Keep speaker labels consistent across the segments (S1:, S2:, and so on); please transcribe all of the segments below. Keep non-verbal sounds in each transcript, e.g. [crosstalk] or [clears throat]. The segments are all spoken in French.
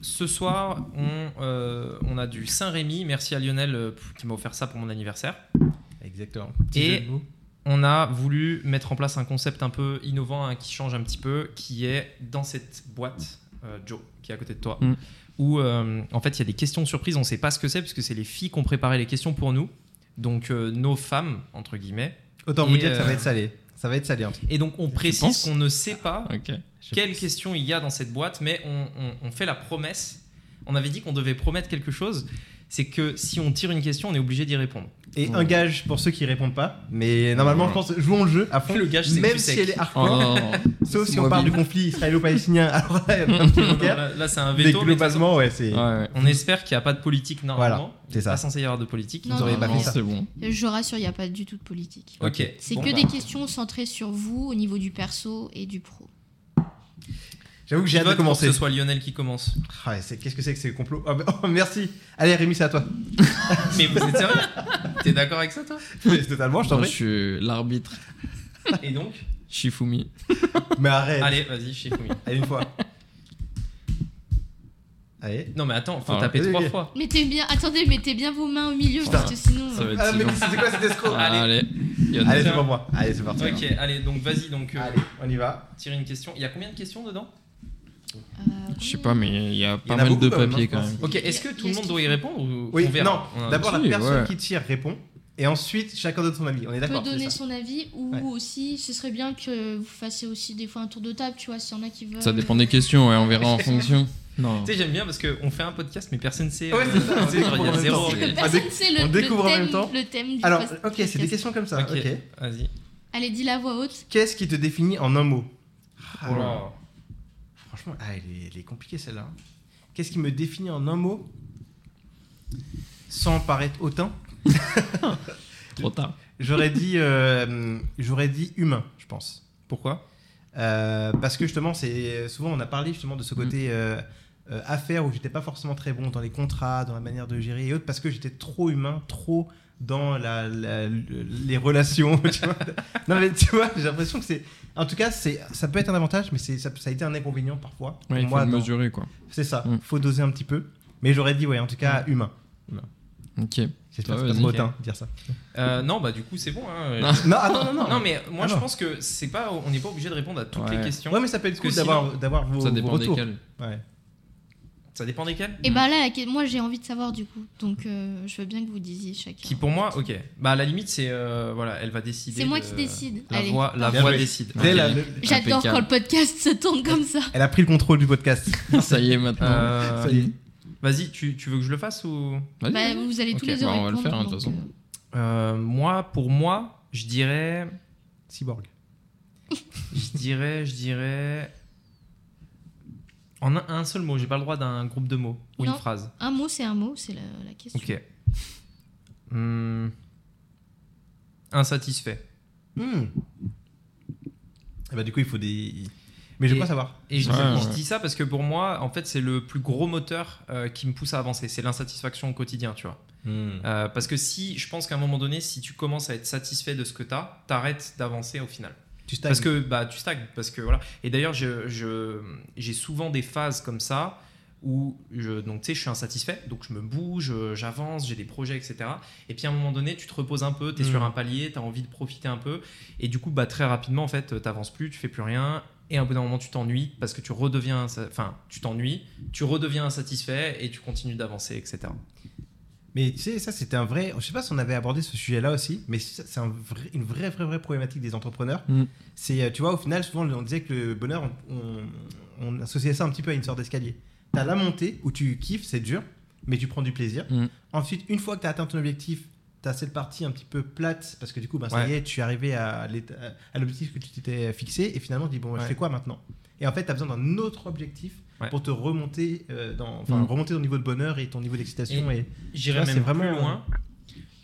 S1: ce soir, on, euh, on a du Saint-Rémy. Merci à Lionel euh, qui m'a offert ça pour mon anniversaire.
S2: Exactement.
S1: Et- On a voulu mettre en place un concept un peu innovant, hein, qui change un petit peu, qui est dans cette boîte, euh, Joe, qui est à côté de toi,
S3: Mm.
S1: où euh, en fait il y a des questions surprises. On ne sait pas ce que c'est, puisque c'est les filles qui ont préparé les questions pour nous. Donc euh, nos femmes, entre guillemets.
S2: Autant vous
S1: Et,
S2: dire que ça va
S1: euh,
S2: être salé. Ça va être salé en tout cas.
S1: Et donc on précise
S3: penses
S1: qu'on ne sait pas
S3: Ok. Je-
S1: quelles questions il y a dans cette boîte, mais on, on- on fait la promesse. On avait dit qu'on devait promettre quelque chose, c'est que si on tire une question, on est obligé d'y répondre.
S2: Et un gage pour ceux qui répondent pas. Mais normalement, je pense, jouons le jeu à fond.
S1: Le gage, c'est que
S2: Même
S1: tu
S2: si
S1: sais.
S2: elle est
S3: Oh,
S2: hardcore.
S3: non, non, non.
S2: [laughs] Sauf si
S3: C'est
S2: on parle du
S3: mobile.
S2: conflit israélo-palestinien. [laughs] Alors là, il y a un petit joker.
S1: Là, là, c'est un
S2: Mais
S1: veto. mais de toute façon,
S2: globalement, ouais, c'est.
S3: Ouais, ouais.
S1: on espère qu'il n'y a pas de politique normalement.
S2: Mmh. Voilà,
S1: Il
S2: c'est
S1: n'est
S2: ça.
S1: Pas censé y avoir de politique.
S2: Vous auriez pas
S3: Non,
S2: fait
S3: non,
S2: ça.
S3: C'est bon.
S4: Je rassure, il n'y a pas du tout de politique.
S1: Ok.
S4: C'est
S1: Bon,
S4: que
S1: bah,
S4: des questions centrées sur vous au niveau du perso et du pro.
S2: J'avoue que j'ai
S1: je
S2: hâte de
S1: vote pour
S2: commencer.
S1: Que ce soit Lionel qui commence.
S2: Ah, c'est- Qu'est-ce que c'est que ces complots Ah, bah, oh, Merci. Allez, Rémi, c'est à toi.
S1: Mais vous êtes sérieux T'es d'accord avec ça, toi
S2: Mais Totalement, je t'en
S3: Moi, je
S2: prie.
S3: suis l'arbitre
S1: Et donc
S3: Shifumi.
S2: Mais arrête.
S1: Allez, vas-y, Shifumi.
S2: Allez, une fois. Allez.
S1: Non, mais attends, faut
S3: Ah,
S1: taper
S2: vas-y,
S1: trois
S2: vas-y.
S1: fois.
S4: Mettez bien, attendez, mettez bien vos mains au milieu parce que sinon.
S3: Ça va être
S2: Ah,
S3: si
S2: mais
S3: long.
S2: c'était quoi cet escroc
S3: Ah, Allez. Lionel.
S2: Allez, c'est pour moi. Allez, c'est parti.
S1: Ok, allez, donc vas-y, donc euh,
S2: Allez, on y va.
S1: tire une question. Il y a combien de questions dedans
S4: euh,
S3: Je sais pas, mais il y
S2: Il y
S3: a
S2: en
S3: pas
S2: a
S3: mal
S2: beaucoup,
S3: de
S2: quand même,
S3: papiers
S2: hein,
S3: quand même.
S1: Ok, est-ce que
S4: Il y a-
S1: tout le
S4: il y a
S1: monde
S4: ce
S1: doit y
S4: qu'il faut.
S1: répondre ou
S2: Oui,
S1: on verra
S2: non,
S1: On a-
S2: D'abord, la
S3: Si,
S2: personne
S3: ouais.
S2: qui tire répond, et ensuite chacun donne son avis. On est
S4: peut
S2: d'accord c'est
S4: donner
S2: ça
S4: son avis ou
S2: Ouais.
S4: aussi ce serait bien que vous fassiez aussi des fois un tour de table, tu vois, s'il y en a qui veulent.
S3: Ça dépend
S4: [laughs]
S3: des questions, ouais, on verra en fonction. [laughs] Non.
S1: Tu sais, j'aime bien parce qu'on fait un podcast, mais personne ne sait. euh,
S2: Ouais, c'est ça, on
S1: tu sais, genre,
S2: découvre
S1: il y
S2: en
S1: a
S2: même
S1: zéro
S2: temps.
S1: organisation.
S4: Personne ne sait le,
S2: Ah, on
S4: le
S2: découvre en
S4: thème,
S2: même temps.
S4: le thème du
S2: Alors,
S4: post-
S2: ok, c'est des
S4: podcast.
S2: questions comme ça.
S1: Ok,
S2: ok.
S1: vas-y.
S4: Allez, dis la voix haute.
S2: Qu'est-ce qui te définit en un mot Ah,
S1: Oh là.
S2: Franchement, ah, elle, est, elle est compliquée celle-là. hein. Qu'est-ce qui me définit en un mot Sans paraître hautain,
S3: Trop tard.
S2: j'aurais dit, euh, j'aurais dit humain, je pense.
S1: Pourquoi
S2: Euh, parce que justement, c'est souvent on a parlé justement
S3: Mm.
S2: de ce côté euh, euh, affaire où j'étais pas forcément très bon dans les contrats, dans la manière de gérer et autres, parce que j'étais trop humain, trop dans la, la- le- les relations. [laughs] tu vois. non mais tu vois, j'ai l'impression que c'est, en tout cas, c'est, ça peut être un avantage, mais c'est, ça, ça a été un inconvénient parfois. pour
S3: Ouais, il faut
S2: moi,
S3: le
S2: dans-
S3: mesurer quoi.
S2: c'est ça,
S3: Mm.
S2: faut doser un petit peu. Mais j'aurais dit ouais, en tout cas humain.
S3: Ok.
S2: J'espère
S3: Ouais,
S2: que c'est pas
S3: vas-y.
S2: trop hautain de dire ça.
S1: Euh, Non, bah du coup, c'est bon. hein.
S3: Non.
S2: Non, attends, non, non.
S1: Non, mais moi,
S2: Ah,
S1: je
S2: non.
S1: pense que c'est pas, on n'est pas obligé de répondre à toutes
S3: Ouais.
S1: les questions.
S2: Ouais, mais ça peut être
S1: Parce que
S2: cool d'avoir, d'avoir vos,
S3: Ça
S2: vos
S3: dépend
S2: retours.
S3: desquels.
S2: Ouais.
S1: Ça dépend desquelles.
S4: Et bah là, la que- moi j'ai envie de savoir du coup, donc euh, je veux bien que vous disiez chacun.
S1: Qui pour moi, ok. Bah à la limite, c'est euh, voilà, elle va décider.
S4: C'est moi
S1: de-
S4: qui décide.
S1: La
S4: Allez.
S1: voix, la
S2: Bien
S1: voix
S2: joué.
S1: décide.
S2: Dès la- le-
S4: J'adore quand le podcast se tourne comme ça.
S2: Elle a pris le contrôle du podcast.
S3: Ça y est maintenant.
S1: Euh,
S3: Ça y est.
S1: Vas-y, tu, tu veux que je le fasse ou
S3: Vas-y,
S4: Bah,
S3: vas-y.
S4: vous allez tous
S3: Ok,
S4: les deux
S3: bah, on va le
S4: répondre,
S3: faire, hein, de toute
S4: donc,
S3: façon.
S1: Euh, Moi, pour moi, je dirais,
S2: Cyborg.
S1: je dirais, je dirais. En un, un seul mot, j'ai pas le droit d'un groupe de mots ou
S4: Non.
S1: une phrase.
S4: Un mot, c'est un mot, c'est la, la question.
S1: Ok. Hmm. Insatisfait.
S2: Hmm. Eh ben, du coup, il faut des. Mais je
S1: Et-
S2: veux pas savoir.
S1: Et je,
S3: Ouais,
S1: dis, je
S3: ouais.
S1: dis ça parce que pour moi, en fait, c'est le plus gros moteur euh, qui me pousse à avancer. C'est l'insatisfaction au quotidien, tu vois. Euh, parce que si, je pense qu'à un moment donné, si tu commences à être satisfait de ce que t'as, t'arrêtes d'avancer au final.
S2: Tu stagnes.
S1: Parce que bah, tu stagnes. Parce que, voilà. Et d'ailleurs, je- je- j'ai souvent des phases comme ça où je, donc, tu sais, je suis insatisfait, donc je me bouge, euh, j'avance, j'ai des projets, etc. Et puis à un moment donné, tu te reposes un peu, tu es
S2: Mhm.
S1: sur un palier, tu as envie de profiter un peu. Et du coup, bah, très rapidement, en fait, t'avances plus, tu fais plus rien. Et à un bout d'un moment, tu t'ennuies parce que tu redeviens, insa- enfin, tu t'ennuies, tu redeviens insatisfait et tu continues d'avancer, etc.
S2: Mais tu sais, ça c'était un vrai. Je sais pas si on avait abordé ce sujet-là aussi, mais ça, c'est un vrai- une vraie, vraie, vraie problématique des entrepreneurs.
S3: Mm.
S2: C'est, euh, tu vois, au final, souvent on disait que le bonheur, on, on- on associait ça un petit peu à une sorte d'escalier. T'as la montée où tu kiffes, c'est dur, mais tu prends du plaisir.
S3: Mm.
S2: Ensuite, une fois que t'as atteint ton objectif, t'as cette partie un petit peu plate parce que du coup, ben, ça
S1: Ouais.
S2: y est, tu es arrivé à, l'éta- à l'objectif que tu t'étais fixé et finalement, tu dis, bon, je
S1: Ouais.
S2: fais quoi maintenant Et en fait, t'as besoin d'un autre objectif.
S1: Ouais.
S2: Pour te remonter, euh, dans, enfin,
S3: Mm.
S2: remonter ton niveau de bonheur et ton niveau d'excitation. et...
S1: J'irais
S2: Ouais, c'est
S1: même
S2: vraiment-
S1: plus loin.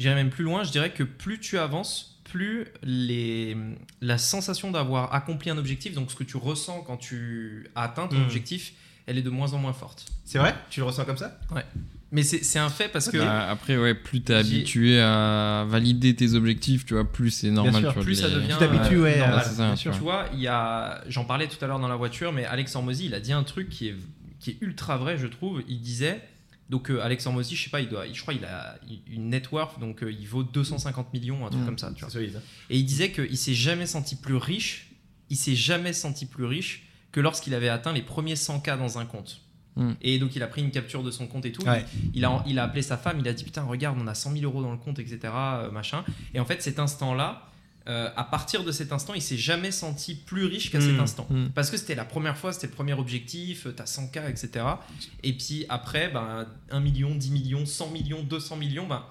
S1: J'irais même plus loin. Je dirais que plus tu avances, plus les, la sensation d'avoir accompli un objectif, donc ce que tu ressens quand tu as atteint ton
S2: Mm.
S1: objectif, elle est de moins en moins forte.
S2: C'est vrai Tu le ressens comme ça
S1: Mais c'est c'est un fait parce que
S3: Bah, après, ouais, plus t'es
S1: J'ai-
S3: habitué à valider tes objectifs, tu vois, plus c'est normal.
S2: sûr,
S3: tu vois,
S1: plus
S3: de
S1: ça
S3: les-
S1: devient
S2: Tu t'habitues, ouais,
S1: Euh, normal.
S2: à-
S3: Ouais, c'est ça,
S2: bien
S3: tu
S2: sûr.
S1: Tu vois, il y a, j'en parlais tout à l'heure dans la voiture, mais Alex Hormozy, il a dit un truc qui est qui est ultra vrai, je trouve. Il disait, donc euh, Alexandre Mossy, je sais pas, il doit, je crois, il a une net worth, donc euh, il vaut 250 millions, un truc
S3: Mm.
S1: comme ça, tu vois.
S2: C'est solide.
S1: Et il disait qu'il s'est jamais senti plus riche, il s'est jamais senti plus riche que lorsqu'il avait atteint les premiers 100K dans un compte.
S3: Mm.
S1: Et donc il a pris une capture de son compte et tout.
S2: Ouais.
S1: Il, a, il a appelé sa femme, il a dit putain regarde on a 100 000 euros dans le compte etc. euh, machin. Et en fait cet instant-là, euh, à partir de cet instant, il s'est jamais senti plus riche qu'à cet
S2: Mm.
S1: instant.
S3: Mm.
S1: Parce que c'était la première fois, c'était le premier objectif, euh, t'as 100K etc. Et puis après, ben, 1 million, 10 millions, 100 millions, 200 millions, ben,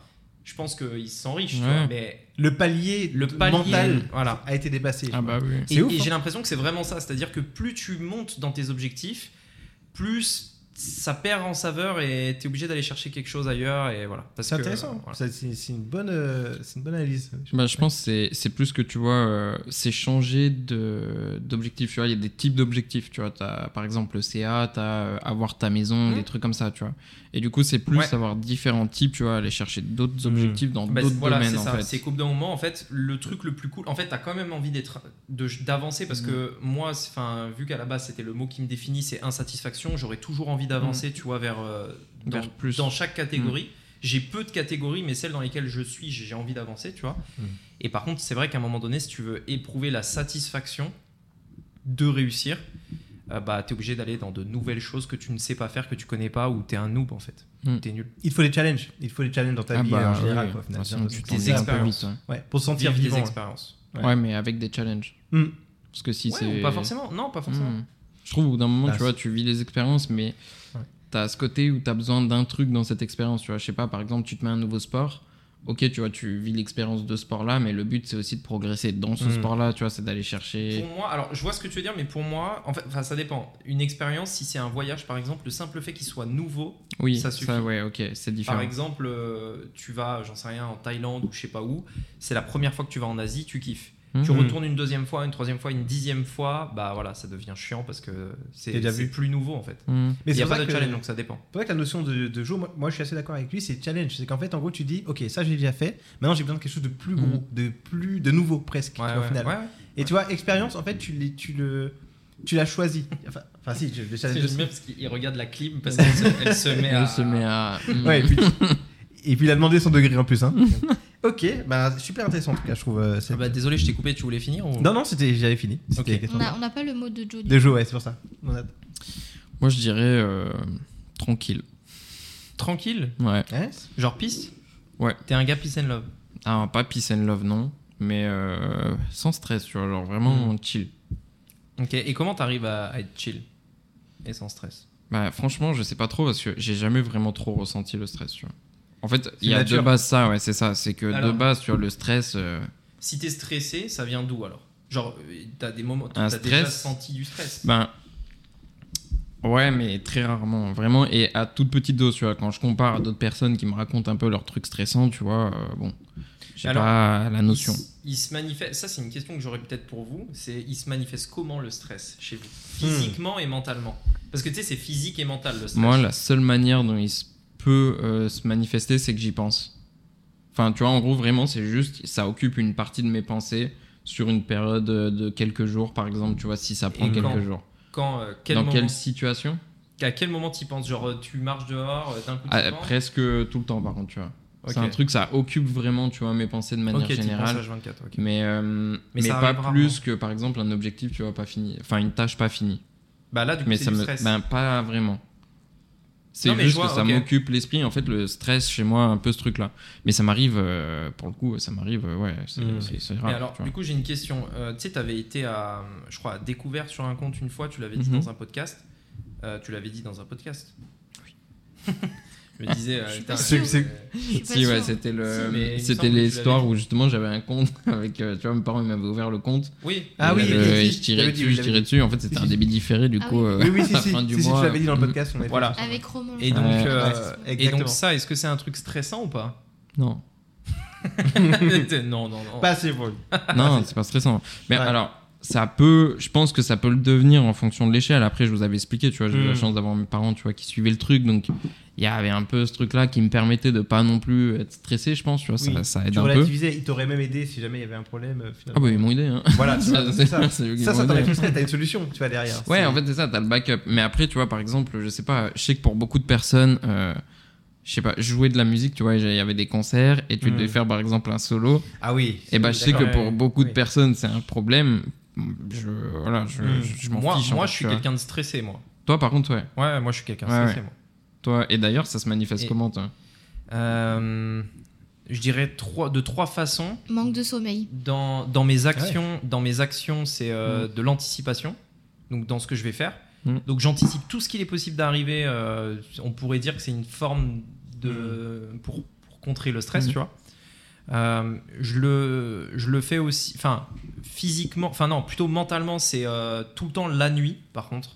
S1: je pense qu'il se sent riche. tu
S3: Ouais.
S1: vois, mais
S2: Le palier,
S1: le palier
S2: mental
S1: voilà
S2: a été dépassé.
S3: Ah bah oui.
S2: C'est
S1: et,
S2: ouf,
S1: et
S2: hein.
S1: j'ai l'impression que c'est vraiment ça c'est à dire que plus tu montes dans tes objectifs plus ça perd en saveur et t'es obligé d'aller chercher quelque chose ailleurs et voilà Parce
S2: C'est
S1: que,
S2: intéressant.
S1: euh, voilà.
S2: Ça, C'est c'est une bonne, euh, c'est une bonne analyse.
S3: Bah, je pense que c'est- c'est plus que tu vois, euh, c'est changer de- d'objectif. Tu vois, il y a des types d'objectifs. Tu vois, as, par exemple le CA, tu as euh, avoir ta maison,
S1: Mhm.
S3: des trucs comme ça. Tu vois. Et du coup, c'est plus
S1: Ouais.
S3: avoir différents types. Tu vois, aller chercher d'autres objectifs dans
S1: Bah, c'est-
S3: d'autres
S1: voilà,
S3: domaines
S1: c'est
S3: en
S1: ça.
S3: fait.
S1: C'est qu'au bout d'un moment, en fait, le truc le plus cool, en fait, t'as quand même envie d'être, de- d'avancer parce
S3: Mm.
S1: que moi, c'est- enfin, vu qu'à la base c'était le mot qui me définit, c'est insatisfaction. J'aurais toujours envie d'avancer, tu vois, vers, euh, dans,
S3: Mm. Vers plus. Mm.
S1: dans chaque catégorie. J'ai peu de catégories, mais celles dans lesquelles je suis, j'ai j'ai envie d'avancer, tu vois.
S2: Mm.
S1: Et par contre, c'est vrai qu'à un moment donné, si tu veux éprouver la satisfaction de réussir, euh, bah, t'es obligé d'aller dans de nouvelles choses que tu ne sais pas faire, que tu connais pas, ou t'es un noob en fait.
S3: Mm.
S1: T'es nul.
S2: Il te faut des challenges. Il te faut des challenges dans ta
S3: Ah
S2: vie
S3: bah,
S2: en général.
S3: oui,
S2: quoi, au final.
S3: de toute façon,
S2: Bien
S3: tu
S2: sûr,
S1: t'en
S3: t'en
S1: des
S3: vas un peu
S1: expériences.
S3: vite,
S2: ouais, pour se sentir
S1: Vivre des
S2: vivant. ouais.
S1: expériences.
S3: ouais.
S2: Ouais.
S3: Ouais, mais avec des challenges.
S2: Mm.
S3: Parce que si
S1: Mhm. Ouais,
S3: c'est.
S1: ou pas forcément. Non, pas forcément.
S3: Mm. Je trouve au bout d'un moment,
S2: Bah,
S3: tu vois, tu vis des expériences, mais
S2: Ouais.
S3: tu as ce côté où tu as besoin d'un truc dans cette expérience. Tu vois, je sais pas, par exemple, tu te mets un nouveau sport. Ok, tu vois, tu vis l'expérience de ce sport-là, mais le but, c'est aussi de progresser dans ce
S2: Mm.
S3: sport-là, tu vois, c'est d'aller chercher.
S1: Pour moi, alors je vois ce que tu veux dire, mais pour moi, en fait, enfin, ça dépend. Une expérience, si c'est un voyage par exemple, le simple fait qu'il soit nouveau,
S3: Oui,
S1: ça
S3: ça,
S1: suffit.
S3: ouais, ok, c'est
S1: par
S3: différent.
S1: exemple, euh, tu vas, j'en sais rien, en Thaïlande ou je sais pas où, c'est la première fois que tu vas en Asie, tu kiffes. Tu
S3: Mhm.
S1: retournes une deuxième fois, une troisième fois, une dixième fois, bah voilà, ça devient chiant parce que c'est
S2: T'as déjà
S1: c'est
S2: vu.
S1: plus nouveau en fait.
S3: Mhm.
S1: Il
S2: Mais
S1: n'y
S2: c'est
S1: a
S2: pour
S1: pas
S2: ça
S1: de
S2: que-
S1: challenge, donc ça dépend.
S2: C'est vrai que la notion de, de jeu, moi, moi, je suis assez d'accord avec lui, c'est challenge. C'est qu'en fait, en gros, tu dis, ok, ça j'ai déjà fait, maintenant j'ai besoin de quelque chose de plus
S3: Mm.
S2: gros, de plus, de nouveau presque, tu
S1: Ouais,
S2: vois, au
S1: ouais,
S2: final.
S1: ouais, ouais.
S2: Et tu vois, expérience, en fait, tu, l'es- tu le, tu l'as choisi. Enfin, enfin, si, je- le challenge.
S1: J'aime bien parce qu'il regarde la
S2: [laughs]
S1: clim parce qu'elle se, elle se met
S3: Elle
S1: à.
S3: se
S1: [laughs]
S3: met à. Mm.
S2: Ouais, et puis, et puis il a demandé son degré en plus. Hein. ok, bah, super intéressant en tout cas, je trouve. euh, c'est-
S1: Ah bah, désolé, je t'ai coupé, tu voulais finir ou...
S2: Non, non, c'était, j'avais fini. C'était
S1: Ok.
S2: question
S4: On a- on n'a pas le mot de Jody.
S2: de jeu, ouais, c'est pour ça. On a-
S3: Moi, je dirais euh, tranquille.
S1: Tranquille,
S3: Ouais.
S2: Hein
S1: genre peace
S3: Ouais.
S1: T'es un gars peace and love.
S3: Ah, pas peace and love, non, mais euh, sans stress, tu vois, genre vraiment chill.
S1: Ok, et comment t'arrives à, à être chill et sans stress
S3: Bah, franchement, je sais pas trop parce que j'ai jamais vraiment trop ressenti le stress. Tu vois. En fait, il y a
S2: nature.
S3: de base ça, ouais, c'est ça. C'est que
S1: Alors.
S3: de base, tu vois, le stress, euh,
S1: Si t'es stressé, ça vient d'où alors Genre, euh, t'as des moments,
S3: Un
S1: t'as déjà
S3: stress
S1: senti du stress.
S3: ben. Ouais, mais très rarement, vraiment, et à toute petite dose, tu vois. Quand je compare à d'autres personnes qui me racontent un peu leurs trucs stressants, tu vois, euh, bon, j'ai
S1: Alors,
S3: pas la
S1: Il
S3: notion.
S1: s- Il, se manifeste. Ça, c'est une question que j'aurais peut-être pour vous. C'est, il se manifeste comment le stress chez vous,
S3: Hmm.
S1: physiquement et mentalement Parce que tu sais, c'est physique et mental le stress.
S3: Moi, la seule manière dont il se peut euh, se manifester, c'est que j'y pense. Enfin, tu vois, en gros, vraiment, c'est juste, ça occupe une partie de mes pensées sur une période euh, de quelques jours, par exemple, tu vois, si ça prend
S1: Et quand
S3: quelques jours.
S1: Quand, euh, quel
S3: Dans
S1: moment,
S3: quelle situation
S1: à quel moment t'y penses Genre, euh, tu marches dehors, euh, d'un coup tu
S3: Ah,
S1: penses
S3: Presque tout le temps, par contre, tu vois. C'est
S1: Ok.
S3: un truc, ça occupe vraiment, tu vois, mes pensées de manière
S1: Ok, t'y penses
S3: générale.
S1: H24, ok.
S3: Mais, euh,
S1: Mais
S3: mais,
S1: ça
S3: pas
S1: arrive rarement.
S3: plus que, par exemple, un objectif, tu vois, pas fini. Enfin, une tâche pas finie.
S1: Bah là, du coup,
S3: mais
S1: c'est
S3: ça
S1: du
S3: me
S1: stress.
S3: ben, pas vraiment c'est
S1: Non, mais
S3: juste
S1: je vois,
S3: que ça
S1: ok.
S3: m'occupe l'esprit en fait le stress chez moi un peu ce truc là mais ça m'arrive euh, pour le coup ça m'arrive euh, ouais c'est
S2: Mm.
S3: c'est- c'est
S1: Mais
S3: rare
S1: alors,
S3: tu vois.
S1: du coup, j'ai une question. Euh, tu sais, tu avais été, à, je crois, à découvert sur un compte une fois, tu l'avais dit
S3: Mhm.
S1: dans un podcast. Euh, tu l'avais dit dans un podcast. Oui. je me disais. euh,
S4: Je suis
S1: t'as-
S4: pas sûre.
S1: euh,
S4: Je suis pas
S3: si ouais
S4: sûre.
S3: c'était
S1: Si, mais il me
S3: le
S1: semble
S3: c'était
S1: que tu
S3: l'histoire
S1: l'avais
S3: où justement j'avais un compte [laughs] avec euh, tu vois mes parents ils m'avaient ouvert le compte
S1: Oui.
S2: Ah
S3: Et,
S2: oui,
S3: euh,
S2: il l'avait
S3: et
S2: dit,
S3: je
S2: il
S3: tirais
S2: l'avait dit,
S3: dessus
S2: oui,
S3: je
S2: il
S3: tirais
S2: l'avait
S3: dessus en fait c'était
S2: Si,
S3: un
S2: si.
S3: débit différé du
S4: Ah
S3: coup
S4: oui.
S3: euh,
S2: Oui,
S1: [laughs]
S2: oui, si,
S3: à la
S2: si,
S3: fin du
S2: si, si,
S3: mois
S2: tu l'avais dit dans le
S3: euh,
S2: podcast. On avait
S1: Mm. Voilà.
S2: fait ça.
S4: Avec Romain.
S1: Et donc,
S4: Ouais.
S1: euh,
S4: Ouais.
S1: Et
S2: Exactement.
S1: donc, ça, est-ce que c'est un truc stressant ou pas
S3: non
S1: Non, non, non.
S2: Pas assez pour lui. [laughs]
S3: non c'est pas stressant mais
S2: Ouais.
S3: alors ça peut, je pense que ça peut le devenir en fonction de l'échelle. Après, je vous avais expliqué, tu vois, j'ai eu
S1: Mm.
S2: Hmm.
S3: la chance d'avoir mes parents, tu vois, qui suivaient le truc, donc il y avait un peu ce truc-là qui me permettait de pas non plus être stressé, je pense, tu vois, ça,
S2: Oui.
S3: ça aide
S2: Tu
S3: un peu.
S2: relativisais, il t'aurait même aidé si jamais il y avait un problème. euh,
S3: Ah
S2: finalement.
S3: bah ils m'ont aidé, hein.
S2: Voilà, tu
S3: [laughs]
S2: vois, c'est ça.
S3: c'est eux qui
S2: Ça,
S3: m'ont
S2: ça
S3: aidé.
S2: t'aurait fait ça, t'as une solution, tu vois, derrière.
S3: Ouais,
S2: C'est-
S3: en fait, c'est ça, t'as le backup. Mais après, tu vois, par exemple, je sais pas, je sais que pour beaucoup de personnes, euh, je sais pas, jouer de la musique, tu vois, il y avait des concerts et tu
S2: Mm.
S3: devais faire par exemple un solo.
S2: Ah oui.
S1: Eh
S3: Et bah, je sais que
S1: D'accord.
S3: pour beaucoup de
S2: Oui.
S3: personnes, c'est un problème. Je, voilà, je,
S2: Mm.
S3: je- Hmm. je m'en
S1: Hmm. Moi,
S3: fiche. en
S1: moi je
S3: fait, tu
S1: suis
S3: vois.
S1: quelqu'un de stressé, moi.
S3: Toi, par contre, ouais.
S1: Ouais, moi, je suis quelqu'un de
S3: Ouais,
S1: stressé, moi.
S3: Toi, et d'ailleurs, ça se manifeste
S1: Et-
S3: comment, toi
S1: Euh, je dirais trois, de trois façons.
S4: Manque de sommeil.
S1: Dans, dans mes actions, dans mes actions, c'est euh, de l'anticipation. Donc dans ce que je vais faire.
S3: Mm.
S1: Donc j'anticipe tout ce qu'il est possible d'arriver. euh, on pourrait dire que c'est une forme de pour, pour contrer le stress,
S3: Mm.
S1: tu vois. Euh, je le je le fais aussi. Enfin physiquement. Enfin non, plutôt mentalement, c'est euh, tout le temps la nuit. Par contre,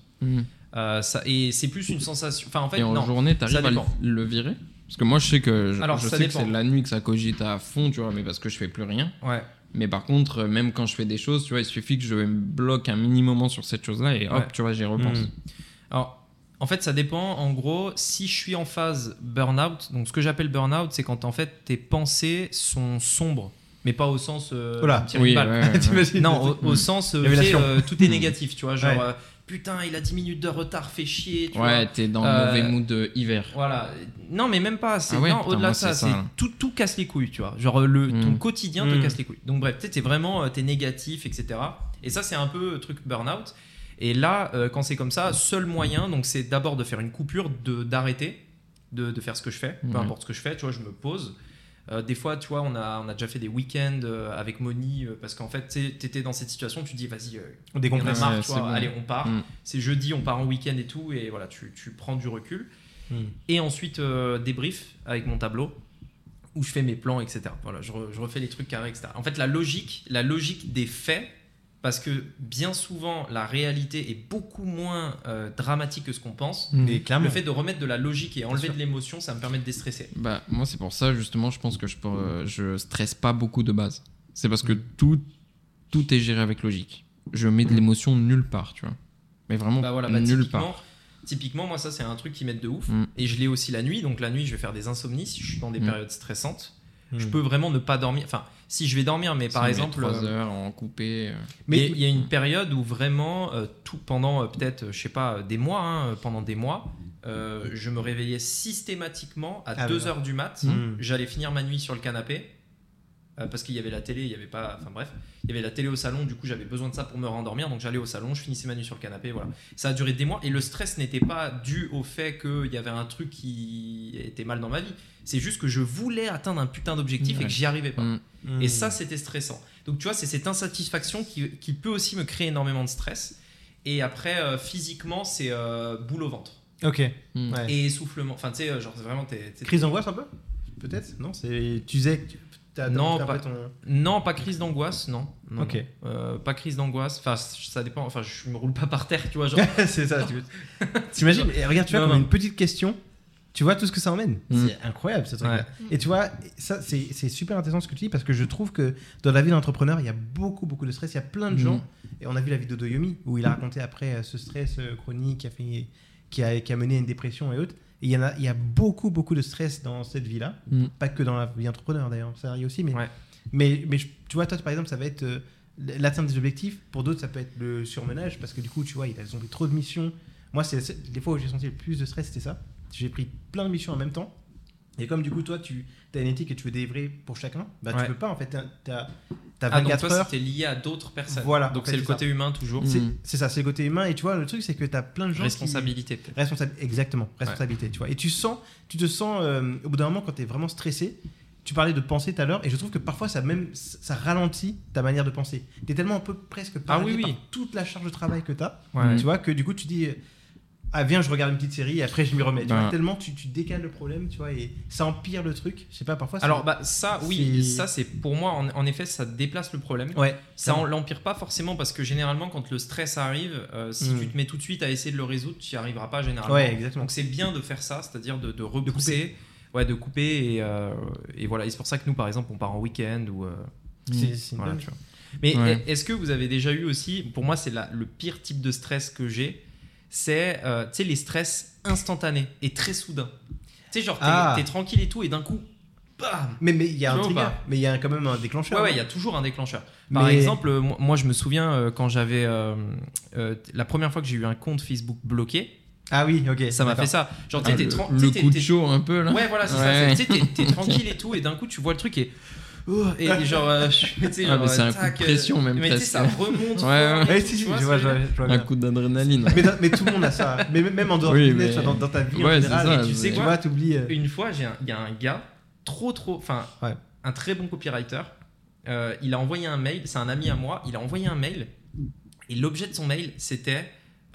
S1: Euh, ça, et c'est plus une sensation. Enfin en fait
S3: Et en
S1: non.
S3: journée, t'arrives
S1: ça
S3: à le,
S1: dépend.
S3: le virer Parce que moi, je sais que je,
S1: Alors,
S3: je
S1: ça
S3: sais que
S1: dépend.
S3: c'est la nuit que ça cogite à fond, tu vois, mais parce que je fais plus rien.
S1: Ouais.
S3: Mais par contre, euh, même quand je fais des choses, tu vois, il suffit que je me bloque un mini moment sur cette chose-là et hop,
S1: Ouais. Hmm.
S3: tu vois, j'y repense.
S2: Mm.
S1: Alors, en fait, ça dépend. En gros, si je suis en phase burn-out, donc ce que j'appelle burn-out, c'est quand en fait tes pensées sont sombres, mais pas au sens. euh,
S2: Oula.
S1: de me tirer
S3: Oui,
S1: une balle.
S3: ouais, ouais,
S2: [laughs]
S3: ouais.
S1: [laughs]
S2: T'imagines
S1: Non, au, au
S3: Mm.
S1: sens. euh,
S2: Révélation.
S1: tu sais, euh, tout est négatif, tu vois. Genre,
S2: Ouais.
S1: euh, putain, il a 10 minutes de retard, fait chier. Tu
S3: Ouais,
S1: vois.
S3: t'es dans le
S1: Euh,
S3: mauvais mood euh, hiver.
S1: Voilà. Non, mais même pas. C'est
S3: Ah ouais,
S1: non,
S3: putain,
S1: au-delà
S3: moi,
S1: de ça,
S3: c'est ça,
S1: c'est
S3: hein.
S1: tout, tout casse les couilles, tu vois. Genre euh, le ton
S3: Mm.
S1: quotidien
S2: Mm.
S1: te casse les couilles. Donc bref, tu sais, t'es vraiment, euh, t'es négatif, etc. Et ça, c'est un peu euh, truc burn-out. Et là, euh, quand c'est comme ça, seul moyen, donc c'est d'abord de faire une coupure, de d'arrêter, de, de faire ce que je fais, peu
S3: Ouais.
S1: importe ce que je fais, tu vois, je me pose. Euh, des fois, tu vois, on a, on a déjà fait des week-ends euh, avec Moni, euh, parce qu'en fait, tu sais, t'étais dans cette situation, tu dis, vas-y, euh,
S2: On
S1: on en a
S2: décompresse.
S1: marre,
S3: Ouais,
S1: tu
S3: c'est
S1: vois,
S3: bon.
S1: allez, on part.
S3: Mm.
S1: C'est jeudi, on part en week-end et tout, et voilà, tu, tu prends du recul
S2: Hmm.
S1: et ensuite euh, débrief avec mon tableau où je fais mes plans, etc. Voilà, je, re- je refais les trucs carrés, etc. En fait, la logique, la logique des faits, parce que bien souvent la réalité est beaucoup moins euh, dramatique que ce qu'on pense.
S2: Mais clairement.
S1: Le fait de remettre de la logique et enlever
S2: sûr.
S1: de l'émotion, ça me permet de déstresser.
S3: Bah, moi, c'est pour ça, justement, je pense que je, pour- euh, je stresse pas beaucoup de base. C'est parce que tout, tout est géré avec logique. Je mets de l'émotion nulle part, tu vois. Mais vraiment,
S1: Bah voilà, bah
S3: nulle
S1: typiquement,
S3: part.
S1: Typiquement, moi, ça, c'est un truc qui m'aide de ouf.
S3: Mm.
S1: Et je l'ai aussi la nuit. Donc, la nuit, je vais faire des insomnies si je suis dans des
S3: Mm.
S1: périodes stressantes. Je
S2: Mm.
S1: peux vraiment ne pas dormir. Enfin, si je vais dormir, mais par
S3: Ça met
S1: exemple.
S3: trois
S1: euh,
S3: heures en coupé. euh.
S1: Mais
S2: Mais-
S1: il y a une période où vraiment, euh, tout pendant euh, peut-être, euh, je sais pas, euh, des mois, hein, euh, pendant des mois, euh, je me réveillais systématiquement à
S2: Ah,
S1: 2
S2: bah.
S1: heures du mat.
S2: Mm.
S1: J'allais finir ma nuit sur le canapé euh, parce qu'il y avait la télé, il y avait pas, enfin bref, il y avait la télé au salon. Du coup, j'avais besoin de ça pour me rendormir, donc j'allais au salon, je finissais ma nuit sur le canapé. Voilà, ça a duré des mois et le stress n'était pas dû au fait qu'il y avait un truc qui était mal dans ma vie. C'est juste que je voulais atteindre un putain d'objectif et
S3: Ouais.
S1: que j'y arrivais
S2: Hmm.
S1: pas.
S3: Mm.
S1: Et ça, c'était stressant. Donc, tu vois, c'est cette insatisfaction qui, qui peut aussi me créer énormément de stress. Et après, euh, physiquement, c'est euh, boule au ventre
S2: Ok.
S3: Mm.
S2: Ouais.
S1: et essoufflement. Enfin, tu sais, euh, genre vraiment, t'es. t'es-
S2: Crise d'angoisse un peu Peut-être Non, c'est tu disais que t'as
S1: Non,
S2: t'as un peu
S1: pas-
S2: ton-
S1: Non, pas crise d'angoisse, non. Non,
S2: Ok.
S1: non. Euh, pas crise d'angoisse. Enfin, c- ça dépend. Enfin, je me roule pas par terre, tu vois. [laughs] Genre,
S2: [laughs]
S1: Ah,
S2: c'est ça. tu veux- T'imagines Et regarde, tu vois,
S1: Non,
S2: comme
S1: non.
S2: une petite question, tu vois tout ce que ça emmène.
S3: Mm.
S2: C'est incroyable ce truc-là.
S1: Ouais.
S2: Et tu vois, ça, c'est c'est super intéressant ce que tu dis parce que je trouve que dans la vie d'entrepreneur, il y a beaucoup, beaucoup de stress. Il y a plein de gens.
S3: Mm.
S2: Et on a vu la vidéo de Yomi où il a raconté après euh, ce stress euh, chronique qui a, fait, qui, a, qui a mené à une dépression et autres. Et il y, en a, il y a beaucoup, beaucoup de stress dans cette vie-là.
S3: Mm.
S2: Pas que dans la vie d'entrepreneur d'ailleurs, ça arrive aussi. Mais,
S1: Ouais.
S2: mais, mais je- tu vois, toi, par exemple, ça va être euh, l'atteinte des objectifs. Pour d'autres, ça peut être le surmenage parce que du coup, tu vois, ils ont pris trop de missions. Moi, c'est la seule- les fois où j'ai senti le plus de stress, c'était ça. J'ai pris plein de missions en même temps. Et comme du coup, toi, tu as une éthique que tu veux délivrer pour chacun, bah,
S1: Ouais.
S2: tu peux pas en fait. T'as- T'as t'as
S1: ah, donc
S2: 24
S1: toi,
S2: heures.
S1: c'était lié à d'autres personnes.
S2: Voilà, en
S1: Donc,
S2: fait,
S1: c'est le
S2: c'est ça.
S1: côté humain toujours.
S2: C'est
S3: Mm.
S2: c'est ça, c'est le côté humain. Et tu vois, le truc, c'est que tu as plein de gens. qui-
S1: Responsabilité. peut-être.
S2: Responsa- Exactement, responsabilité, tu vois. Et tu sens, tu te sens, euh, au bout d'un moment, quand tu es vraiment stressé, tu parlais de penser tout à l'heure, et je trouve que parfois, ça même, ça ralentit ta manière de penser. Tu es tellement un peu presque paralysé
S1: Ah oui, oui.
S2: par toute la charge de travail que tu as,
S1: Ouais.
S2: tu vois, que du coup, tu dis, euh, ah viens, je regarde une petite série, et après, je m'y remets. Tu
S3: Ben.
S2: vois, tellement tu, tu décales le problème, tu vois, et ça empire le truc. Je sais pas, parfois, ça-
S1: Alors, bah, ça, oui,
S2: C'est-
S1: ça, c'est pour moi, en, en effet, ça déplace le problème.
S2: ouais,
S1: Ça
S2: Clairement.
S1: en l'empire pas forcément parce que généralement quand le stress arrive, euh, si
S2: Mm.
S1: tu te mets tout de suite à essayer de le résoudre, tu n'y arriveras pas généralement.
S2: ouais, exactement.
S1: Donc c'est bien de faire ça, c'est-à-dire de, de repousser, ouais, de couper et, euh, et voilà. Et c'est pour ça que nous par exemple on part en week-end ou euh,
S2: C'est c'est une
S1: voilà,
S2: bonne-
S1: tu vois. Mais
S3: Ouais.
S1: est- est-ce que vous avez déjà eu aussi, pour moi, c'est la- le pire type de stress que j'ai, c'est euh, tu sais, les stress instantanés et très soudains. Tu sais, genre, t'es
S2: Ah.
S1: t'es tranquille et tout, et d'un coup, bam
S2: Mais mais il y a
S1: Tu
S2: un
S1: vois ou
S2: trigger,
S1: pas
S2: mais il y a un- quand même un déclencheur.
S1: Ouais, ouais, il y a toujours un déclencheur. Par
S2: Mais-
S1: exemple, euh, moi, moi, je me souviens euh, quand j'avais. euh, euh, la première fois que j'ai eu un compte Facebook bloqué,
S2: Ah oui, ok.
S1: ça m'a fait
S2: d'accord.
S1: ça. Genre,
S3: Ah,
S1: t'es
S3: le,
S1: tran-
S3: le
S1: t'sais, t'es-
S3: coup de
S1: t'es-
S3: chaud un peu là.
S1: Ouais, voilà, c'est ça.
S3: Ouais.
S1: c'est- Tu sais,
S3: [laughs]
S1: t'es- t'es tranquille et tout, et d'un coup, tu vois le truc et. oh, [laughs] et et genre, euh, je- tu sais,
S3: Ah,
S1: genre,
S3: mais c'est un
S1: euh,
S3: coup de
S1: tac, euh,
S3: pression, même
S1: Mais tu sais,
S3: presque.
S1: ça remonte.
S3: Ouais, ouais.
S1: fort et
S2: Ouais,
S1: tout,
S2: si,
S1: tu
S2: si,
S1: vois
S2: je
S1: ce
S2: vois,
S1: que je
S2: je
S1: veux
S2: vois,
S1: dire
S2: je vois
S3: Un
S2: bien.
S3: coup d'adrénaline.
S2: Mais, dans- mais tout le monde a ça. Mais même en dehors
S3: Oui,
S2: du net,
S3: mais-
S2: soit dans, dans ta vie
S3: Ouais,
S2: en
S3: c'est
S2: général,
S3: ça,
S2: et tu sais,
S1: mais-
S2: tu vois, t'oublies. euh,
S1: Une fois, j'ai un- il y a un gars trop, trop, enfin,
S2: Ouais.
S1: un très bon copywriter. euh, il a envoyé un mail. C'est un ami à moi. Il a envoyé un mail et l'objet de son mail c'était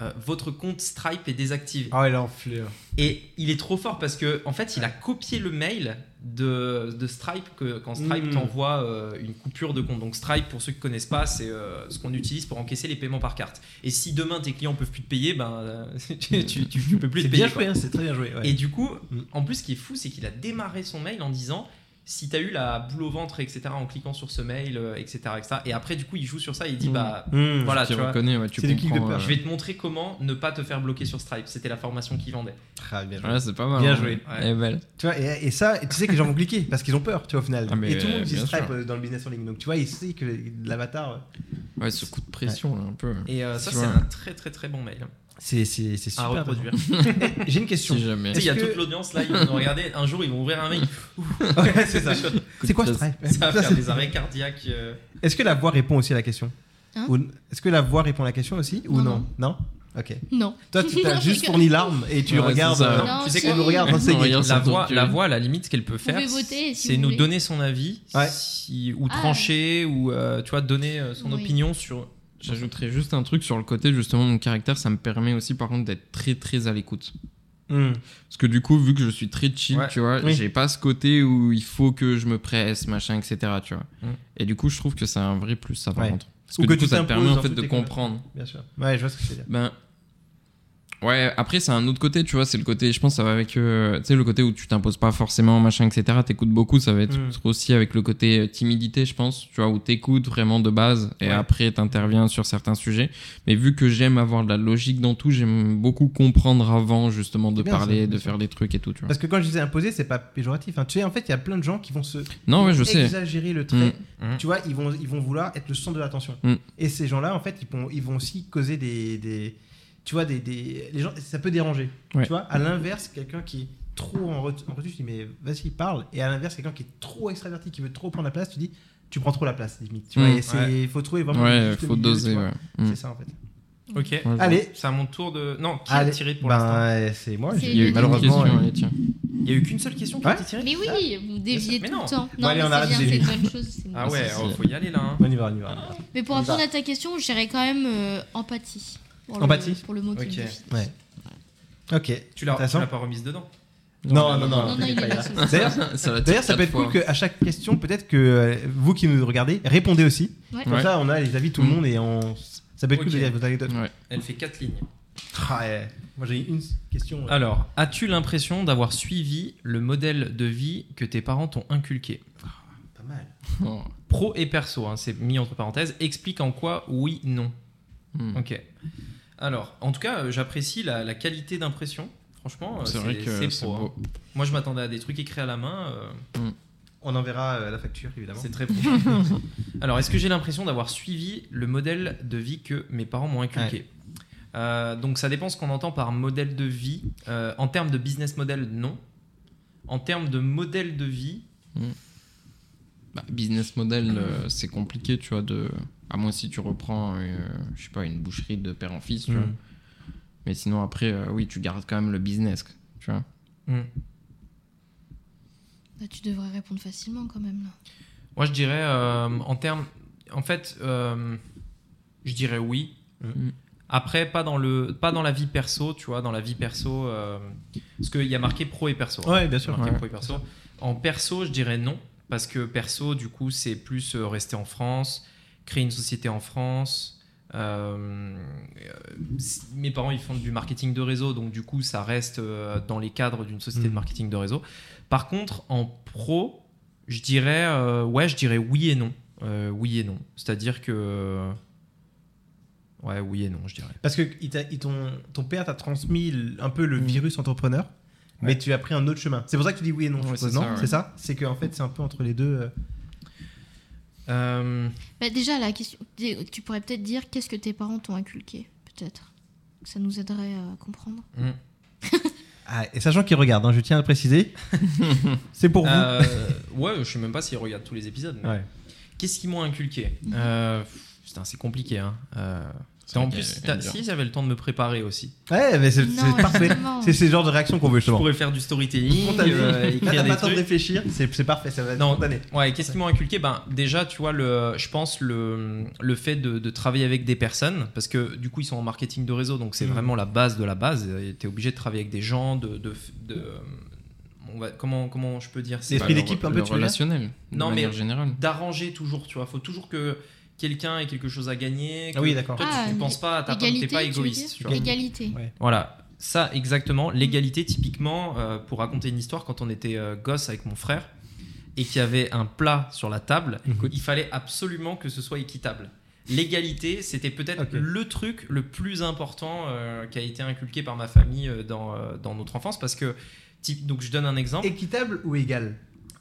S1: euh, votre compte Stripe est désactivé.
S2: Ah ouais, là, enflé.
S1: Et il est trop fort parce que en fait, il a copié le mail de, de Stripe que, quand Stripe
S2: Mm.
S1: t'envoie euh, une coupure de compte. Donc Stripe, pour ceux qui connaissent pas, c'est euh, ce qu'on utilise pour encaisser les paiements par carte. Et si demain tes clients peuvent plus te payer, ben euh, [laughs] tu, tu, tu- tu peux plus
S2: C'est
S1: te payer.
S2: bien
S1: quoi.
S2: joué, hein, c'est très bien joué. ouais.
S1: Et du coup,
S2: Mm.
S1: en plus, ce qui est fou, c'est qu'il a démarré son mail en disant si t'as eu la boule au ventre, etc., en cliquant sur ce mail, euh, etc., etc. Et après, du coup, il joue sur ça et il dit
S3: Mm.
S1: bah
S2: Hmm.
S1: voilà,
S3: tu
S1: tu vois.
S3: reconnais, ouais, tu
S2: C'est du kick de
S3: comprends.
S2: peur.
S3: ouais.
S1: Je vais te montrer comment ne pas te faire bloquer sur Stripe. C'était la formation qu'il vendait.
S2: Ah, bien joué.
S3: Ouais, c'est pas mal.
S2: Bien
S3: hein.
S2: joué.
S1: Ouais.
S3: Elle est belle.
S2: Tu vois, et, et ça, et tu sais que les gens vont cliquer parce qu'ils ont peur, tu vois, au final.
S3: Ah, mais,
S2: et tout le monde
S3: euh,
S2: utilise
S3: bien
S2: Stripe
S3: sûr.
S2: euh, dans le business en ligne. Donc, tu vois, il sait que l'avatar, euh,
S3: Ouais, ce coup de pression là, un peu.
S1: Et euh, ça,
S3: Tu
S1: c'est
S3: vois.
S1: un très très très bon mail hein,
S2: c'est c'est- c'est
S1: à
S2: super.
S1: reproduire.
S2: J'ai une question.
S3: [laughs] Si jamais.
S1: Tu sais, il y a
S2: Est-ce que-
S1: toute l'audience là, ils vont nous regarder. Un jour, ils vont ouvrir un mail.
S2: Ouais, [laughs] c'est
S1: [laughs]
S2: ça.
S1: ça
S2: C'est quoi
S3: Ça-
S2: Stripe
S1: va
S2: Ça,
S1: faire
S2: c'est-
S1: des arrêts cardiaques. euh.
S2: Est-ce que la voix répond aussi à la question
S4: Hein
S2: Ou- Est-ce que la voix répond à la question aussi Ou
S4: Non,
S2: non Non, Ok.
S4: Non.
S2: Toi,
S4: [laughs]
S2: tu
S4: Non,
S2: t'as juste
S4: je-
S2: fourni l'arme et tu
S3: Ouais,
S2: regardes.
S3: c'est ça.
S2: euh,
S1: Non, tu sais
S4: si.
S2: on le regarde dans ses
S3: Non, regarde.
S1: La
S3: Sans
S1: voix,
S3: doute,
S1: la
S3: oui.
S1: voix, à la limite, ce qu'elle peut
S4: pouvez
S1: faire,
S4: voter si
S1: c'est
S4: vous
S1: nous
S4: voulez.
S1: donner son avis,
S2: Ouais.
S1: si- ou
S4: Ah.
S1: trancher, ou euh, tu vois, donner euh, son
S4: Oui.
S1: opinion sur.
S3: J'ajouterais juste un truc sur le côté justement mon caractère, ça me permet aussi par contre d'être très très à l'écoute.
S2: Hmm.
S3: Parce que du coup, vu que je suis très chill,
S1: Ouais.
S3: tu vois,
S2: Oui.
S3: j'ai pas ce côté où il faut que je me presse, machin, etc. Tu vois.
S1: Mm.
S3: Et du coup, je trouve que c'est un vrai plus ça par
S2: Ouais.
S3: contre. Parce
S2: Ou
S3: que,
S2: que
S3: du coup,
S2: tu
S3: ça te permet
S2: t'imposes
S3: en
S2: dans
S3: fait
S2: toutes
S3: de
S2: tes
S3: comprendre.
S2: Bien sûr. Ouais, je vois ce que tu veux dire.
S3: Ben ouais. Après, c'est un autre côté, tu vois. C'est le côté, je pense, ça va avec, euh, tu sais, le côté où tu t'imposes pas forcément, machin, etc. T'écoutes beaucoup, ça va être
S2: Mm.
S3: aussi avec le côté euh, timidité, je pense, tu vois, où t'écoutes vraiment de base et
S2: Ouais.
S3: après t'interviens sur certains sujets. Mais vu que j'aime avoir de la logique dans tout, j'aime beaucoup comprendre avant justement de
S2: C'est bien, ça, bien
S3: parler, de
S2: sûr.
S3: faire des trucs et tout, tu vois.
S2: Parce que quand je disais imposer, c'est pas péjoratif. hein. Tu sais, en fait, il y a plein de gens qui vont se
S3: Non, ouais, je sais.
S2: exagérer le trait.
S1: Mm. Mm.
S2: Tu vois, ils vont, ils vont vouloir être le centre de l'attention.
S3: Mm.
S2: Et ces gens-là, en fait, ils vont, ils vont aussi causer des, des- tu vois, des, des- les gens, ça peut déranger.
S3: Ouais.
S2: Tu vois, à l'inverse, quelqu'un qui est trop en ret- en retenue, tu dis mais vas-y parle. Et à l'inverse, quelqu'un qui est trop extraverti, qui veut trop prendre la place, tu dis tu prends trop la place limite. Tu vois,
S3: Mm.
S2: et c'est, faut trouver vraiment. le
S3: Ouais,
S2: juste
S3: faut
S2: milieu, tu
S3: doser.
S2: vois.
S3: Ouais. Mm.
S2: C'est ça en fait.
S1: Ok.
S3: Ouais, je
S2: Allez,
S1: C'est à mon tour de. Non, qui
S2: Allez.
S1: a tiré pour l'instant
S2: ben, euh, c'est moi.
S4: C'est
S2: j'ai-
S3: Il y a eu
S2: malheureusement.
S3: malheureusement.
S2: euh,
S1: Il n'y a eu qu'une seule question qui a
S2: Ouais.
S1: été tirée
S4: Mais oui, vous déviez
S1: Mais
S4: tout
S1: non.
S4: le temps.
S2: Bon,
S4: Non,
S2: allez, on
S4: mais
S2: arrête,
S4: c'est bien,
S2: j'ai
S4: c'est
S2: vu.
S4: une bonne chose. c'est une
S1: Ah
S4: bonne
S1: ouais,
S4: chose.
S1: oh, faut y aller là. hein.
S2: On y va, on y va. on y va.
S4: Mais pour
S2: On y va.
S4: répondre à ta question, j'irais quand même euh, empathie. Pour le-
S2: Empathie
S4: Pour le mot qui
S1: Ok.
S4: me définit.
S2: Ouais. Ok.
S1: Tu l'as tu
S2: Intéressant.
S1: l'as pas remise dedans.
S2: Non, non, non.
S4: Non, non, il est là. ce soir.
S2: D'ailleurs, D'ailleurs, ça peut être cool qu'à chaque question, peut-être que euh, vous qui nous regardez, répondez aussi.
S4: Ouais.
S2: Comme
S3: Ouais.
S2: ça, on a les avis de tout le
S3: Mm.
S2: monde et on. Ça peut être cool de
S1: Ok.
S2: lire vos anecdotes.
S3: Ouais.
S1: Elle fait quatre lignes.
S2: Ah, ouais. Moi, j'ai une question. euh, ouais.
S1: Alors, as-tu l'impression d'avoir suivi le modèle de vie que tes parents t'ont inculqué
S2: Pas mal.
S3: Oh.
S1: Pro et perso, hein, c'est mis entre parenthèses. Explique en quoi oui, non.
S3: Mm.
S1: Ok. Alors, en tout cas, euh, j'apprécie la, la qualité d'impression. Franchement, euh,
S3: C'est vrai que c'est
S1: pro. hein.
S3: beau.
S1: Moi, je m'attendais à des trucs écrits à la main. euh,
S2: On enverra euh, la facture, évidemment.
S1: c'est très pro. Alors, est-ce que j'ai l'impression d'avoir suivi le modèle de vie que mes parents m'ont inculqué Euh, Donc, ça dépend ce qu'on entend par modèle de vie. Euh, en termes de business model, non. En termes de modèle de vie,
S3: Bah, business model, euh, c'est compliqué, tu vois, de... À moins si tu reprends, euh, je sais pas, une boucherie de père en fils, tu vois.
S2: Mm.
S3: Mais sinon, après, euh, oui, tu gardes quand même le business, tu vois.
S4: Bah, tu devrais répondre facilement quand même. Là.
S1: moi, je dirais euh, en termes. En fait, euh, je dirais oui.
S3: Mhm.
S1: Après, pas dans, le, pas dans la vie perso, tu vois, dans la vie perso, euh, parce qu'il y a marqué pro et perso. hein.
S2: Ouais, bien sûr.
S1: Marqué
S3: Ouais.
S1: pro et perso. En perso, je dirais non, parce que perso, du coup, c'est plus euh, rester en France, créer une société en France. Euh, euh, si- mes parents, ils font du marketing de réseau, donc du coup, ça reste euh, dans les cadres d'une société
S2: Mm.
S1: de marketing de réseau. Par contre, en pro, je dirais, euh, ouais, je dirais oui et non. Euh, oui et non. C'est-à-dire que. Ouais, oui et non, je dirais.
S2: Parce que il t'a- il t'ont- ton père t'a transmis l- un peu le virus entrepreneur, mais tu as pris un autre chemin. C'est pour ça que tu dis oui et non, je
S3: Ouais,
S2: suppose,
S3: c'est
S2: non
S3: ça, ouais.
S2: C'est ça C'est qu'en fait, c'est un peu entre les deux. euh,
S1: Euh,
S4: Bah, déjà, la question, tu pourrais peut-être dire qu'est-ce que tes parents t'ont inculqué, peut-être. Ça nous aiderait à comprendre.
S1: hmm.
S2: Ah, et sachant qu'il regarde, hein, je tiens à le préciser, c'est pour vous.
S1: Euh, ouais, je sais même pas s'ils regardent tous les épisodes. mais-
S2: Ouais.
S1: Qu'est-ce qu'ils m'ont inculqué
S4: Mhm.
S1: Euh, pff, putain, C'est compliqué. Hein. Euh,
S3: C'est
S1: en
S3: vrai
S1: plus,
S3: qu'elle-
S1: si
S3: elle
S1: t'as-
S3: est dure.
S1: si j'avais le temps de me préparer aussi,
S2: Ouais, mais c'est
S4: Non,
S2: c'est parfait.
S4: justement.
S2: C'est ce genre de réaction qu'on veut
S1: je
S2: justement.
S1: pourrais faire du storytelling,
S2: Spontané.
S1: euh,
S2: Là,
S1: écrire
S2: t'as
S1: des
S2: pas le temps de
S1: trucs.
S2: réfléchir, c'est c'est parfait, ça va être
S1: Non.
S2: spontané.
S1: Ouais, qu'est-ce qu'ils m'ont inculqué Ben déjà, tu vois, le, je pense le, le fait de, de travailler avec des personnes, parce que du coup, ils sont en marketing de réseau, donc c'est
S2: Mhm.
S1: vraiment la base de la base. T'es obligé de travailler avec des gens, de, de, de- on va, comment, comment je peux dire c'est
S2: L'esprit
S3: Bah, le
S2: d'équipe,
S3: re-
S2: un peu,
S3: le
S2: tu veux dire
S3: relationnel. De
S1: Non, mais-
S3: manière générale.
S1: d'arranger toujours, tu vois. Faut toujours que quelqu'un ait quelque chose à gagner. que-
S2: Ah oui, d'accord.
S1: Toi, tu-
S4: Ah,
S1: tu,
S4: mais-
S1: penses pas, t'as pas-
S4: Égalité,
S1: t'es pas
S4: tu veux
S1: égoïste.
S4: dire
S1: tu vois.
S4: L'égalité.
S1: Voilà, ça exactement. L'égalité, typiquement, euh, pour raconter une histoire, quand on était euh, gosse avec mon frère et qu'il y avait un plat sur la table,
S2: Écoute.
S1: il fallait absolument que ce soit équitable. L'égalité, c'était peut-être
S2: Ok.
S1: le truc le plus important euh, qui a été inculqué par ma famille euh, dans, euh, dans notre enfance parce que, typ- donc je donne un exemple.
S2: Équitable ou égal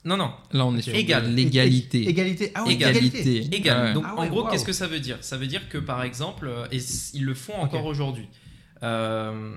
S1: Non, non,
S3: Là, on est sur
S1: Égal.
S3: de l'égalité.
S2: Égalité. Ah oui, égalité.
S3: Égalité.
S1: Égal.
S3: Ouais.
S1: Donc
S2: Ah ouais,
S1: en gros,
S2: waouh.
S1: qu'est-ce que ça veut dire Ça veut dire que par exemple, euh, et s- ils le font encore
S2: Ok.
S1: aujourd'hui, euh,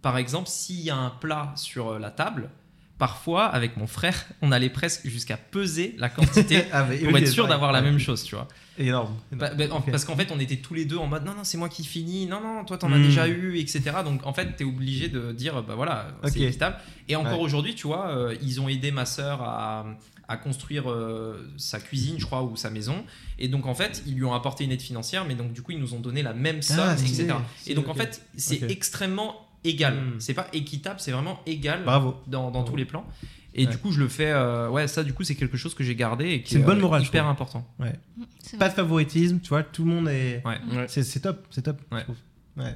S1: par exemple, s'il y a un plat sur euh, la table, parfois avec mon frère, on allait presque jusqu'à peser la
S2: [laughs]
S1: quantité
S2: Ah, mais-
S1: pour
S2: oui,
S1: être
S2: c'est
S1: sûr
S2: vrai.
S1: d'avoir la
S2: Ouais.
S1: même chose, tu vois.
S2: Énorme.
S1: Bah, bah, en-
S2: Ok.
S1: Parce qu'en fait, on était tous les deux en mode non, non, c'est moi qui finis, non, non, toi t'en as
S2: Hmm.
S1: déjà eu, etc. Donc en fait, t'es obligé de dire bah voilà,
S2: Ok.
S1: c'est équitable. Et encore
S2: Ouais.
S1: aujourd'hui, tu vois, euh, ils ont aidé ma sœur à, à construire euh, sa cuisine, je crois, ou sa maison. Et donc en fait, ils lui ont apporté une aide financière, mais donc du coup, ils nous ont donné la même somme,
S2: Ah, c'est-
S1: etc.
S2: c'est-
S1: Et donc en
S2: ok.
S1: fait, c'est
S2: Ok.
S1: extrêmement égal.
S2: Hmm.
S1: C'est pas équitable, c'est vraiment égal
S2: Bravo.
S1: dans, dans
S2: Bravo.
S1: tous les plans. Et
S2: Ouais.
S1: du coup, je le fais. euh, ouais, ça, du coup, c'est quelque chose que j'ai gardé et qui
S2: C'est une
S1: est,
S2: bonne
S1: euh,
S2: morale, je
S1: hyper
S2: trouve.
S1: important.
S4: Mm, c'est
S2: Pas
S4: vrai.
S2: de favoritisme, tu vois, tout le monde est.
S1: Ouais.
S3: Ah Ouais.
S2: C'est c'est top, c'est top. je
S1: Ouais.
S2: trouve. Ouais.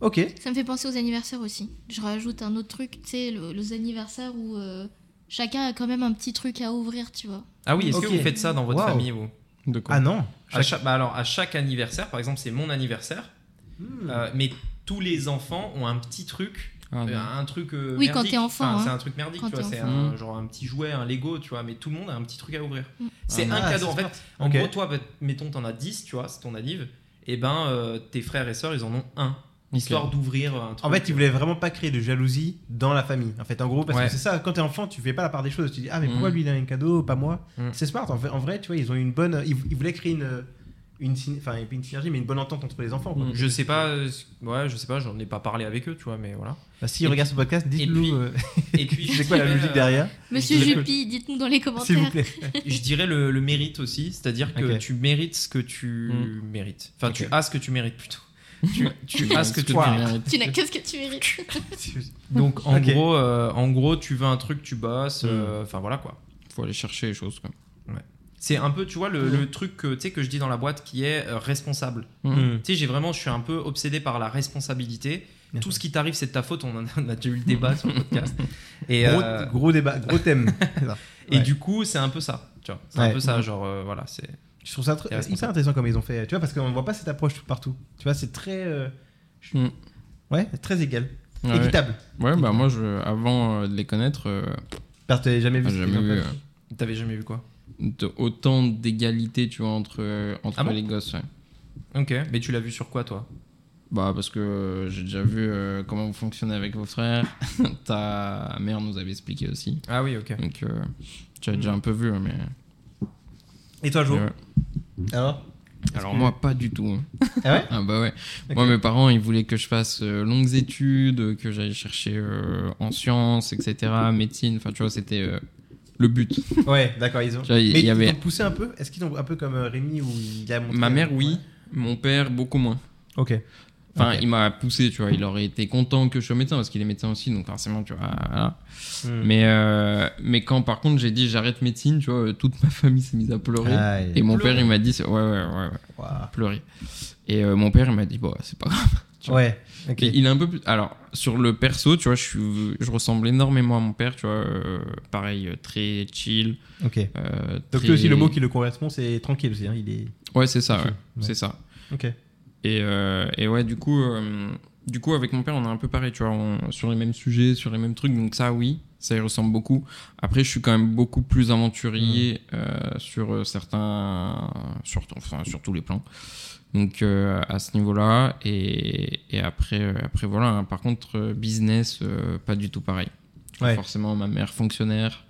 S2: Ok.
S4: Ça me fait penser aux anniversaires aussi. Je rajoute un autre truc, tu sais, le- les anniversaires où euh, chacun a quand même un petit truc à ouvrir, tu vois.
S1: Ah oui, est-ce
S2: Ok.
S1: que vous faites ça dans votre
S2: Waouh.
S1: famille vous
S3: De quoi
S2: Ah non.
S1: À chaque- bah alors à chaque anniversaire, par exemple, c'est mon anniversaire,
S2: Hmm.
S1: euh, mais tous les enfants ont un petit truc,
S3: Ah,
S1: euh,
S3: non.
S1: un truc. euh,
S4: Oui, quand
S1: merdique.
S4: t'es enfant,
S1: Enfin,
S4: hein.
S1: c'est un truc merdique,
S4: Quand
S1: tu vois,
S4: t'es
S1: c'est
S3: enfant.
S1: un, genre un petit jouet, un Lego, tu vois, mais tout le monde a un petit truc à ouvrir.
S4: Mm.
S1: C'est
S3: Ah,
S1: un
S2: ah,
S1: cadeau
S2: c'est
S1: en fait.
S2: smart.
S1: En
S2: Ok.
S1: gros, toi, bah, mettons, t'en as 10, tu vois, c'est ton anniv. Et ben, euh, tes frères et sœurs, ils en ont un,
S3: Ok.
S1: histoire d'ouvrir un truc.
S2: En fait, ils voulaient vraiment pas créer de jalousie dans la famille. En fait, en gros, parce
S1: Ouais.
S2: que c'est ça, quand t'es enfant, tu fais pas la part des choses. Tu dis, ah, mais
S3: Mhm.
S2: pourquoi lui il a un cadeau, pas moi
S1: Mhm.
S2: C'est smart. En, fait, en vrai, tu vois, ils ont une bonne. Ils, ils voulaient créer une. Une, syn- enfin, une synergie, mais une bonne entente entre les enfants. quoi.
S3: Mhm.
S1: Je sais pas, euh, ouais, je sais pas, j'en ai pas parlé avec eux, tu vois, mais voilà.
S2: Bah, S'ils
S1: Et
S2: regardent ce podcast,
S1: puis-
S2: dites-nous euh,
S1: Et puis, je
S2: [laughs] c'est quoi la
S1: dirais,
S2: logique
S1: euh,
S2: derrière,
S4: Monsieur
S2: Je-
S4: Juppy, dites-nous dans les
S2: s'il vous
S4: commentaires.
S2: plaît. [laughs]
S1: je dirais le, le mérite aussi, c'est-à-dire que
S2: Ok. Hmm.
S1: tu mérites ce que tu
S3: Mm.
S1: mérites. Enfin,
S2: Ok.
S1: tu as ce que tu mérites plutôt. tu, tu as
S3: Parce
S1: ce que tu
S3: tu
S1: mérites.
S3: mérites.
S4: Tu n'as que ce que tu mérites.
S1: Donc, en,
S2: [laughs] Ok. Hmm.
S1: gros, euh, en gros, tu veux un truc, tu bosses. euh, Enfin, voilà quoi.
S3: Faut aller chercher les choses. Quoi.
S1: C'est un peu, tu vois,
S2: Hmm.
S1: le, le truc que, tu sais, que je dis dans la boîte qui est euh, responsable.
S2: Mhm.
S1: Tu sais, j'ai vraiment, je suis un peu obsédé par la responsabilité.
S2: Bien
S1: Tout
S2: sûr.
S1: ce qui t'arrive, c'est de ta faute. On, en a, on a déjà eu le débat sur le podcast.
S2: [laughs]
S1: Et,
S2: Gros,
S1: euh,
S2: gros débat, gros thème.
S1: et
S2: ouais.
S1: du coup, c'est un peu ça. Tu vois, c'est un
S2: Ouais. Hmm.
S1: peu ça. Genre, euh, voilà, c'est.
S2: Je trouve ça tr-
S1: T'es responsable.
S2: hyper intéressant comme ils ont fait, tu vois, parce qu'on ne voit pas cette approche partout. Tu vois, c'est très. euh, je-
S3: Mm.
S2: Ouais, très égal.
S3: Ouais, ouais.
S2: Équitable.
S3: Ouais, bah moi, je, avant euh, de les connaître, euh,
S2: Parce que t'avais Ah, jamais vu
S3: j'ai
S2: cet
S3: jamais vu
S2: exemple-là.
S3: euh,
S1: T'avais jamais vu quoi
S3: de- autant d'égalité, tu vois, entre, euh, entre
S1: Ah bon
S3: les gosses. ouais.
S1: Ok. Mais tu l'as vu sur quoi, toi
S3: Bah parce que euh, j'ai déjà vu euh, comment vous fonctionnez avec vos frères. [laughs] Ta mère nous avait expliqué aussi.
S1: Ah oui, ok.
S3: Donc euh, tu as déjà un peu vu, hein, mais.
S2: Et toi, Jo
S3: mais ouais.
S2: Alors
S3: Alors
S2: que-
S3: moi pas du tout. hein.
S2: Ah ouais
S3: Ah bah ouais.
S2: Ok.
S3: Moi mes parents ils voulaient que je fasse euh, longues études, que j'aille chercher euh, en sciences, etc. Médecine. Enfin tu vois c'était euh, le but.
S2: Ouais, d'accord, ils ont.
S3: Tu vois, il
S2: Mais
S3: y
S2: ils
S3: avait-
S2: t'ont poussé un peu Est-ce qu'ils ont un peu comme euh, Rémi où il a montré.
S3: Ma mère oui,
S2: Ouais.
S3: mon père beaucoup moins.
S2: Ok.
S3: Enfin,
S2: Ok.
S3: il m'a poussé, tu vois. Il aurait été content que je sois médecin parce qu'il est médecin aussi, donc forcément, tu vois. voilà.
S2: Hmm.
S3: Mais, euh, mais quand par contre j'ai dit j'arrête médecine, tu vois, euh, toute ma [laughs] famille s'est mise à pleurer.
S2: Aïe.
S3: et mon
S1: Pleurer.
S3: père, il m'a dit, c'est- ouais, ouais, ouais, ouais,
S2: Ouah.
S3: pleurer. Et euh, mon père, il m'a dit, bon, c'est pas grave. tu vois.
S2: Ouais. ok.
S3: Mais Il est un peu plus. Alors, sur le perso, tu vois, je, suis... je ressemble énormément à mon père, tu vois. euh, pareil, euh, très chill.
S2: Ok.
S3: euh,
S2: Donc
S3: très-
S2: lui aussi, le mot qui le correspond, c'est tranquille aussi. hein, Il est.
S3: Ouais, c'est ça, ouais.
S2: Ouais.
S3: C'est ça.
S2: Ok.
S3: Et, euh, et ouais, du coup, euh, du coup, avec mon père, on est un peu pareil, tu vois, on- sur les mêmes sujets, sur les mêmes trucs. Donc ça, oui, ça y ressemble beaucoup. Après, je suis quand même beaucoup plus aventurier euh, sur euh, certains, sur, enfin, sur tous les plans. Donc euh, à ce niveau-là, et, et après, euh, après voilà. hein. Par contre, euh, business, euh, pas du tout pareil. Tu vois,
S2: Ouais.
S3: Forcément, ma mère fonctionnaire,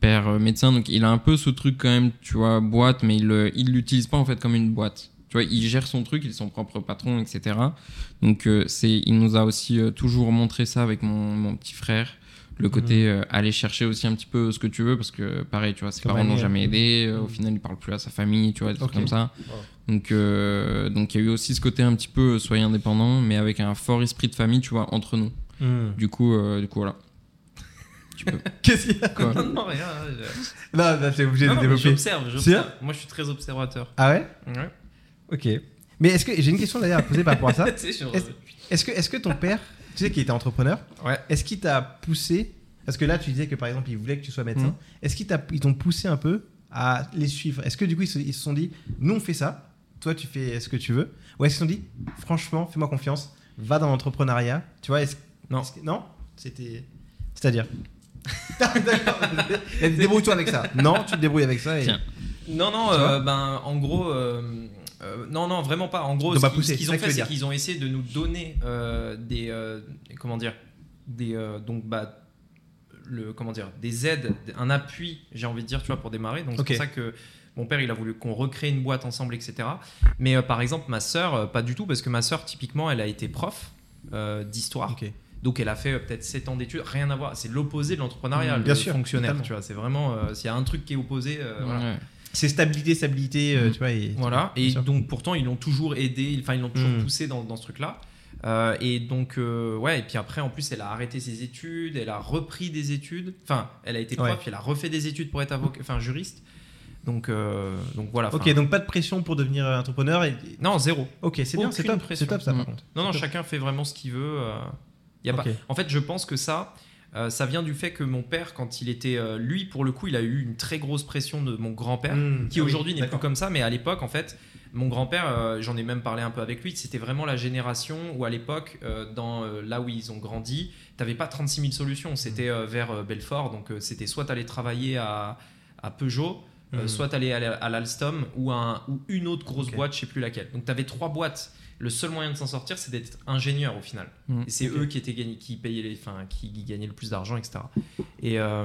S3: père euh, médecin, donc il a un peu ce truc quand même, tu vois, boîte, mais il euh, il l'utilise pas en fait comme une boîte. Tu vois, il gère son truc, il est son propre patron, etc. Donc euh, c'est, il nous a aussi euh, toujours montré ça avec mon, mon petit frère, le
S2: Mhm.
S3: côté euh, aller chercher aussi un petit peu ce que tu veux, parce que pareil, tu vois, ses
S2: Comme
S3: parents
S2: un
S3: n'ont
S2: aîné.
S3: jamais aidé, euh, au
S2: Mm.
S3: final il parle plus à sa famille, tu vois, des trucs
S2: Ok.
S3: comme ça.
S2: Wow.
S3: Donc euh, donc il y a eu aussi ce côté un petit peu euh, soyez indépendant, mais avec un fort esprit de famille, tu vois, entre nous.
S2: Hmm.
S3: Du coup, euh, du coup voilà. Tu peux.
S2: [laughs] Qu'est-ce qu'il y a
S3: Quoi
S1: [laughs] Non, non, rien. hein, je-
S2: Non, non, t'es obligé
S1: Non,
S2: de
S1: non, mais
S2: développer.
S1: J'observe.
S2: Si, hein
S1: j'observe. Moi, je suis très observateur.
S2: Ah ouais
S1: Ouais.
S2: Ok. Mais est-ce que j'ai une question d'ailleurs à poser par rapport à ça
S1: [laughs] Tu sais, euh, je suis-
S2: Est-ce- Est-ce que, est que ton père, tu sais qu'il était entrepreneur,
S1: Ouais.
S2: est-ce qu'il t'a poussé Parce que là, tu disais que par exemple, il voulait que tu sois médecin.
S3: Mhm.
S2: Est-ce qu'ils t'a- ils t'ont poussé un peu à les suivre Est-ce que du coup, ils se, ils se sont dit, nous on fait ça, toi tu fais ce que tu veux Ou est-ce qu'ils se sont dit, franchement, fais-moi confiance, va dans l'entrepreneuriat Tu vois, est-ce
S1: Non.
S2: est-ce que- non C'était.
S1: [laughs]
S2: C'est-à-dire D'accord. Débrouille-toi avec ça. Non, tu te débrouilles avec ça. Et...
S3: Tiens.
S1: Non, non,
S2: Tu vois
S1: euh, ben, en gros, euh, euh, non, non, vraiment pas. En gros,
S2: Ils
S1: ce
S2: t'ont pas
S1: qu'ils
S2: poussé,
S1: ce qu'ils
S2: c'est
S1: ont
S2: ça que
S1: fait,
S2: je veux
S1: c'est
S2: dire.
S1: qu'ils ont essayé de nous donner euh, des, euh, comment dire, des, euh, donc bah, le, comment dire, des aides, un appui, j'ai envie de dire, tu vois, pour démarrer. Donc
S2: Ok.
S1: c'est pour ça que mon père, il a voulu qu'on recrée une boîte ensemble, etc. Mais euh, par exemple, ma sœur, euh, pas du tout, parce que ma sœur, typiquement, elle a été prof euh, d'histoire.
S2: Ok.
S1: Donc elle a fait euh, peut-être 7 ans d'études, rien à voir. C'est l'opposé de l'entrepreneuriat,
S3: Mmh,
S1: le
S2: bien sûr,
S1: fonctionnaire,
S2: totalement. Mmh,
S1: tu vois. C'est vraiment, euh, s'il y a un truc qui est opposé, euh, voilà.
S3: Ouais.
S2: C'est stabilité, stabilité, euh, tu vois. Et...
S1: Mhm. Voilà,
S2: Bien
S1: et
S2: sûr.
S1: donc pourtant ils l'ont toujours aidé, enfin ils l'ont toujours
S2: Mm.
S1: poussé dans, dans ce truc-là. Euh, et donc, euh, ouais, et puis après en plus elle a arrêté ses études, elle a repris des études, enfin elle a été prof,
S2: Ouais.
S1: puis elle a refait des études pour être avocat, enfin juriste. Donc, euh, donc voilà. enfin,
S2: Ok, donc pas de pression pour devenir euh, entrepreneur. Et...
S1: Non, zéro.
S2: Ok, c'est bien, c'est
S1: Aucune
S2: top,
S1: pression.
S2: c'est top ça
S3: Mhm.
S2: par contre.
S1: Non, non,
S2: C'est top.
S1: chacun fait vraiment ce qu'il veut. euh, y a
S2: Ok.
S1: pas... En fait, je pense que ça, euh, ça vient du fait que mon père, quand il était, euh, lui, pour le coup, il a eu une très grosse pression de mon grand-père.
S2: Mm.
S1: qui
S2: Ah oui,
S1: aujourd'hui n'est plus
S2: d'accord.
S1: comme ça, mais à l'époque, en fait, mon grand-père, euh, j'en ai même parlé un peu avec lui, c'était vraiment la génération où à l'époque, euh, dans euh, là où ils ont grandi, t'avais pas 36 000 solutions,
S2: Mm.
S1: c'était euh, vers euh, Belfort, donc euh, c'était soit t'allais travailler à, à Peugeot, euh,
S2: Mhm.
S1: soit t'allais à, la- à l'Alstom ou, à un- ou une autre grosse
S2: Ok.
S1: boîte, je sais plus laquelle. Donc t'avais trois boîtes. Le seul moyen de s'en sortir, c'est d'être ingénieur au final.
S3: Mhm.
S1: Et c'est
S2: Mm. Ok.
S1: eux qui étaient gagnés, qui payaient les, enfin, qui gagnaient le plus d'argent, etc. Et euh,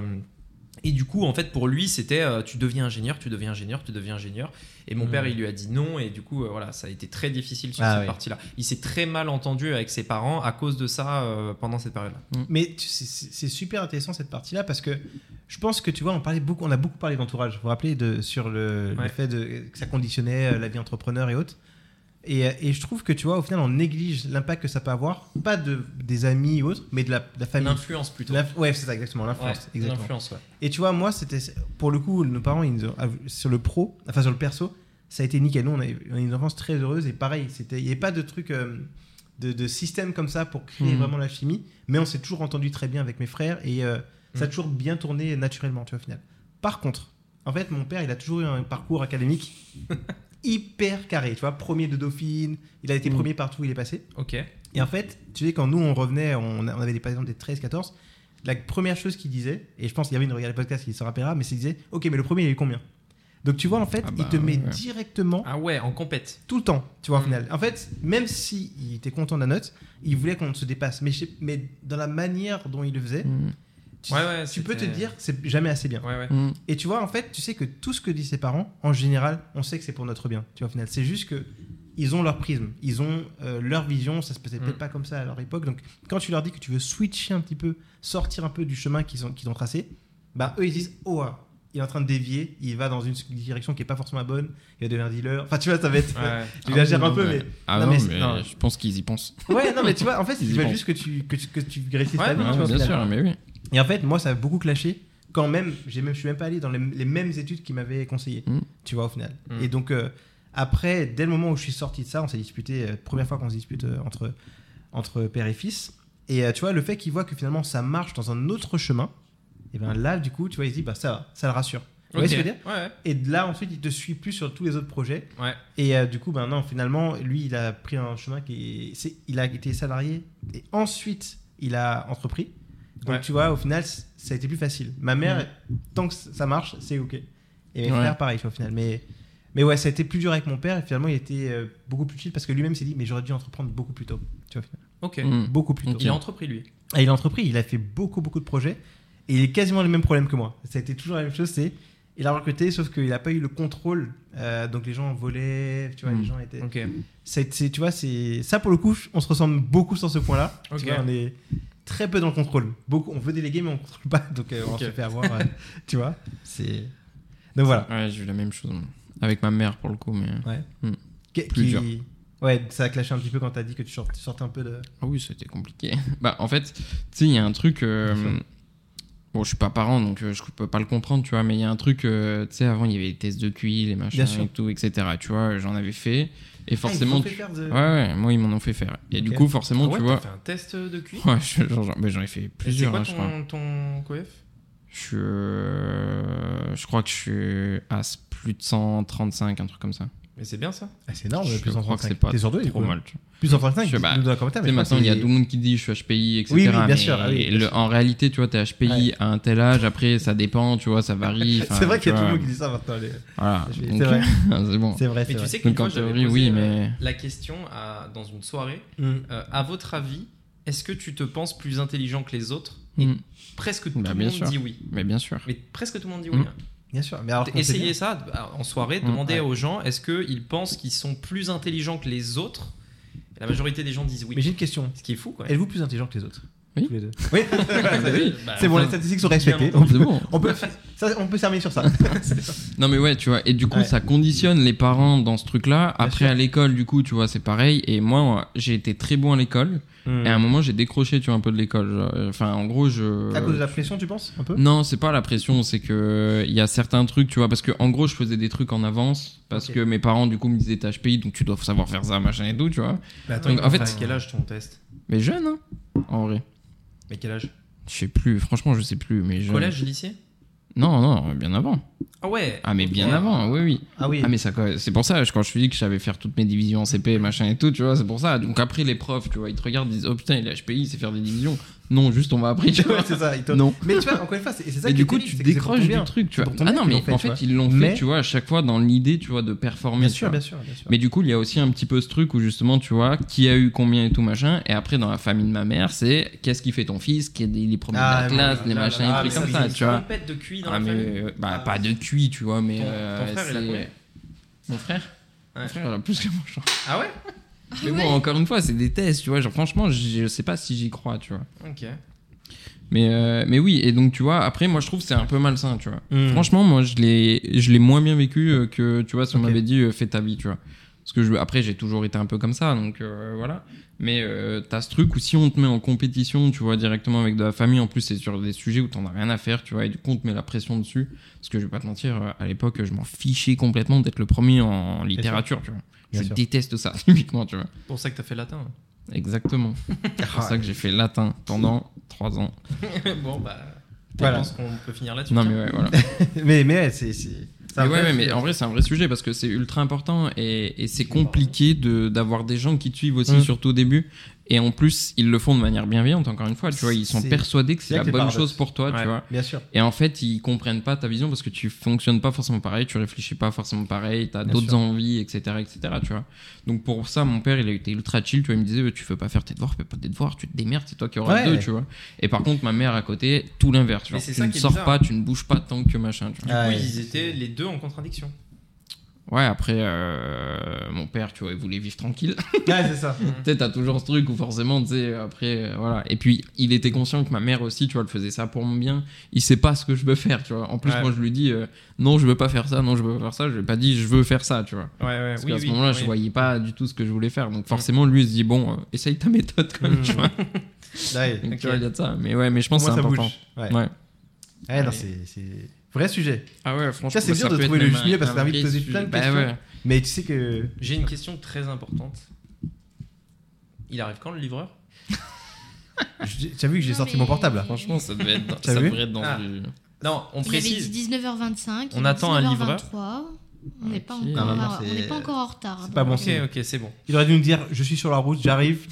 S1: et du coup, en fait, pour lui, c'était euh, tu deviens ingénieur, tu deviens ingénieur, tu deviens ingénieur. Et mon
S2: Hmm.
S1: père, il lui a dit non. Et du coup, euh, voilà, ça a été très difficile sur
S2: Ah
S1: cette
S2: oui.
S1: partie-là. Il s'est très mal entendu avec ses parents à cause de ça euh, pendant cette période-là.
S2: Mais tu- c'est- c'est c'est super intéressant cette partie-là parce que je pense que tu vois, on, parlait beaucoup, on a beaucoup parlé d'entourage. Vous vous rappelez de, sur le, le
S1: Ouais.
S2: fait de, que ça conditionnait euh, la vie entrepreneur et autres. Et, euh, et je trouve que tu vois, au final, on néglige l'impact que ça peut avoir, pas de, des amis ou autres, mais de la, de la famille.
S1: L'influence plutôt.
S2: L'inf- Ouais, c'est ça, exactement, l'influence.
S1: Ouais,
S2: exactement.
S1: l'influence, ouais.
S2: Et tu vois, moi, c'était pour le coup, nos parents, ils nous ont- sur le pro, enfin sur le perso, ça a été nickel. Nous, on a eu on a eu une enfance très heureuse et pareil, c'était, il n'y avait pas de truc, euh, de, de système comme ça pour créer
S3: Mhm.
S2: vraiment la chimie, mais on s'est toujours entendu très bien avec mes frères et euh, ça a
S1: Mhm.
S2: toujours bien tourné naturellement, tu vois, au final. Par contre, en fait, mon père, il a toujours eu un parcours académique hyper carré, tu vois, premier de Dauphine, il a été
S3: Mhm.
S2: premier partout où il est passé.
S1: Ok.
S2: Et en fait, tu sais, quand nous, on revenait, on, a- on avait des, par exemple des 13-14, la première chose qu'il disait, et je pense qu'il y avait une regarde podcast qui se rappellera, mais c'est qu'il disait Ok, mais le premier, il a eu combien Donc tu vois, en fait,
S3: Ah
S2: il
S3: bah,
S2: te met
S3: ouais.
S2: directement
S1: Ah ouais, en compète.
S2: tout le temps, tu vois, au
S1: Mm.
S2: final. En fait, même s'il il était content de la note, il voulait qu'on se dépasse. Mais, je sais- mais dans la manière dont il le faisait,
S3: Mm.
S2: tu,
S1: Ouais, ouais,
S2: tu peux te
S1: c'était-
S2: dire C'est jamais assez bien.
S1: Ouais, ouais.
S3: Mm.
S2: Et tu vois, en fait, tu sais que tout ce que disent ses parents, en général, on sait que c'est pour notre bien. Tu vois, au final, c'est juste que ils ont leur prisme, ils ont euh, leur vision. Ça se passait peut-être
S1: Mm.
S2: pas comme ça à leur époque. Donc, quand tu leur dis que tu veux switcher un petit peu, sortir un peu du chemin qu'ils ont, qu'ils ont tracé, bah eux ils disent oh ah, il est en train de dévier, il va dans une direction qui est pas forcément la bonne, il va devenir dealer. Enfin, tu vois, ça va être. [laughs]
S1: Ouais.
S2: J'exagère
S3: Ah oui,
S2: un peu,
S3: ouais.
S2: mais
S3: Ah
S2: Non,
S3: non,
S2: mais c'est-
S3: mais
S2: non.
S3: je pense qu'ils y pensent.
S2: ouais, non, mais tu
S3: [laughs]
S2: vois, en fait,
S3: Ils y
S2: ils veulent
S3: pensent.
S2: juste que tu que tu que tu réussisses
S1: Ouais,
S2: ta vie.
S1: non,
S2: tu vois,
S3: bien
S2: finalement.
S3: sûr, mais oui.
S2: Et en fait, moi, ça a beaucoup clashé quand même. J'ai même, je suis même pas allé dans les, les mêmes études qui m'avaient conseillé,
S3: Mm.
S2: tu vois, au final.
S1: Mm.
S2: Et donc, euh, Après, dès le moment où je suis sorti de ça, on s'est disputé, euh, première fois qu'on se dispute euh, entre, entre père et fils. Et euh, tu vois, le fait qu'il voit que finalement ça marche dans un autre chemin, et ben là, du coup, tu vois, il se dit, bah ça va, ça le rassure. Vous voyez ce que je veux dire
S1: Ouais, ouais.
S2: Et de là, ensuite, il te suit plus sur tous les autres projets.
S1: Ouais.
S2: Et euh, du coup, ben non, finalement, lui, il a pris un chemin qui est, c'est- il a été salarié et ensuite, il a entrepris. Donc,
S1: Ouais.
S2: tu vois, au final, c- ça a été plus facile. Ma mère, tant que c- ça marche, c'est OK. Et mes
S3: Ouais.
S2: frères, pareil, tu vois, au final. Mais, mais ouais, ça a été plus dur avec mon père. Et finalement, il était euh, beaucoup plus chill parce que lui-même s'est dit, mais j'aurais dû entreprendre beaucoup plus tôt. Tu vois, au final.
S1: Ok.
S3: Hmm.
S2: beaucoup plus tôt.
S3: Ok.
S1: Il a entrepris lui.
S2: Et il a entrepris, il a fait beaucoup, beaucoup de projets. Et il a quasiment les mêmes problèmes que moi. Ça a été toujours la même chose, c'est. Il a recruté, sauf qu'il n'a pas eu le contrôle. euh, donc les gens volaient, tu vois,
S3: Mm.
S2: les gens étaient.
S1: Ok.
S2: C'est, c'est- tu vois, c'est ça pour le coup, on se ressemble beaucoup sur ce point-là. Tu
S1: Ok. Ah
S2: vois, on est très peu dans le contrôle. Beaucoup, on veut déléguer, mais on contrôle pas. Donc euh, on
S1: Ok.
S2: se fait avoir. euh, tu vois, c'est. Donc voilà.
S3: Ouais, j'ai eu la même chose. moi. Avec ma mère, pour le coup, mais...
S2: Qu-
S3: Plus dur.
S2: Ouais, ça a clashé un petit peu quand t'as dit que tu sortais, tu sortais un peu de.
S3: Ah oui, c'était compliqué. [laughs] bah, en fait, tu sais, il y a un truc... euh,
S2: Bien
S3: Bon, je suis pas parent, donc euh, je peux pas le comprendre, tu vois, mais il y a un truc, euh, tu sais, avant, il y avait les tests de QI, les machins
S2: Bien sûr.
S3: et tout, etc. Tu vois, j'en avais fait, et
S2: Ah,
S3: forcément...
S2: ils t'ont fait
S3: tu-
S2: faire de-
S3: Ouais, ouais, moi, ils m'en ont fait faire. Et du
S2: Ok.
S3: coup, forcément,
S1: Ah ouais,
S3: tu
S1: t'as
S3: vois...
S1: fait un test de QI.
S3: [laughs] Ouais, je- genre- genre- mais j'en ai fait
S1: Et C'est
S3: plusieurs,
S1: quoi
S3: hein, je crois.
S1: ton, ton coef
S3: Je, suis, euh, je crois que je suis à s- plus de 135, un truc comme ça.
S1: Mais c'est bien ça.
S2: Ah, c'est énorme,
S3: je
S2: plus en
S3: crois que
S2: 35.
S3: c'est pas
S2: T'es sur deux, du
S3: trop
S2: coup.
S3: mal. Tu vois.
S2: Plus en 35,
S3: Je sais
S2: dis-nous
S3: pas.
S2: dans les commentaires,
S3: Tu
S2: Ah, mais
S3: sais,
S2: je
S3: maintenant,
S2: pense
S3: il y a
S2: que
S3: tout le monde qui dit je suis HPI, etc.
S2: Oui, oui, bien
S3: mais
S2: sûr, ah oui, bien
S3: le-
S2: sûr.
S3: en réalité, tu vois, t'es HPI
S2: Ouais.
S3: à un tel âge, après, ça dépend, tu vois, ça varie.
S2: [laughs] C'est vrai qu'il y a tout le monde qui
S3: dit
S2: dit ça maintenant. les-
S3: Voilà.
S2: Je-
S3: donc,
S2: C'est vrai,
S3: [laughs] c'est bon.
S2: c'est vrai.
S1: Mais
S2: c'est
S1: tu
S2: vrai.
S1: sais qu'une
S3: Donc,
S1: fois
S3: en
S1: j'avais
S3: théorie,
S1: posé
S3: oui,
S1: euh,
S3: mais.
S1: la question à- dans une soirée.
S2: Mm.
S1: euh, à votre avis, est-ce que tu te penses plus intelligent que les autres Et
S3: Mm.
S1: presque tout
S3: Bah,
S1: le
S3: bien
S1: monde
S3: sûr.
S1: dit oui.
S3: Mais bien sûr.
S1: Mais presque tout le monde dit
S3: Mm.
S1: oui. hein.
S2: Bien sûr. Mais alors, qu'on sait
S1: Essayez
S2: bien.
S1: ça bah, en soirée,
S3: Mm,
S1: demandez
S2: ouais.
S1: aux gens est-ce qu'ils pensent qu'ils sont plus intelligents que les autres Et La majorité des gens disent oui.
S2: Mais j'ai une question.
S1: Ce qui est fou quoi.
S2: Êtes-vous plus intelligent que les autres
S3: Oui.
S2: Tous les deux. Oui.
S1: Oui, [laughs] bah,
S2: [laughs] c'est bon,
S1: enfin,
S2: les statistiques sont respectées.
S1: bien
S2: [laughs] On
S3: C'est
S2: peut,
S3: bon.
S2: on peut, ça, on peut terminer sur ça.
S3: Non mais ouais, tu vois, et du coup
S2: Ouais.
S3: ça conditionne les parents dans ce truc-là.
S2: Bien
S3: Après
S2: sûr.
S3: à l'école, du coup, tu vois, c'est pareil. Et moi, j'ai été très bon à l'école.
S1: Hum.
S3: Et à un moment, j'ai décroché, tu vois, un peu de l'école. genre. euh, Enfin, en gros, je...
S2: Mm. À cause de la pression, tu penses Un peu
S3: Non, c'est pas la pression, c'est que euh, il y a certains trucs, tu vois, parce que en gros, je faisais des trucs en avance parce
S2: Ok.
S3: que mes parents du coup me disaient t'as HPI, donc tu dois savoir faire ça, machin et tout, tu vois.
S2: Mais
S1: Bah, attends,
S3: Donc,
S1: mais
S3: en fait-
S1: à quel âge ton test
S3: Mais jeune, hein, en vrai.
S1: Mais quel âge
S3: Je sais plus, franchement, je sais plus, mais jeune.
S1: Collège, lycée
S3: Non, non, bien avant.
S1: Ah ouais
S3: Ah mais bien
S1: Ok.
S3: avant, oui, oui.
S2: Ah oui.
S3: Ah mais ça, quoi, c'est pour ça, je- quand je suis dit que je savais faire toutes mes divisions en CP, machin et tout, tu vois, c'est pour ça. Donc après les profs, tu vois, ils te regardent, ils disent oh putain, il est HPI, il sait faire des divisions. Non, juste on m'a
S2: [laughs]
S3: appris, tu
S2: [laughs]
S3: vois.
S2: Ouais, c'est ça. il te-
S3: Non.
S2: Mais tu vois, encore une fois, c'est et c'est ça
S3: et
S2: qui
S3: du
S2: est
S3: coup,
S2: terrible,
S3: tu
S2: c'est que c'est pour
S3: décroches
S2: ton
S3: du
S2: bien.
S3: truc, tu
S2: C'est
S3: vois.
S2: pour ton
S3: Ah
S2: bien
S3: non,
S2: qu'ils
S3: mais
S2: l'ont fait,
S3: en
S2: tu
S3: fait,
S2: vois.
S3: ils l'ont
S2: Mais-
S3: fait, tu vois, à chaque fois dans l'idée, tu vois, de performer.
S2: Bien
S3: tu
S2: sûr,
S3: vois.
S2: bien sûr, bien sûr.
S3: Mais du coup, il y a aussi un petit peu ce truc où justement, tu vois, qui a eu combien et tout machin. Et après, dans la famille de ma mère, c'est qu'est-ce qui fait ton fils, qui est les premiers
S2: Ah,
S3: de la
S2: mais
S3: classe,
S2: là,
S3: les
S2: là,
S3: machins,
S2: là,
S3: les
S2: ah,
S3: trucs
S2: mais ça,
S3: comme
S2: c'est
S3: ça,
S1: une
S3: tu vois.
S1: trompette de QI dans
S3: Ah,
S1: la
S3: mais
S1: famille.
S3: euh, bah,
S2: Ah.
S3: pas de cuit, tu vois, mais.
S1: Ton- ton
S3: euh,
S1: frère, il a
S3: c'est-
S1: combien
S3: Mon frère
S1: Ouais.
S3: Mon frère, il a plus que moi, je crois.
S1: Ah ouais
S3: Mais bon, encore une fois, c'est des tests, tu vois. Genre, franchement, je je sais pas si j'y crois, tu vois.
S1: Ok.
S3: Mais, euh, mais oui, et donc, tu vois, après, moi, je trouve que c'est un peu malsain, tu vois.
S2: Mm.
S3: Franchement, moi, je l'ai, je l'ai moins bien vécu euh, que, tu vois, si on
S2: Ok.
S3: m'avait dit euh, fais ta vie, tu vois. Parce que je, après, j'ai toujours été un peu comme ça, donc euh, voilà. Mais euh, t'as ce truc où si on te met en compétition, tu vois, directement avec de la famille, en plus, c'est sur des sujets où t'en as rien à faire, tu vois, et du coup, on te met la pression dessus. Parce que je vais pas te mentir, euh, à l'époque, je m'en fichais complètement d'être le premier en littérature, tu vois.
S2: Bien
S3: je
S2: sûr.
S3: déteste ça, [laughs] typiquement, tu vois.
S1: C'est pour ça que t'as fait latin. [laughs]
S3: Exactement. C'est
S2: [laughs]
S3: pour ça que j'ai fait latin pendant 3 ans.
S1: bon bah. Je
S2: Voilà.
S1: pense qu'on peut finir là-dessus.
S3: Non,
S1: tiens.
S3: mais ouais, voilà.
S2: [laughs] Mais, mais ouais, c'est. c'est- c'est un
S3: Mais ouais,
S2: vrai-
S3: ouais, mais en vrai, c'est un vrai sujet parce que c'est ultra important et, et c'est compliqué de- d'avoir des gens qui te suivent aussi,
S2: Mm.
S3: surtout au début. Et en plus, ils le font de manière bienveillante, encore une fois. Tu vois, ils sont
S2: C'est-
S3: persuadés que
S2: c'est
S3: c'est
S2: là
S3: la
S2: que les
S3: bonne
S2: paradoxes.
S3: chose pour toi,
S1: Ouais.
S3: tu vois.
S2: Bien sûr.
S3: Et en fait, ils comprennent pas ta vision parce que tu fonctionnes pas forcément pareil, tu réfléchis pas forcément pareil, t'as
S2: Bien
S3: d'autres
S2: sûr.
S3: envies, etc., etc., tu vois. Donc pour ça, mon père, il a été ultra chill, tu vois, il me disait, Bah, tu veux pas faire tes devoirs, fais pas tes devoirs, tu te démerdes, c'est toi qui auras
S2: Ouais.
S3: le deux, tu vois. Et par contre, ma mère à côté, tout l'inverse, tu
S1: Mais
S3: vois.
S1: c'est
S3: Tu
S1: ça
S3: ne
S1: qui est
S3: sors
S1: bizarre.
S3: pas, tu ne bouges pas tant que machin, tu vois.
S1: Du
S2: Ah,
S1: coup,
S2: ouais.
S1: ils étaient les deux en contradiction.
S3: Ouais, après, euh, mon père, tu vois, il voulait vivre tranquille.
S2: [laughs]
S3: [laughs]
S2: Ouais, c'est ça.
S3: tu sais, t'as toujours ce truc où forcément, tu sais, après, euh, voilà. Et puis, il était conscient que ma mère aussi, tu vois, elle faisait ça pour mon bien. Il sait pas ce que je veux faire, tu vois. En plus,
S1: Ouais.
S3: moi, je lui dis, euh, non, je veux pas faire ça, non, je veux pas faire ça. Je lui ai pas dit, je veux faire ça, tu vois.
S1: Ouais, ouais,
S3: Parce
S1: oui,
S3: qu'à ce
S1: oui,
S3: moment-là,
S1: oui.
S3: je voyais pas du tout ce que je voulais faire. Donc, forcément, lui, il se dit, bon, euh, essaye ta méthode,
S2: [laughs]
S3: quand
S1: [laughs]
S3: même,
S2: Mm.
S3: tu vois.
S2: Ouais.
S3: Donc,
S1: Ok.
S3: tu vois, il y a de ça. Mais ouais, mais je pense
S2: Moi,
S3: que c'est
S2: ça
S3: important.
S2: bouge. Ouais.
S3: Ouais.
S2: Ouais, non,
S3: Allez.
S2: c'est. c'est- Vrai sujet.
S3: Ah ouais, franchement,
S2: Ça, c'est dur de
S3: peut être
S2: trouver le
S3: même
S2: juste milieu parce que t'as
S3: un
S2: envie de
S3: vrai
S2: poser plein de
S3: sujet. Bah
S2: questions.
S3: ouais.
S2: Mais tu sais que.
S1: J'ai une question très importante. Il arrive quand le livreur
S2: je- T'as vu que j'ai
S4: Non,
S2: sorti
S4: mais-
S2: mon portable là.
S3: Franchement, ça devait être dans,
S2: T'as
S3: ça
S2: vu
S3: devrait être dans
S1: Ah.
S3: du-
S1: Non, on
S4: Il avait
S1: précise.
S4: dit 19h25.
S1: On attend un livreur.
S4: 23 On n'est pas,
S3: Ok.
S4: encore-
S2: Non, non,
S4: on
S2: c'est-
S4: n'est pas encore en euh, retard.
S2: c'est pas bon
S4: Donc,
S1: Ok, ok, c'est bon.
S2: Il aurait dû nous dire je suis sur la route, j'arrive.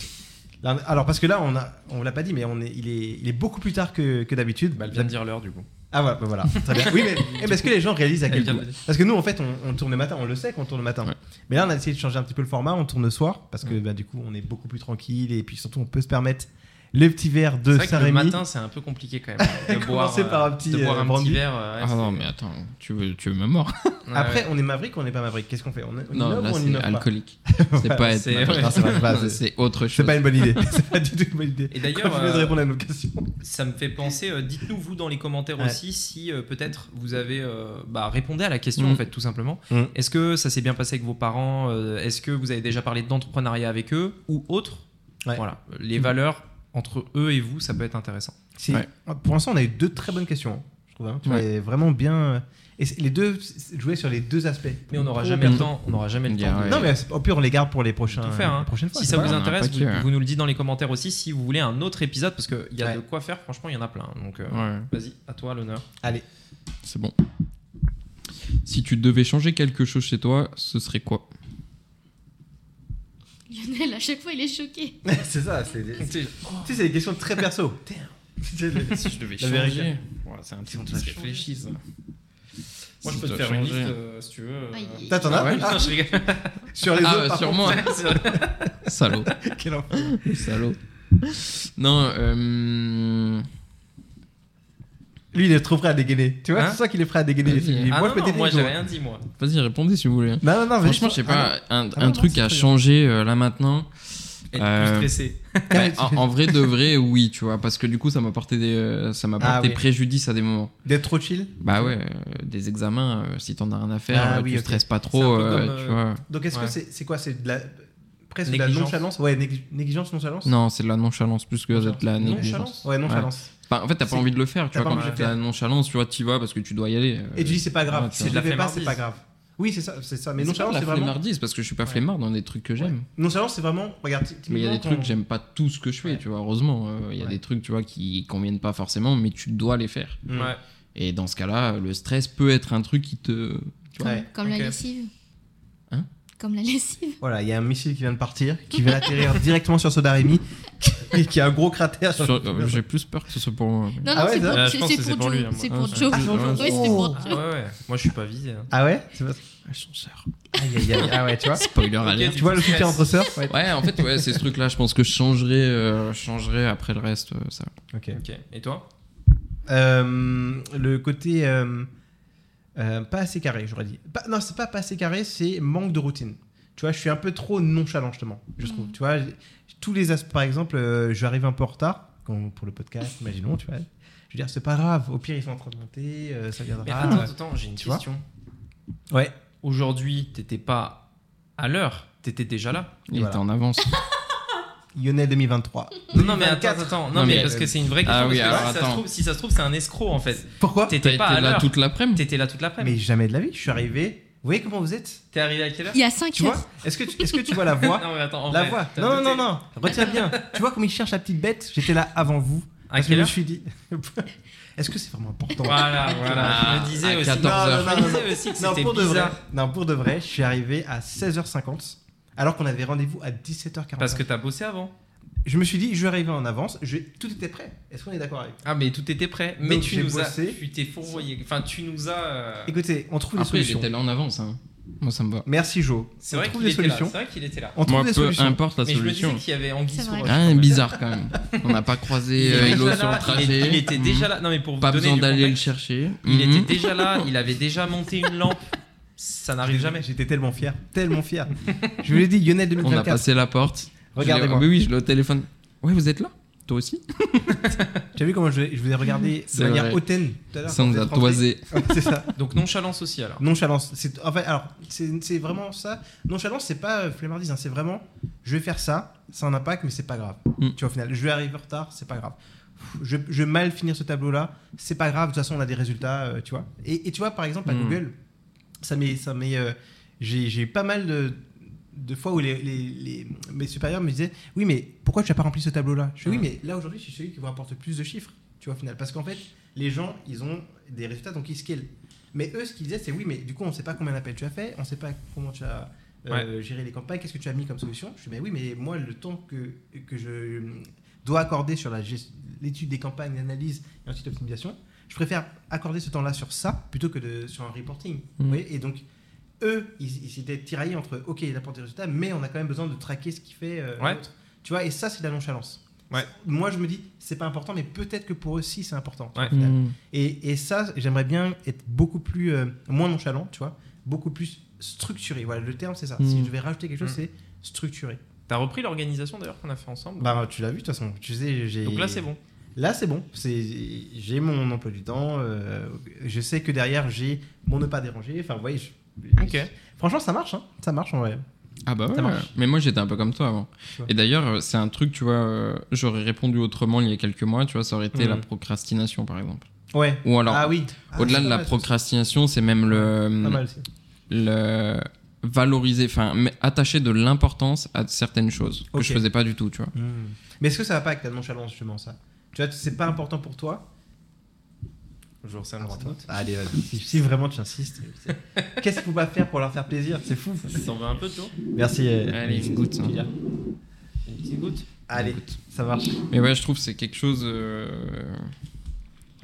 S2: Là, Alors parce que là on a on l'a pas dit mais on est il est il est beaucoup plus tard que, que d'habitude.
S1: Bah, elle vient de dire l'heure du coup.
S2: Ah voilà, bah voilà. Très bien. Oui mais, eh, mais est-ce que les gens réalisent à
S1: Elle
S2: quel
S1: vient
S2: point
S1: de-
S2: Parce que nous en fait on, on tourne le matin, on le sait qu'on tourne le matin.
S3: Ouais.
S2: Mais là on a essayé de changer un petit peu le format, on tourne le soir parce que bah, du coup on est beaucoup plus tranquille et puis surtout on peut se permettre le petit verre
S1: C'est
S2: de
S1: vrai que le
S2: Saint-Rémy.
S1: matin, c'est un peu compliqué quand même. De boire,
S2: [laughs] Commencer par
S1: euh,
S2: un petit,
S1: de boire
S2: euh,
S1: un
S2: brandy.
S1: petit verre. euh, ouais,
S3: Ah
S1: c'est-
S3: non, mais attends, tu veux, tu veux me mort
S1: Ouais,
S2: Après
S1: ouais.
S2: on est Maverick, ou on n'est pas Maverick. Qu'est-ce qu'on fait On, on
S3: Non,
S2: innove
S3: là,
S2: ou on
S3: c'est
S2: innove pas [laughs]
S3: alcoolique.
S2: Voilà.
S3: C'est pas être.
S1: C'est-
S3: malade.
S1: ouais.
S2: Non, c'est pas- pas-
S3: C'est autre chose.
S2: C'est pas une bonne idée. [laughs] c'est pas du tout une bonne idée.
S1: Et
S2: Quand
S1: d'ailleurs,
S2: je venais de
S1: euh,
S2: répondre à nos questions.
S1: ça me fait penser, euh, dites-nous vous dans les commentaires
S2: Ouais.
S1: aussi si euh, peut-être vous avez euh, bah, répondu à la question
S3: Mm.
S1: en fait tout simplement.
S2: Mm.
S1: Est-ce que ça s'est bien passé avec vos parents Euh, Est-ce que vous avez déjà parlé d'entrepreneuriat avec eux ou autre
S2: Ouais.
S1: Voilà, les
S3: Mm.
S1: valeurs entre eux et vous, ça peut être intéressant.
S2: C'est-
S3: Ouais.
S2: Pour l'instant, on a eu deux très bonnes questions. hein, Je trouve. hein. Tu
S3: Ouais.
S2: vois, et vraiment bien. euh, Et c'est- les deux c'est- jouer sur les deux aspects.
S1: Mais on n'aura
S2: Trop
S1: jamais le
S2: bien.
S1: temps, on n'aura jamais le
S3: Yeah,
S1: temps. de-
S3: ouais.
S2: Non, mais c'est- au pire, on les garde pour les prochains.
S1: Tout faire, hein.
S2: les prochaines fois.
S1: Si
S2: c'est
S1: ça
S2: pas
S1: vous
S2: grave.
S3: grave, on a un
S1: intéresse, vous,
S3: paquet, ouais.
S1: vous nous le dites dans les commentaires aussi. Si vous voulez un autre épisode, parce qu'il y a
S2: Ouais.
S1: de quoi faire, franchement, il y en a plein. Donc euh,
S3: Ouais,
S1: vas-y, à toi l'honneur.
S2: Allez,
S3: c'est bon. Si tu devais changer quelque chose chez toi, ce
S2: [laughs]
S3: serait quoi
S4: Lionel, à chaque fois, il est choqué.
S2: [laughs] c'est ça. c'est des- Tu sais, c'est des questions
S1: [laughs]
S2: très perso.
S3: Si je devais
S2: La vérité.
S3: Ouais, c'est un petit
S2: Si on
S3: peu
S2: devait changer.
S3: réfléchi ça.
S1: Moi,
S3: Si
S1: je peux
S3: tu
S1: te
S3: dois
S1: faire une
S3: changer.
S1: liste euh, si tu veux.
S4: Ah, il-
S2: T'as- t'en as
S3: Ah ouais.
S2: Ah,
S1: Non, je
S2: [laughs]
S1: rigole.
S2: Sur les
S3: Ah,
S2: autres,
S3: bah,
S2: par
S3: sûrement. [laughs] Salaud.
S2: contre, quel enfant.
S3: Salaud. Non, euh.
S2: Lui, il est trop prêt à dégainer. Tu vois,
S1: Hein
S2: c'est ça qu'il est prêt à dégainer. les
S3: Vas-y.
S2: filles. Il dit,
S1: Ah
S2: moi,
S1: non,
S2: je peux
S1: non,
S2: t'aider.
S1: moi, j'ai
S2: toi.
S1: rien dit, moi.
S3: Vas-y, répondez si vous voulez. hein.
S2: Non, non, non. Ah, vas-y.
S3: Franchement, je sais pas, un,
S2: Ah
S3: un
S2: non,
S3: truc
S2: c'est
S3: à
S2: très bien.
S3: changer euh,
S2: [laughs]
S3: là maintenant.
S1: Être
S3: Euh,
S1: plus stressé.
S2: Ah,
S3: Bah, en, en vrai de vrai, oui, tu vois, parce que du coup, ça m'a porté des, euh, ça m'a
S2: Ah
S3: porté
S2: oui.
S3: préjudice à des moments.
S2: D'être trop chill.
S3: Bah ouais, euh, des examens, euh, si t'en as rien à faire,
S2: Ah
S3: euh,
S2: oui,
S3: tu
S2: ok.
S3: stresses pas
S1: C'est un
S3: trop,
S1: peu
S3: euh,
S1: comme,
S3: tu
S1: euh,
S3: vois.
S2: Donc, est-ce
S1: Ouais.
S2: que c'est c'est quoi C'est de la. Presque de la
S1: Négligence.
S2: nonchalance Ouais, négli- négligence, nonchalance
S3: Non, c'est de la nonchalance plus que de la négligence.
S1: Nonchalance.
S2: Ouais, nonchalance.
S3: Enfin, en fait, t'as pas
S2: C'est-
S3: envie de le faire, tu
S2: t'as
S3: vois.
S2: pas
S3: Quand
S2: envie
S3: tu
S2: de
S3: fais la nonchalance, tu vois, t'y vas parce que tu dois y aller. euh,
S2: Et tu dis c'est pas grave,
S3: ouais, tu
S2: si
S3: vois.
S2: je
S1: C'est de
S2: le
S1: la
S2: fais pas, c'est
S1: flemmardise.
S2: pas grave. Oui, c'est ça, c'est ça. Mais
S3: Euh, C'est pas de
S2: nonchalance,
S3: la
S2: c'est vraiment.
S3: flemmardise parce que je suis pas
S1: Ouais.
S3: flemmard dans des trucs que j'aime.
S2: Nonchalance, c'est vraiment. Regarde, t-
S3: Mais il y a des
S2: typiquement,
S3: trucs,
S2: quand-
S3: j'aime pas tout ce que je fais,
S2: Ouais.
S3: tu vois, heureusement. euh, Il y a
S2: Ouais.
S3: des trucs, tu vois, qui conviennent pas forcément, mais tu dois les faire.
S2: Mm.
S1: Ouais.
S3: Et dans ce cas-là, le stress peut être un truc
S2: [laughs]
S3: qui te. Tu vois
S2: Ouais.
S4: Comme
S1: Ok.
S4: la lessive.
S3: Hein
S4: Comme la lessive.
S2: Voilà, il y a un missile qui vient de partir, qui vient atterrir [laughs] directement sur Sodarimi, et qui a un gros cratère.
S3: Sur- euh, J'ai plus peur que ce soit pour moi.
S4: Non,
S2: Ah
S4: non,
S2: ouais,
S4: c'est
S2: ça-
S4: pour-
S1: Ah, je
S4: c'est
S1: pense que c'est
S4: c'est
S1: pour
S4: pour
S1: lui,
S4: Joe.
S1: hein, moi.
S4: C'est
S3: Ah,
S4: pour
S3: c'est-
S4: Joe.
S3: ah, c'est pour
S4: Oui, c'est pour
S1: Ah ouais,
S4: Joe.
S1: ouais. Moi, je suis pas visé. hein.
S2: Ah ouais C'est pas- Aïe, aïe, aïe. Ah ouais, tu
S3: [laughs]
S2: vois
S3: Spoiler alert.
S2: Tu vois le soutien entre sœurs Ouais.
S3: Ouais, en fait, ouais, c'est ce truc-là, je pense que je changerai, euh, je changerai après le reste. euh, ça.
S2: Ok.
S1: Ok. Et toi
S2: Euh, le côté. euh, euh, pas assez carré, j'aurais dit. Pas- non, c'est pas pas assez carré, c'est manque de routine. Tu vois, je suis un peu trop nonchalant, justement, je trouve.
S4: Mm.
S2: Tu vois, j'ai- tous les aspects, par exemple, euh, je vais arriver un peu en retard quand- pour le podcast, imaginons, tu vois. Je veux dire, c'est pas grave, au pire, ils sont en train de monter, euh, ça
S1: Mais
S2: viendra.
S1: attends, attends, j'ai une
S2: Tu vois
S1: question.
S2: ouais,
S1: Aujourd'hui, t'étais pas à l'heure. T'étais déjà là.
S3: Il
S2: voilà.
S3: était en avance.
S2: Lionel 2023.
S1: Non, non, mais attends,
S2: 2024.
S1: attends. Non,
S3: Non,
S1: mais
S3: mais-
S1: parce
S2: euh,
S1: que c'est une vraie question.
S3: Ah oui,
S1: parce que
S3: alors,
S1: si ça se
S3: attends.
S1: trouve- si ça se trouve, c'est un escroc en fait.
S2: Pourquoi
S3: T'as
S1: T'étais
S3: été
S1: pas à
S3: là
S1: l'heure.
S3: toute l'après-midi
S1: T'étais là toute l'après-midi.
S2: Mais jamais de la vie, je suis arrivé. Vous voyez comment vous êtes
S1: T'es arrivé à quelle heure
S4: Il y a 5
S2: Tu vois Est-ce que, tu- est-ce que tu
S1: [laughs]
S2: vois la voix
S1: Non, mais attends. en
S2: La
S1: vrai,
S2: voix
S1: t'as
S2: Non, non,
S1: noté
S2: non, non, retiens bien. Tu vois comme il cherche la petite bête J'étais là avant vous.
S1: À
S2: Parce que je
S1: quelle
S2: me
S1: heure
S2: suis dit. [laughs] Est-ce que c'est vraiment important [laughs]
S1: Voilà, voilà. Je
S3: Ah,
S1: me disais
S3: à
S1: aussi.
S3: 14
S1: [laughs]
S3: heures.
S1: Je me disais aussi que
S2: non,
S1: c'était
S2: pour de vrai,
S1: bizarre.
S2: non, pour de vrai, je suis arrivé à 16h50 alors qu'on avait rendez-vous à 17h40.
S1: Parce que t'as bossé avant.
S2: je me suis dit, je vais arriver en avance, je... tout était prêt. Est-ce qu'on est d'accord avec
S1: Ah, mais tout était prêt. Mais
S2: Donc,
S1: tu
S2: j'ai
S1: nous as.
S2: bossé.
S1: Tu t'es fourvoyé. Enfin, tu nous as. euh,
S2: Écoutez, on trouve des
S3: Après, il
S2: solutions.
S3: était là en avance. hein. Moi, ça me va.
S2: Merci Jo.
S1: C'est
S2: on
S1: vrai
S2: trouve
S1: qu'il
S2: des
S1: était là. C'est
S2: solutions.
S1: vrai qu'il était là.
S2: On
S3: Moi,
S2: trouve des
S3: peu
S2: solutions.
S3: importe la
S1: Mais je me disais
S3: solution.
S1: qu'il y avait Anguille
S4: C'est
S1: sous
S4: vrai.
S1: roche.
S3: Ah, bizarre quand même. On n'a pas croisé euh,
S1: était
S3: Elo
S1: déjà
S3: sur
S1: là,
S3: le
S1: il est-
S3: trajet.
S1: Il était déjà là. Non, mais pour vous
S3: Pas
S1: donner
S3: besoin
S1: du
S3: d'aller le
S1: contexte,
S3: chercher.
S1: Il
S3: Mhm.
S1: était déjà là. Il avait déjà monté une lampe. Ça n'arrive jamais.
S2: J'étais tellement fier, tellement fier.
S1: [laughs]
S2: je vous l'ai dit, Lionel
S3: On a
S2: 2024.
S3: passé la porte. Je l'ai-
S2: Regardez-moi.
S3: Oui, oui, je l'ai au téléphone. Ouais, vous êtes là Toi aussi
S2: Tu as vu comment je, je vous ai regardé de
S3: C'est
S2: manière
S3: vrai.
S2: hautaine tout à l'heure
S3: Ça
S2: quand
S3: nous
S2: vous
S3: a
S2: êtes rentrés.
S3: toisé.
S2: Ouais, [laughs] c'est ça.
S1: Donc nonchalance aussi alors.
S2: Nonchalance. C'est en fait, alors c'est c'est vraiment ça. Nonchalance, c'est pas euh, flemmardise, hein, c'est vraiment je vais faire ça, ça a un impact, mais c'est pas grave.
S3: Mm.
S2: Tu vois, au final, je vais arriver en retard, c'est pas grave. pff, je, je vais mal finir ce tableau-là, c'est pas grave, de toute façon, on a des résultats, euh, tu vois. Et, et tu vois, par exemple, à
S3: Mm.
S2: Google, ça m'est. ça m'est, euh, J'ai j'ai pas mal de, de fois où les, les- les- mes supérieurs me disaient Oui, mais pourquoi tu n'as pas rempli ce tableau-là Je fais Oui,
S3: Mm.
S2: mais là, aujourd'hui, je suis celui qui vous rapporte le plus de chiffres, tu vois, au final. Parce qu'en fait, les gens, ils ont des résultats, donc ils scalent. Mais eux, ce qu'ils disaient, c'est Oui, mais du coup, on ne sait pas combien d'appels tu as fait, on ne sait pas comment tu as. euh, gérer les campagnes, qu'est-ce que tu as mis comme solution Je dis, mais oui, mais moi, le temps que, que je dois accorder sur la gest- l'étude des campagnes, l'analyse et ensuite l'optimisation, je préfère accorder ce temps-là sur ça plutôt que de, sur un reporting.
S1: Mm.
S2: Vous voyez et donc, eux, ils ils s'étaient tiraillés entre, OK, il apporte des résultats, mais on a quand même besoin de traquer ce qu'il fait. euh,
S1: Ouais.
S2: l'autre. Tu vois, et ça, c'est de la nonchalance.
S1: Ouais.
S2: Moi, je me dis, c'est pas important, mais peut-être que pour eux, si, c'est important.
S1: Ouais.
S3: Mm.
S2: Au final. Et, et ça, j'aimerais bien être beaucoup plus, euh, moins nonchalant, tu vois, beaucoup plus structuré. Voilà, le terme, c'est ça.
S3: Mm.
S2: Si je vais rajouter quelque chose,
S1: Mm.
S2: c'est structuré.
S1: T'as repris l'organisation d'ailleurs qu'on a fait ensemble.
S2: Bah, tu l'as vu, de toute façon. Tu sais, j'ai.
S1: Donc là, c'est bon.
S2: Là, c'est bon. C'est, j'ai mon emploi du temps. euh, je sais que derrière, j'ai mon ne pas déranger. Enfin, vous voyez. je-
S1: Ok.
S2: Franchement, ça marche. Hein. Ça marche en vrai.
S3: Ah bah ouais.
S2: Ça marche.
S3: Mais moi j'étais un peu comme toi avant.
S2: Tu vois.
S3: Et d'ailleurs euh, c'est un truc tu vois euh, j'aurais répondu autrement il y a quelques mois tu vois ça aurait été
S1: Mhm.
S3: la procrastination par exemple.
S2: Ouais.
S3: Ou alors
S2: ah oui. Ah,
S3: au-delà
S2: c'est pas mal,
S3: de la
S2: ça aussi.
S3: procrastination c'est même
S2: Pas
S3: le
S2: mal aussi.
S3: le valoriser enfin mais attacher de l'importance à certaines choses que
S2: Ok.
S3: je faisais pas du tout tu vois.
S2: Hmm. Mais est-ce que ça va pas avec ta nonchalance, justement, ça Tu vois, c'est pas important pour toi,
S1: Bonjour, ça
S2: Alors, attends. Allez, vas-y. si, si vraiment tu insistes. c'est- Qu'est-ce qu'on va faire pour leur faire plaisir C'est fou.
S1: T'en veux un peu, toi
S2: Merci. euh,
S3: Allez, une goutte, hein.
S2: Julia.
S1: Une petite goutte
S2: Allez,
S3: Écoute.
S2: ça marche.
S3: Mais ouais je trouve que c'est quelque chose euh,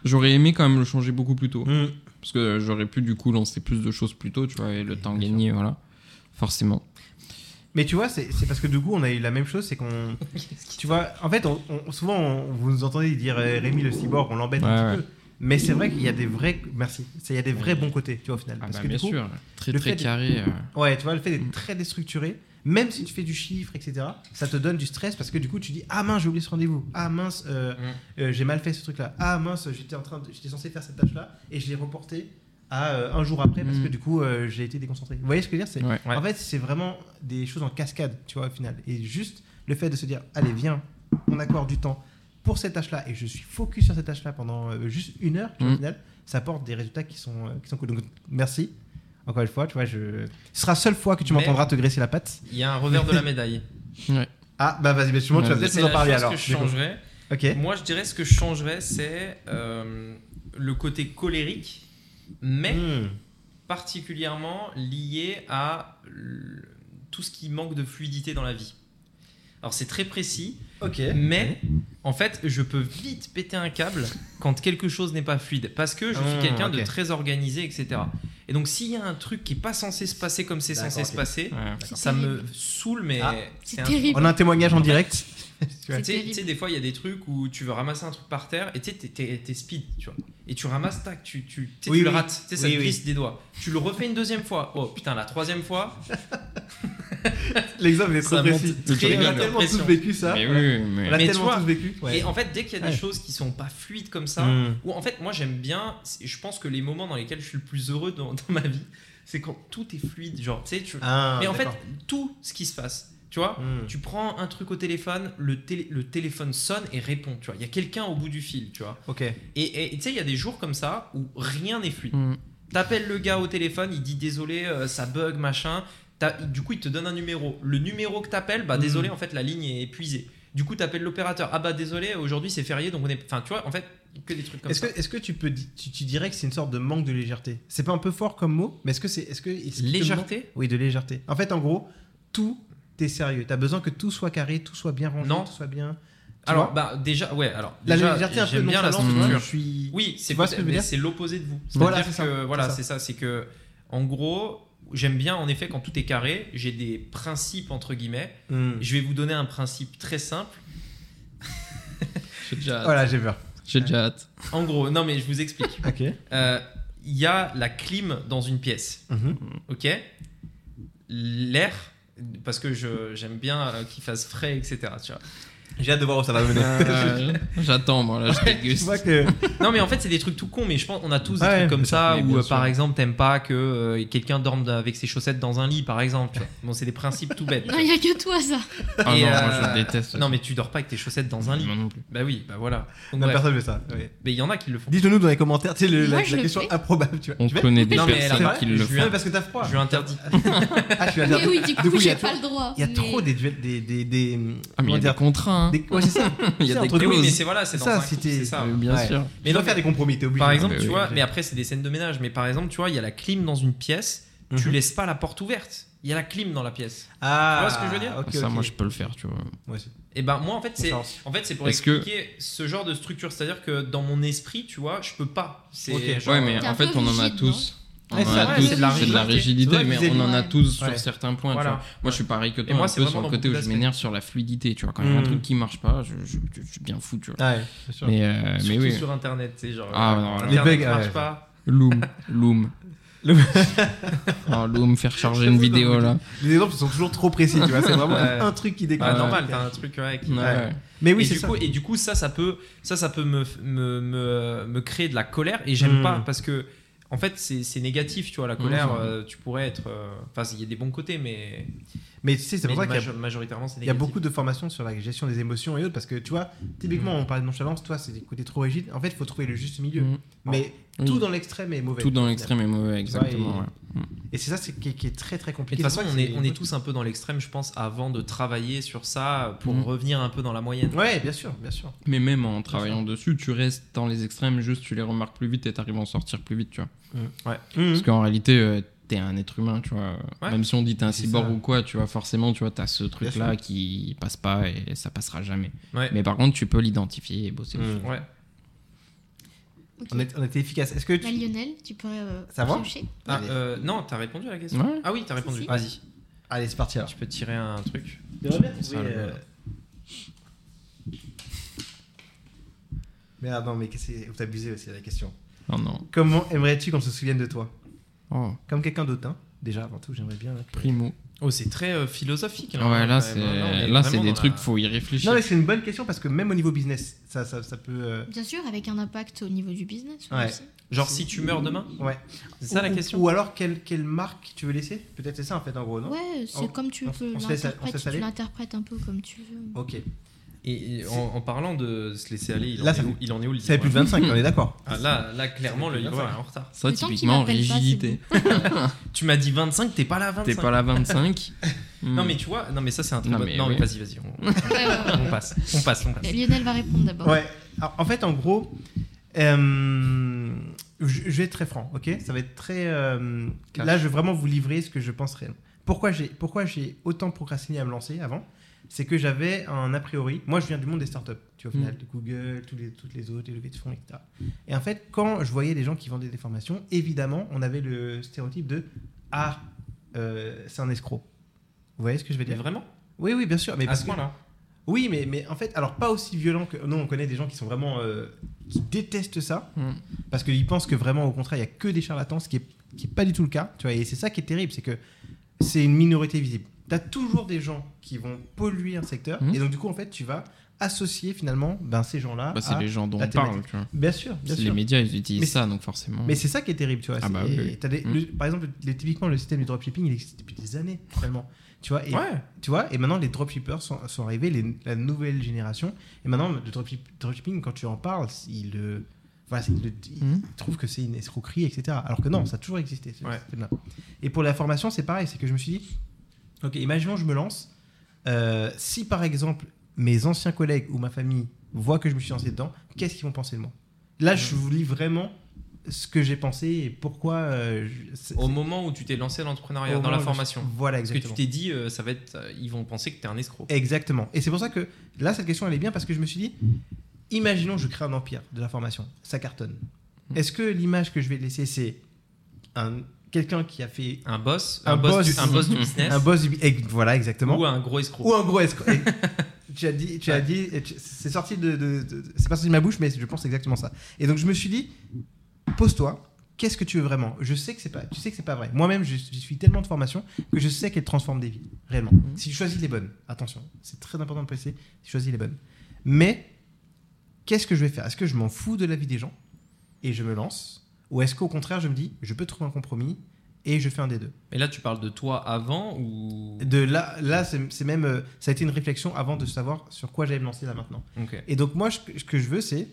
S3: j'aurais aimé quand même le changer beaucoup plus
S2: Mm.
S3: tôt parce que j'aurais pu du coup lancer plus de choses plus tôt tu vois et le temps
S2: bien
S3: gagné voilà forcément.
S2: Mais tu vois, c'est c'est parce que du coup, on a eu la même chose, c'est
S3: [laughs]
S2: qu'on. tu vois, en fait, on, on- souvent, on- vous nous entendez dire euh, Rémi le cyborg, on l'embête un
S3: Ouais,
S2: petit peu. Mais c'est vrai qu'il y a des vrais. Merci. C'est- Il y a des vrais bons côtés, tu vois, au final.
S3: Ah
S2: Parce
S3: bah,
S2: que du
S3: bien
S2: coup,
S3: sûr, très
S2: le
S3: très
S2: fait de-
S3: carré. euh.
S2: Ouais, tu vois, le fait d'être
S3: Mm.
S2: très déstructuré, même si tu fais du chiffre, etc., ça te donne du stress parce que du coup, tu dis Ah mince, j'ai oublié ce rendez-vous. Ah mince, euh,
S3: Mm.
S2: euh, j'ai mal fait ce truc-là. Ah mince, j'étais en train, de- j'étais censé faire cette tâche-là et je l'ai reporté à euh, un jour après parce
S3: Mm.
S2: que du coup, euh, j'ai été déconcentré. Vous voyez ce que je veux dire C'est-
S3: Ouais.
S1: Ouais.
S2: En fait, c'est vraiment des choses en cascade, tu vois, au final. Et juste le fait de se dire Allez, viens, on accorde du temps pour cette tâche-là et je suis focus sur cette tâche-là pendant euh, juste une heure, tu vois,
S3: Mm.
S2: au final, ça apporte des résultats qui sont, euh, qui sont cool. Donc, merci. Encore une fois, tu vois, je. Ce sera la seule fois que tu
S1: Mais-
S2: m'entendras te graisser la patte.
S1: Il y a un revers de la
S2: [laughs]
S1: médaille.
S2: Ah, bah vas-y, mais tu
S3: Ouais,
S2: vas
S1: C'est
S2: peut-être nous
S1: la
S2: en parler
S1: chose
S2: alors.
S1: que je changerais.
S2: Ok.
S1: Moi, je dirais ce que je changerais, c'est euh, le côté colérique, mais
S2: Hmm.
S1: particulièrement lié à l- tout ce qui manque de fluidité dans la vie. Alors, c'est très précis,
S2: Ok.
S1: mais en fait, je peux vite péter un câble quand quelque chose n'est pas fluide, parce que je suis
S2: Ah,
S1: quelqu'un de
S2: ok.
S1: très organisé, etc. Et donc, s'il y a un truc qui n'est pas censé se passer comme c'est
S2: D'accord,
S1: censé se
S2: ok.
S1: passer,
S3: Ouais.
S4: C'est
S1: ça
S4: terrible.
S1: me saoule, mais
S2: Ah.
S1: c'est
S4: C'est
S1: un
S4: terrible.
S2: On a un témoignage en direct. Tu vois.
S4: C'est
S1: tu sais-
S4: terrible.
S1: tu sais, des fois, il y a des trucs où tu veux ramasser un truc par terre et tu sais, t'es- t'es t'es speed, tu vois. Et tu ramasses, tac, tu, tu, tu sais,
S2: Oui,
S1: tu le
S2: oui.
S1: rates, tu sais, ça
S2: Oui,
S1: te
S2: oui.
S1: glisse des doigts. Tu le refais une deuxième fois. Oh putain, la troisième fois,
S2: [laughs] L'exemple est
S1: ça
S2: trop
S1: monte
S2: précis.
S1: très
S2: On
S1: bien
S2: a
S1: la
S2: tellement
S1: pression.
S2: tous vécu ça.
S3: Mais
S2: On
S3: oui, mais...
S2: l'a
S1: Mais tu
S2: tellement
S1: vois,
S2: tous vécu. Ouais.
S1: Et en fait, dès qu'il y a des
S2: Ouais.
S1: choses qui sont pas fluides comme ça,
S2: Hmm.
S1: ou en fait, moi j'aime bien, c'est- je pense que les moments dans lesquels je suis le plus heureux dans, dans ma vie, c'est quand tout est fluide. Genre, tu sais, tu.
S2: Ah,
S1: mais en fait,
S2: d'accord.
S1: tout ce qui se passe, tu vois,
S2: Hmm.
S1: tu prends un truc au téléphone, le, télé- le téléphone sonne et répond, tu vois. Il y a quelqu'un au bout du fil, tu vois.
S2: Ok.
S1: Et- Et et tu sais, il y a des jours comme ça où rien n'est fluide.
S3: Mm.
S1: T'appelles le gars au téléphone, il dit désolé, euh, ça bug, machin. T'as- Du coup, il te donne un numéro. Le numéro que t'appelles, bah
S2: Mm.
S1: désolé, en fait, la ligne est épuisée. Du coup, t'appelles l'opérateur. Ah bah désolé, aujourd'hui c'est férié, donc on est. Enfin, tu vois, en fait, que des trucs comme
S2: Est-ce
S1: ça.
S2: que, est-ce que tu peux di- tu, tu dirais que c'est une sorte de manque de légèreté C'est pas un peu fort comme mot, mais est-ce que c'est est-ce que est-ce qu'il te manque-
S1: Légèreté
S2: Oui, de légèreté. En fait, en gros, tout est sérieux. T'as besoin que tout soit carré, tout soit bien rangé,
S1: Non.
S2: tout soit bien. Tu
S1: Alors,
S2: vois
S1: bah déjà, ouais, alors.
S2: la
S1: déjà,
S2: légèreté un peu
S1: j'aime bien la
S2: nonchalante, tu vois,
S1: structure.
S2: Je suis.
S1: Oui, c'est
S2: Tu vois ce que
S1: peut-être-
S2: je veux
S1: mais
S2: dire
S1: c'est l'opposé de vous.
S2: Voilà,
S1: C'est-à-dire
S2: c'est ça,
S1: que,
S2: c'est
S1: voilà,
S2: ça.
S1: c'est ça, c'est que en gros, j'aime bien en effet quand tout est carré, j'ai des principes entre guillemets.
S2: Hmm.
S1: Je vais vous donner un principe très simple.
S3: J'ai déjà hâte.
S2: Voilà, j'ai peur.
S3: J'ai déjà hâte.
S1: En gros, non mais je vous explique.
S2: Ok. [laughs]
S1: Euh, Il y a la clim dans une pièce,
S2: Mhm.
S1: ok
S3: Ah,
S1: L'air, parce que je- j'aime bien euh, qu'il fasse frais, etc. tu vois.
S2: J'ai hâte de voir où ça va mener.
S3: Euh, J'attends, moi, là, [laughs] je
S2: Tu
S3: déguste.
S1: [laughs]
S2: vois que
S1: Non, mais en fait, c'est des trucs tout cons, mais je pense qu'on a tous des
S2: Ouais,
S1: trucs comme
S3: mais
S1: ça
S3: ça, mais
S1: où,
S3: bien
S1: euh,
S3: sûr.
S1: par exemple, t'aimes pas que euh, quelqu'un dorme avec ses chaussettes dans un lit, par exemple. tu vois. Bon, c'est des principes tout bêtes.
S4: Non, il n'y a que
S2: [laughs]
S4: toi, ça.
S3: Ah non,
S1: Et,
S3: moi,
S1: euh,
S3: je déteste.
S1: Non, mais tu dors pas avec tes chaussettes dans un lit.
S3: Moi non plus.
S1: Bah oui, bah voilà. Donc,
S2: non,
S1: bref.
S2: personne fait ça. ouais.
S1: Mais il y en a qui le font.
S2: Dites-le-nous dans les commentaires. Tu sais, le-
S4: Moi,
S2: la,
S4: je
S2: la
S4: le
S2: question
S4: fais.
S2: improbable. Tu vois.
S3: On
S2: Tu fais
S3: connaît des
S1: Non, mais
S2: C'est
S1: elle a-
S3: personnes
S2: vrai
S3: qui
S1: je
S3: le
S1: lui
S2: Non,
S1: ai-
S3: font.
S2: mais parce que t'as froid.
S1: Je lui interdis.
S2: Ah, tu as
S4: Mais oui, du coup,
S2: il y a
S4: j'ai pas
S2: trop-
S4: le droit.
S2: il y a
S4: mais-
S2: trop des duels, des des des.
S3: Ah, mais
S2: comment
S3: il y a des
S2: dire,
S3: contrats, hein.
S2: des- Ouais, c'est ça.
S3: [laughs] Il y a
S2: c'est
S3: des
S2: un truc-
S1: Mais oui,
S3: clauses.
S1: mais c'est voilà, c'est dans
S2: Ça,
S1: un couple,
S2: c'était-
S1: c'est ça.
S3: Euh, Bien
S2: Ouais.
S3: sûr.
S2: Mais
S1: non,
S2: dois faire des compromis. T'es obligé.
S1: Par exemple,
S3: mais
S1: tu
S3: oui,
S1: vois,
S2: j'ai-
S1: mais après, c'est des scènes de ménage. Mais par exemple, tu vois, il y a la clim dans une pièce, tu
S2: Mhm.
S1: laisses pas la porte ouverte. Il y a la clim dans la pièce.
S2: Ah,
S1: Tu vois ce que je veux dire
S2: ok,
S3: ça,
S2: ok.
S3: moi, je peux le faire, tu vois.
S2: Moi aussi.
S1: Et ben moi, en fait, c'est
S2: Confiance.
S1: en fait, c'est pour
S3: Est-ce que-
S1: expliquer ce genre de structure. C'est-à-dire que dans mon esprit, tu vois, je peux pas. C'est
S2: Ok.
S1: genre, euh,
S3: ouais, mais
S4: T'es
S3: en
S4: un
S3: fait,
S4: peu
S3: on en a
S4: rigide,
S3: tous. On
S2: Ouais,
S3: en
S2: c'est
S3: a
S2: vrai,
S3: tous.
S2: c'est
S3: C'est
S2: de
S3: de
S2: la
S3: la
S1: rigidité.
S3: rigidité,
S2: C'est vrai
S3: mais
S2: que
S3: on en a
S4: vis-à-vis-
S3: tous
S2: Ouais.
S3: sur certains points. tu
S1: Voilà.
S3: vois. Moi, je suis pareil que
S1: Et
S3: toi,
S1: moi,
S3: un
S1: c'est
S3: peu sur
S1: vraiment
S3: le
S1: dans
S3: côté où
S1: beaucoup
S3: je
S1: d'aspects.
S3: m'énerve sur la fluidité, tu vois. Quand il y a un
S2: Mm.
S3: truc qui marche pas, je, je- je- je suis bien fou, tu vois.
S2: Ouais, bien sûr.
S3: Mais, euh, mais
S1: surtout
S3: oui,
S1: sur Internet, c'est genre. euh,
S3: Ah, non,
S1: Internet
S2: les bugs,
S1: ne marche
S2: ouais.
S1: pas.
S3: Loom, [laughs] Loom. [laughs]
S2: Loom.
S3: oh, Loom, faire charger
S2: Je
S3: une
S2: sais pas,
S3: vidéo
S2: mais-
S3: là.
S2: Les exemples sont toujours trop précis. Tu vois, c'est vraiment
S1: Ouais.
S2: un truc qui décolle.
S1: Bah, normal, t'as un truc ouais, qui-
S3: Ah, Ouais, ouais.
S2: Mais oui,
S1: et,
S2: c'est
S1: du
S2: ça.
S1: coup, et du coup, ça, ça peut, ça, ça peut me, me, me, me créer de la colère et j'aime
S2: Hmm.
S1: pas parce que, en fait, c'est c'est négatif, tu vois, la colère,
S3: Mhm.
S1: euh, tu pourrais être. euh, Enfin, il y a des bons côtés, mais,
S2: Mais tu sais, c'est
S1: mais
S2: pour ça qu'il y a
S1: majo- majoritairement, c'est
S2: Il y a
S1: négatif.
S2: beaucoup de formations sur la gestion des émotions et autres parce que tu vois,
S1: Mm.
S2: typiquement, on parlait de nonchalance, toi, c'est des côtés trop rigides. En fait, il faut trouver le juste milieu.
S3: Mm.
S2: Mais
S3: Oui.
S2: tout dans l'extrême est mauvais.
S3: Tout dans l'extrême est mauvais, exactement.
S2: Ouais,
S3: ouais.
S2: Et c'est ça c'est- qui est, qui est très
S1: Et
S2: très
S1: de
S2: compliqué.
S1: toute façon,
S2: C'est pour
S1: on
S2: ça que
S1: est,
S2: c'est-
S1: on est tous un peu dans l'extrême, je pense, avant de travailler sur ça pour
S3: Mhm.
S1: revenir un peu dans la moyenne.
S2: Mm. Ouais, bien sûr, bien sûr.
S3: Mais même en travaillant dessus, tu restes dans les extrêmes, juste tu les remarques plus vite et t'arrives à en sortir plus vite, tu vois.
S2: Ouais.
S1: Mm.
S3: Parce qu'en réalité, euh, t'es un être humain, tu vois.
S1: Ouais.
S3: Même si on dit t'es un
S2: C'est
S3: cyborg
S2: ça.
S3: ou quoi, tu vois, forcément, tu vois, t'as ce truc-là
S2: sûr.
S3: qui passe pas et ça passera jamais.
S1: Ouais.
S3: Mais par contre, tu peux l'identifier et bosser dessus.
S2: Mm.
S1: Ouais.
S4: Ok.
S2: On, est, on était efficace. Est-ce que
S4: Bah,
S2: tu.
S4: Lionel, tu pourrais euh,
S2: Ça va
S4: piocher.
S1: Ah,
S2: Allez.
S1: euh, non, t'as répondu à la question.
S3: Ouais.
S1: Ah oui, t'as répondu.
S4: si.
S1: Vas-y,
S2: Allez, c'est parti alors. euh,
S1: je peux tirer un truc.
S3: Ça, le-
S2: Merde, non, mais qu'est-ce que c'est- vous abusez aussi à la question.
S3: Oh non.
S2: Comment aimerais-tu qu'on se souvienne de toi
S3: Oh,
S2: Comme quelqu'un d'autre, hein Déjà, avant tout, j'aimerais bien. là, que-
S3: primo.
S1: Oh, c'est très euh, philosophique.
S3: Ah ouais, là,
S1: quand même. on
S3: c'est
S1: est
S3: là, c'est
S1: vraiment
S3: des
S1: dans
S3: trucs,
S1: la-
S3: faut y réfléchir.
S2: Non, mais c'est une bonne question parce que même au niveau business, ça, ça, ça peut. euh,
S4: Bien sûr, avec un impact au niveau du business.
S2: Ouais.
S4: aussi.
S1: Genre, si tu meurs demain
S2: Ouais.
S1: C'est ça la
S2: Ou-
S1: question
S2: Ou alors, quelle, quelle marque tu veux laisser Peut-être c'est ça en fait, en gros, non
S4: Ouais, c'est
S2: Ah On-
S4: comme tu
S2: on-
S4: peux
S2: on se laisse- on se
S4: l'interprètes,
S2: laisse
S4: tu
S2: aller
S4: l'interprètes un peu comme tu veux.
S2: Ok.
S1: Et et en, en parlant de se laisser aller, il,
S2: Là,
S1: en, est
S2: ça
S1: où,
S2: fait-
S1: il en est où le
S2: Ça fait
S1: livre,
S2: plus de 25, on est d'accord.
S1: là Ah, là, là, clairement,
S2: Ça
S1: le
S2: fait plus de
S1: livre
S2: 25.
S1: est en retard.
S3: Ça,
S4: Le temps qu'il
S3: typiquement,
S4: m'appelle pas, c'est
S3: rigidité.
S1: Tu m'as dit 25, t'es pas là à 25.
S3: T'es pas
S2: [laughs]
S3: la 25. Hmm.
S1: Non, mais tu vois, non, mais ça, c'est un truc.
S3: Non,
S1: bon-
S3: mais
S1: Non, mais
S3: oui.
S1: vas-y, vas-y, on,
S4: Ouais, ouais,
S2: [laughs]
S4: ouais.
S1: on passe. On passe, on passe.
S4: Lionel va répondre d'abord.
S2: Ouais. Alors, en fait, en gros, euh, je je vais être très franc, ok Ça va être très. euh,
S1: Cash.
S2: là, je vais vraiment vous livrer ce que je pense réellement. Pourquoi j'ai pourquoi j'ai autant procrastiné à me lancer avant C'est que j'avais un a priori. Moi, je viens du monde des startups, tu vois, au final, de Google, tous les, toutes les autres, les levées de fonds, etc. Et en fait, quand je voyais des gens qui vendaient des formations, évidemment, on avait le stéréotype de Ah, euh, c'est un escroc. Vous voyez ce que je veux
S1: Mais
S2: dire
S1: vraiment
S2: Oui, oui, bien sûr. Mais
S1: À
S2: parce
S1: ce
S2: que-
S1: point-là
S2: oui, mais, mais en fait, alors pas aussi violent que. Non, on connaît des gens qui sont vraiment. euh, qui détestent ça,
S3: Mm.
S2: parce qu'ils pensent que vraiment, au contraire, il n'y a que des charlatans, ce qui n'est qui est pas du tout le cas. Tu vois, et c'est ça qui est terrible, c'est que c'est une minorité visible. Tu as toujours des gens qui vont polluer un secteur,
S3: Mm.
S2: et donc du coup, en fait, tu vas associer finalement ben, ces gens-là.
S3: Bah, c'est
S2: à-
S3: les gens dont
S2: la
S3: on parle, tu vois.
S2: Bien sûr, bien
S3: C'est
S2: sûr.
S3: Les médias, ils utilisent
S2: Mais c'est-
S3: ça, donc forcément.
S2: Mais c'est ça qui est terrible, tu vois.
S3: Ah
S2: c'est-
S3: bah oui, oui.
S2: t'as des-
S3: Mm.
S2: le- par exemple, les- typiquement, le système du dropshipping, il existe depuis des années, vraiment. Tu vois, et,
S1: Ouais.
S2: tu vois, et maintenant les dropshippers sont, sont arrivés, les- la nouvelle génération. Et maintenant, le dropship- dropshipping, quand tu en parles, il, le voilà, c'est- il, le- il
S3: Hmm.
S2: trouve que c'est une escroquerie, etc. Alors que non, ça a toujours existé. ce
S1: Ouais.
S2: système-là. Et pour la formation, c'est pareil. C'est que je me suis dit, ok, imaginons, je me lance. Euh, si par exemple, mes anciens collègues ou ma famille voient que je me suis lancé dedans, qu'est-ce qu'ils vont penser de moi Là, je vous lis vraiment ce que j'ai pensé et pourquoi. euh, je- c'est-
S1: Au
S2: c'est-
S1: moment où tu t'es lancé à l'entrepreneuriat,
S2: au
S1: dans
S2: moment où
S1: la
S2: je-
S1: formation.
S2: Voilà,
S1: Parce que
S2: exactement.
S1: tu t'es dit, euh, ça va être. euh, Ils vont penser que t'es un escroc.
S2: Exactement. Et c'est pour ça que là, cette question, elle est bien parce que je me suis dit, imaginons, je crée un empire de la formation, ça cartonne.
S3: Mm.
S2: Est-ce que l'image que je vais laisser, c'est un quelqu'un qui a fait
S1: Un boss,
S2: Un
S1: un, boss,
S2: boss
S1: du,
S2: du-
S1: un
S2: [laughs]
S1: boss du business
S2: un boss, du bi- eh, voilà exactement,
S1: ou un gros escroc.
S2: ou un gros escroc. Et [laughs] tu as dit, tu as
S1: Ouais.
S2: dit, et tu- c'est sorti de, de- de- c'est pas sorti de ma bouche, mais je pense exactement ça. Et donc je me suis dit, pose-toi, qu'est-ce que tu veux vraiment Je sais que c'est pas, tu sais que c'est pas vrai. Moi-même, je, je suis tellement de formations que je sais qu'elles transforment des vies, réellement. Si tu choisis les bonnes, attention, c'est très important de préciser, si tu choisis les bonnes. Mais qu'est-ce que je vais faire Est-ce que je m'en fous de la vie des gens et je me lance Ou est-ce qu'au contraire, je me dis, je peux trouver un compromis et je fais un des deux
S1: Mais là, tu parles de toi avant ou.
S2: De là, là c'est c'est même, euh, ça a été une réflexion avant de savoir sur quoi j'allais me lancer là maintenant.
S1: Ok.
S2: Et donc moi, ce que- ce que je veux, c'est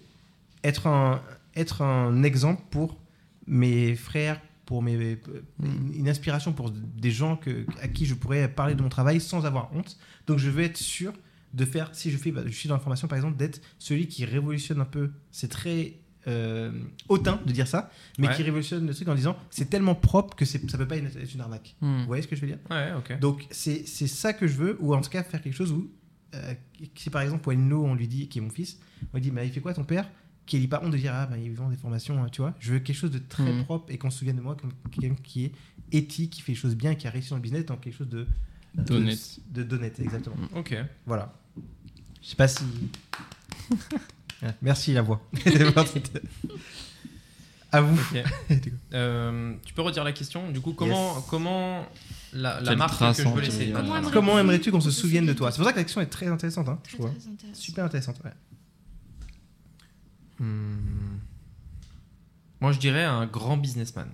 S2: être un, être un exemple pour mes frères, pour mes, euh, une- une inspiration pour des gens que, à qui je pourrais parler de mon travail sans avoir honte. Donc je veux être sûr de faire, si je, fais, bah, je suis dans la formation par exemple, d'être celui qui révolutionne un peu. C'est très euh, hautain de dire ça, mais
S1: Ouais.
S2: qui révolutionne le truc en disant c'est tellement propre que c'est- ça peut pas être être une arnaque.
S3: Hmm.
S2: Vous voyez ce que je veux dire
S1: Ouais, ok.
S2: donc c'est c'est ça que je veux, ou en tout cas faire quelque chose où, euh, si par exemple Walno, on lui dit, qui est mon fils, on lui dit, mais il fait quoi ton père Qu'il n'ait pas honte de dire, ah ben il vend des formations, hein, tu vois. Je veux quelque chose de très
S3: Mhm.
S2: propre et qu'on se souvienne de moi comme quelqu'un qui est éthique, qui fait les choses bien, qui a réussi dans le business, dans quelque chose de... de-
S3: D'honnête.
S2: De d'honnête, exactement.
S1: Ok.
S2: Voilà. Je sais pas si... Ah, Merci la voix. [laughs] C'est parti. à vous.
S1: ok. [laughs] Euh, tu peux redire la question Du coup, comment,
S2: Yes.
S1: comment la, la
S3: Quelle
S1: marque
S3: trace
S1: que je
S3: en
S1: veux laisser
S3: tu veux
S4: dire. Comment
S2: Comment aimerais-tu qu'on se souvienne de toi C'est pour ça que l'action est très intéressante, hein, je
S4: Très,
S2: trouve.
S4: très intéressant.
S2: Super intéressante, ouais.
S1: Hmm. Moi, je dirais un grand businessman.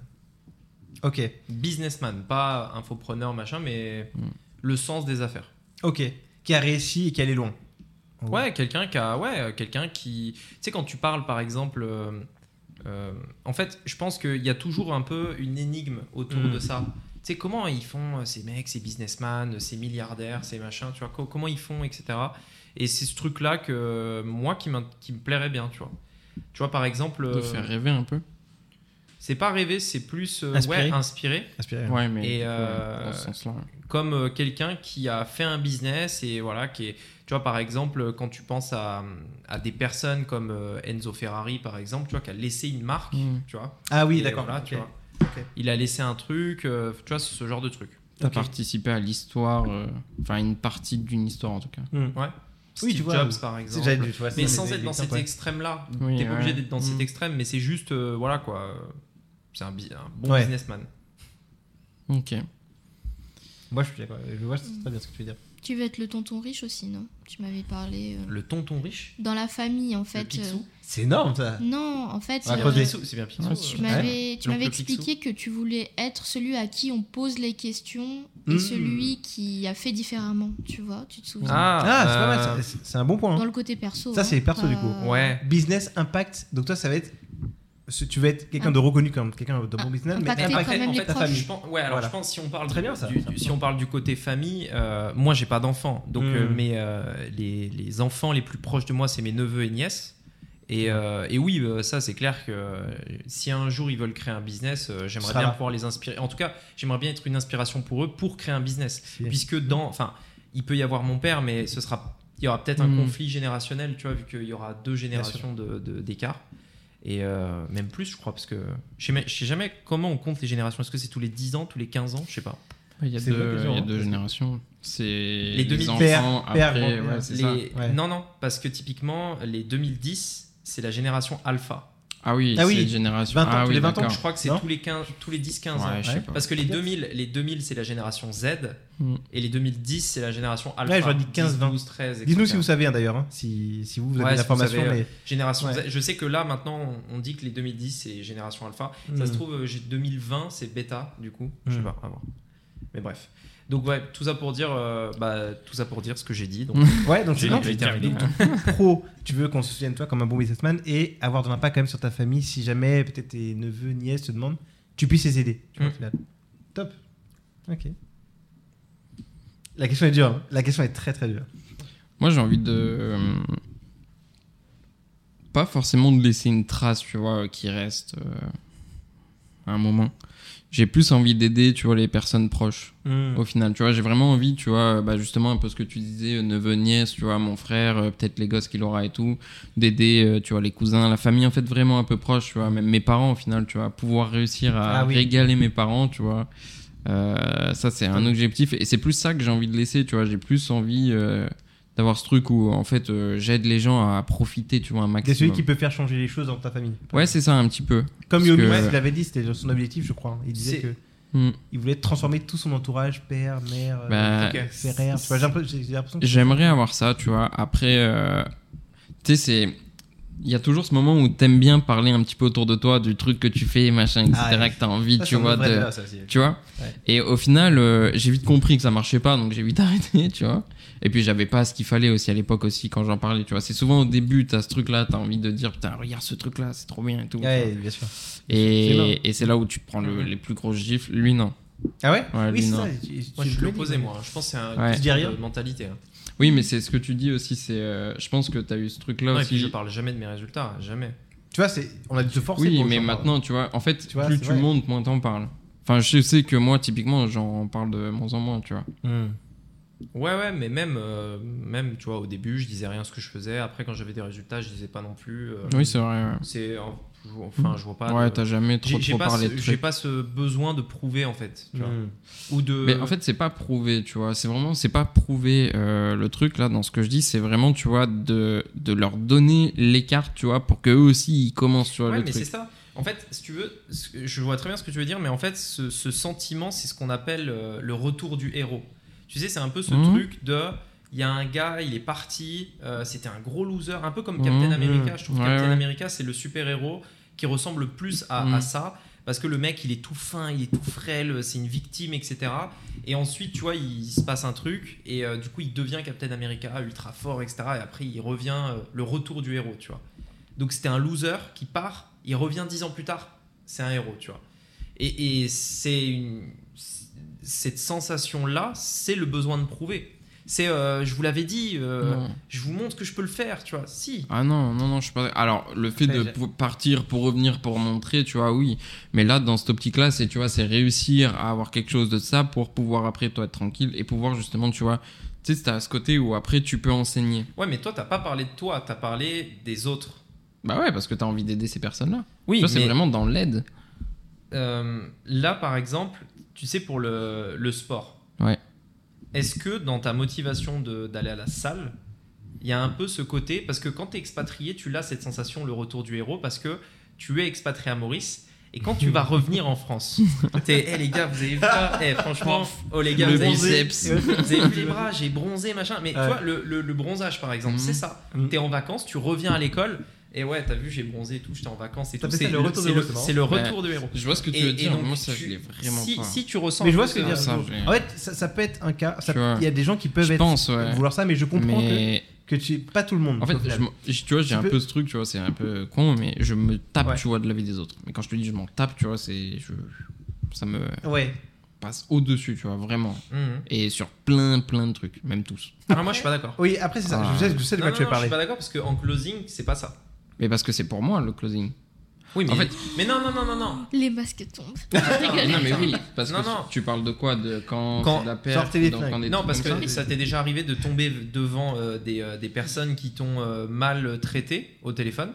S2: Ok.
S1: Businessman, pas infopreneur, machin, mais
S3: Mm.
S1: le sens des affaires.
S2: Ok. Qui a réussi et qui allait loin. Oh, Ouais.
S1: Ouais, quelqu'un qui a, ouais, euh, quelqu'un qui, tu sais, quand tu parles, par exemple, euh, euh, en fait, je pense qu'il y a toujours un peu une énigme autour
S2: Mm.
S1: de ça. Tu sais, comment ils font euh, ces mecs, ces businessmen, euh, ces milliardaires, ces machins, tu vois, co- comment ils font, etc. Et c'est ce truc-là que euh, moi qui, m'in- qui me plairait bien, tu vois. Tu vois, par exemple,
S3: De
S1: euh,
S3: faire rêver un peu.
S1: c'est pas rêver, c'est plus euh,
S2: Inspiré.
S1: ouais, inspiré.
S2: Inspiré.
S3: Ouais, mais
S1: Et,
S3: du coup,
S1: euh,
S3: dans ce sens-là. ouais.
S1: comme euh, quelqu'un qui a fait un business et voilà qui est tu vois par exemple quand tu penses à, à des personnes comme euh, Enzo Ferrari par exemple tu vois qui a laissé une marque
S3: Hmm.
S1: tu vois
S2: Ah oui,
S1: Et
S2: d'accord.
S1: voilà,
S2: ok.
S1: tu vois. il a laissé un truc euh, tu vois ce genre de truc
S3: T'as
S2: Ok.
S3: participé à l'histoire, euh, enfin une partie d'une histoire en tout cas.
S2: Hmm.
S1: ouais
S2: Oui,
S1: Steve
S2: tu vois,
S1: Jobs par
S2: C'est- j'avais
S1: exemple
S2: dû- tu vois,
S1: mais
S2: c'est
S1: sans
S2: des-
S1: être dans
S2: des
S1: cet
S2: exemples,
S1: extrême là
S3: Oui,
S1: t'es pas
S3: ouais.
S1: obligé d'être dans cet
S3: Mm.
S1: extrême mais c'est juste euh, voilà quoi euh, c'est un, bi- un bon
S2: Ouais.
S1: businessman
S3: Ok.
S2: ouais. Moi, je suis d'accord. Je vois c'est très bien ce que tu veux dire.
S4: Tu veux être le tonton riche aussi, non Tu m'avais parlé. euh,
S1: le tonton riche
S4: Dans la famille, en
S1: le
S4: fait.
S1: Picsou
S4: euh,
S2: C'est énorme, ça.
S4: Non, en fait.
S1: c'est
S2: Ah,
S1: bien
S2: posé.
S1: Picsou, c'est bien Picsou,
S3: Ouais,
S1: euh.
S4: Tu m'avais, tu
S1: L'oncle
S4: m'avais
S1: Picsou.
S4: expliqué que tu voulais être celui à qui on pose les questions et
S2: Mm.
S4: celui qui a fait différemment, tu vois, tu te souviens.
S1: ah,
S2: Ah, c'est pas mal.
S1: euh,
S2: ça. C'est- C'est un bon point.
S4: Dans
S2: hein.
S4: le côté perso.
S2: Ça,
S4: hein,
S2: c'est perso, du coup.
S4: pas-
S1: ouais
S2: Business impact. Donc, toi, ça va être. ce- Tu vas être quelqu'un de reconnu comme quelqu'un de bon
S4: Ah,
S2: business, mais
S4: impacté
S1: Mais
S2: impacté.
S4: quand
S1: après,
S4: même
S1: en
S4: les
S1: fait,
S4: proches.
S2: famille.
S1: je pense, ouais, alors
S2: Voilà.
S1: je pense si on parle
S2: Très
S1: du-
S2: bien, ça.
S1: du- du- si on parle du côté famille, euh, moi j'ai pas d'enfants, donc
S2: Hmm.
S1: euh, mes euh, les, les enfants les plus proches de moi c'est mes neveux et nièces. Et, euh, et oui, euh, ça c'est clair que euh, si un jour ils veulent créer un business, euh, j'aimerais
S2: Sera
S1: bien
S2: là.
S1: pouvoir les inspirer. En tout cas, j'aimerais bien être une inspiration pour eux pour créer un business,
S2: Si.
S1: puisque dans, enfin, il peut y avoir mon père, mais ce sera, il y aura peut-être un
S3: Hmm.
S1: conflit générationnel, tu vois, vu qu'il y aura deux générations de- de- d'écart. Et euh, même plus, je crois, parce que je sais, même- je sais jamais comment on compte les générations. Est-ce que c'est tous les 10 ans, tous les 15 ans Je sais pas.
S3: Il y a
S2: C'est une bonne
S3: deux,
S2: question,
S3: il y a
S2: hein,
S3: deux
S2: parce que-
S3: générations. C'est les, enfants
S2: demi-pères, pères,
S3: après.
S2: grand-père,
S3: ouais, c'est
S1: Les-
S3: ça.
S2: ouais.
S1: Non, non, parce que typiquement, les 2010, c'est la génération alpha.
S3: Ah oui,
S2: Ah
S3: c'est
S2: oui,
S3: une génération.
S2: 20 ans,
S3: ah
S2: tous
S3: oui,
S2: les 20 ans,
S3: d'accord.
S1: Je crois que c'est
S2: Non
S1: tous les 15, tous les 10-15 ans.
S3: Ouais, je sais
S2: Ouais.
S3: pas.
S1: Parce que les 2000, les 2000 c'est la génération Z
S3: Hmm.
S1: et les 2010, c'est la génération alpha.
S2: Ouais, j'aurais dit 15,
S1: 10,
S2: 20.
S1: 12, 13.
S2: Dites-nous
S1: etc.
S2: si vous savez, hein, d'ailleurs, hein, si, si vous, vous
S1: Ouais,
S2: avez
S1: si vous
S2: l'information.
S1: savez,
S2: mais...
S1: Génération
S2: Ouais.
S1: Z. Je sais que là, maintenant, on dit que les 2010, c'est génération alpha.
S2: Hmm.
S1: Ça se trouve, euh, j'ai 2020, c'est bêta, du coup. Je sais
S2: Hmm.
S1: pas, à voir. Mais bref. Donc, ouais, tout ça pour dire, euh, bah, tout ça pour dire ce que j'ai dit.
S3: Hmm.
S1: Donc,
S2: Ouais, donc
S1: J'ai-
S2: non,
S1: j'ai
S2: tu-
S1: terminé.
S2: donc, tu- pro, tu veux qu'on se souvienne de toi comme un bon businessman et avoir de l'impact quand même sur ta famille si jamais peut-être tes neveux, nièces te demandent, tu puisses les aider. Tu vois,
S1: Mm.
S2: au final. Top. Ok. La question est dure. hein. La question est très très dure.
S3: Moi, j'ai envie de. euh, Pas forcément de laisser une trace, tu vois, euh, qui reste euh, à un moment. J'ai plus envie d'aider, tu vois, les personnes proches.
S2: Mm.
S3: Au final, tu vois, j'ai vraiment envie, tu vois, bah, justement, un peu ce que tu disais, euh, neveu, nièce, tu vois, mon frère, euh, peut-être les gosses qu'il aura et tout, d'aider, euh, tu vois, les cousins, la famille, en fait, vraiment un peu proche, tu vois, même mes parents, au final, tu vois, pouvoir réussir à
S2: Ah oui.
S3: régaler mes parents, tu vois. Euh, ça, c'est un objectif, et c'est plus ça que j'ai envie de laisser, tu vois, j'ai plus envie euh, d'avoir ce truc où en fait euh, j'aide les gens à profiter, tu vois, un
S2: T'es celui
S3: maximum.
S2: qui peut faire changer les choses dans ta famille.
S3: Ouais, c'est ça un petit peu.
S2: Comme
S3: parce
S2: Yomi,
S3: que-
S2: il l'avait dit, c'était son objectif, je crois. hein. Il disait
S1: C'est-
S2: que
S3: Hmm.
S2: il voulait transformer tout son entourage, père, mère, euh,
S3: Bah,
S1: ok.
S2: frère. Tu vois, j'ai un peu- j'ai j'ai l'impression que
S3: J'aimerais avoir ça, tu vois. Après, euh, tu sais, c'est. Il y a toujours ce moment où t'aimes bien parler un petit peu autour de toi du truc que tu fais, machin, etc.,
S2: Ah ouais.
S3: que t'as envie,
S2: Ça, c'est
S3: tu
S2: un
S3: vois,
S2: vrai
S3: de.
S2: débat, ça aussi.
S3: Tu vois
S2: Ouais.
S3: Et au final, euh, j'ai vite compris que ça marchait pas, donc j'ai vite [laughs] arrêté, tu vois. Et puis j'avais pas ce qu'il fallait aussi à l'époque aussi quand j'en parlais, tu vois. C'est souvent au début, t'as ce truc-là, t'as envie de dire, putain, regarde ce truc-là, c'est trop bien et tout.
S2: Ouais, bien sûr. C'est énorme.
S3: et et c'est là où tu prends le- les plus grosses gifles. Lui, non.
S2: Ah ouais,
S3: Ouais,
S2: Oui,
S3: lui,
S2: c'est
S3: non.
S2: ça. tu- tu-
S1: Moi,
S2: tu
S1: je suis
S2: le dis,
S1: l'opposé,
S2: mais-
S1: moi. hein. Je pense que c'est un
S3: Ouais.
S1: question
S2: Tu dis rien
S1: de mentalité. hein.
S3: Oui, mais c'est ce que tu dis aussi, c'est. euh, je pense que t'as eu ce truc-là
S1: Non, et puis,
S3: aussi.
S1: je parle jamais de mes résultats, jamais.
S2: Tu vois, c'est- on a dû se forcer.
S3: Oui,
S2: pour le
S3: mais
S2: faire.
S3: maintenant, tu vois, en fait,
S2: Tu vois,
S3: plus
S2: c'est
S3: tu
S2: vrai.
S3: montes, moins t'en parles. Enfin, je sais que moi, typiquement, j'en parle de moins en moins, tu vois.
S2: Hmm.
S1: Ouais, ouais, mais même, euh, même, tu vois, au début, je disais rien ce que je faisais. Après, quand j'avais des résultats, je disais pas non plus. euh,
S3: Oui, c'est vrai, ouais.
S1: C'est, en- enfin, je vois pas.
S3: ouais,
S1: de-
S3: t'as jamais trop,
S1: J'ai j'ai
S3: trop
S1: pas,
S3: parlé
S1: ce-
S3: de
S1: j'ai
S3: trucs.
S1: pas ce besoin de prouver en fait, tu vois.
S2: Hmm.
S1: ou de.
S3: Mais en fait, c'est pas prouvé, tu vois. C'est vraiment, c'est pas prouvé euh, le truc, là, dans ce que je dis. C'est vraiment, tu vois, de, de leur donner l'écart, tu vois, pour qu'eux aussi, ils commencent, tu vois,
S1: ouais,
S3: le
S1: mais c'est
S3: truc.
S1: ça. En fait, si tu veux, ce que- je vois très bien ce que tu veux dire, mais en fait, ce, ce sentiment, c'est ce qu'on appelle euh, le retour du héros. Tu sais, c'est un peu ce
S3: Mhm.
S1: truc de. Il y a un gars, il est parti, euh, c'était un gros loser, un peu comme
S3: Mhm.
S1: Captain America. Je trouve que
S3: Ouais,
S1: Captain
S3: ouais.
S1: America, c'est le super-héros qui ressemble le plus à, à
S3: Mhm.
S1: ça, parce que le mec, il est tout fin, il est tout frêle, c'est une victime, etc. Et ensuite, tu vois, il, se passe un truc, et euh, du coup, il devient Captain America, ultra fort, etc. Et après, il revient, euh, le retour du héros, tu vois. Donc, c'était un loser qui part, il revient dix ans plus tard, c'est un héros, tu vois. Et, et c'est une. Cette sensation-là, c'est le besoin de prouver. C'est, euh, je vous l'avais dit, euh,
S3: Non.
S1: je vous montre que je peux le faire, tu vois. Si.
S3: Ah non, non, non, je suis pas. Alors, le fait
S2: Après,
S3: de
S2: j'ai-
S3: pou- partir pour revenir pour montrer, tu vois, oui. Mais là, dans cette optique-là, c'est, tu vois, c'est réussir à avoir quelque chose de ça pour pouvoir après, toi, être tranquille et pouvoir justement, tu vois, tu sais, t'as ce côté où après, tu peux enseigner.
S1: Ouais, mais toi, t'as pas parlé de toi, t'as parlé des autres.
S3: Bah ouais, parce que t'as envie d'aider ces personnes-là.
S1: Oui,
S3: tu vois, c'est vraiment dans l'aide.
S1: Euh, là, par exemple, tu sais, pour le, le sport,
S3: Ouais.
S1: est-ce que dans ta motivation de- d'aller à la salle, il y a un peu ce côté, parce que quand tu es expatrié, tu l'as cette sensation, le retour du héros, parce que tu es expatrié à Maurice. Et quand
S3: [laughs]
S1: tu vas revenir en France, t'es, Eh, les gars, vous avez vu ça Eh, franchement, oh les gars,
S3: Le
S1: vous avez,
S3: bronzé.
S1: vu,
S3: biceps.
S1: vous avez vu les bras, j'ai bronzé, machin. Mais
S2: Ouais.
S1: tu vois, le, le- le bronzage, par exemple,
S3: Mhm.
S1: c'est ça.
S2: Mhm.
S1: T'es en vacances, tu reviens à l'école, et ouais, t'as vu, j'ai bronzé et tout, j'étais en vacances et tout.
S2: T'appelles ça
S1: C'est
S2: le
S1: le,
S2: retour
S1: c'est
S2: du
S1: le-
S2: héros, c'est marrant.
S1: c'est le retour du héros
S3: Je vois ce que tu veux dire. Moi, ça, je l'ai vraiment
S1: si,
S3: pas.
S1: si tu ressens.
S2: Mais je vois ce que tu veux
S3: Ah,
S2: dire.
S3: ça, j'ai-
S2: En fait, ça, ça peut être un cas. ça-
S3: Tu vois.
S2: Il y a des gens qui peuvent
S3: Je
S2: être,
S3: pense, ouais.
S2: vouloir ça, mais je comprends
S3: mais
S2: que, que tu pas tout le monde.
S3: en fait,
S2: au final.
S3: je m'en- je- tu vois, j'ai
S2: Tu
S3: un
S2: peux-
S3: peu ce truc, tu vois, c'est un peu con, mais je me tape,
S2: Ouais.
S3: tu vois, de la vie des autres. Mais quand je te dis je m'en tape, tu vois, c'est. je- Ça me
S2: ouais.
S3: passe au-dessus, tu vois, vraiment.
S1: Mhm.
S3: Et sur plein, plein de trucs, même tous.
S1: Ah, moi, je suis pas d'accord.
S2: Oui, après c'est ça.
S3: Ah.
S2: Je sais, je sais de
S1: Non,
S2: quoi
S1: non,
S2: tu veux
S1: non, je suis
S2: parler.
S1: pas d'accord parce qu'en closing, c'est pas ça.
S3: Mais parce que c'est pour moi
S1: [laughs]
S3: le closing.
S1: Oui, mais.
S3: En fait-
S1: Mais non, non, non, non, non.
S4: Les masques tombent.
S3: non, mais oui, parce
S1: Non,
S3: que
S1: non.
S3: tu parles de quoi De quand,
S1: Quand-
S3: c'est de la perte,
S2: sortez les
S3: dans-
S2: flingues.
S3: quand des
S1: Non,
S3: trucs
S1: parce
S3: comme
S1: que
S3: ça.
S1: ça t'est déjà arrivé de tomber devant euh, des, euh, des personnes qui t'ont euh, mal traité au téléphone.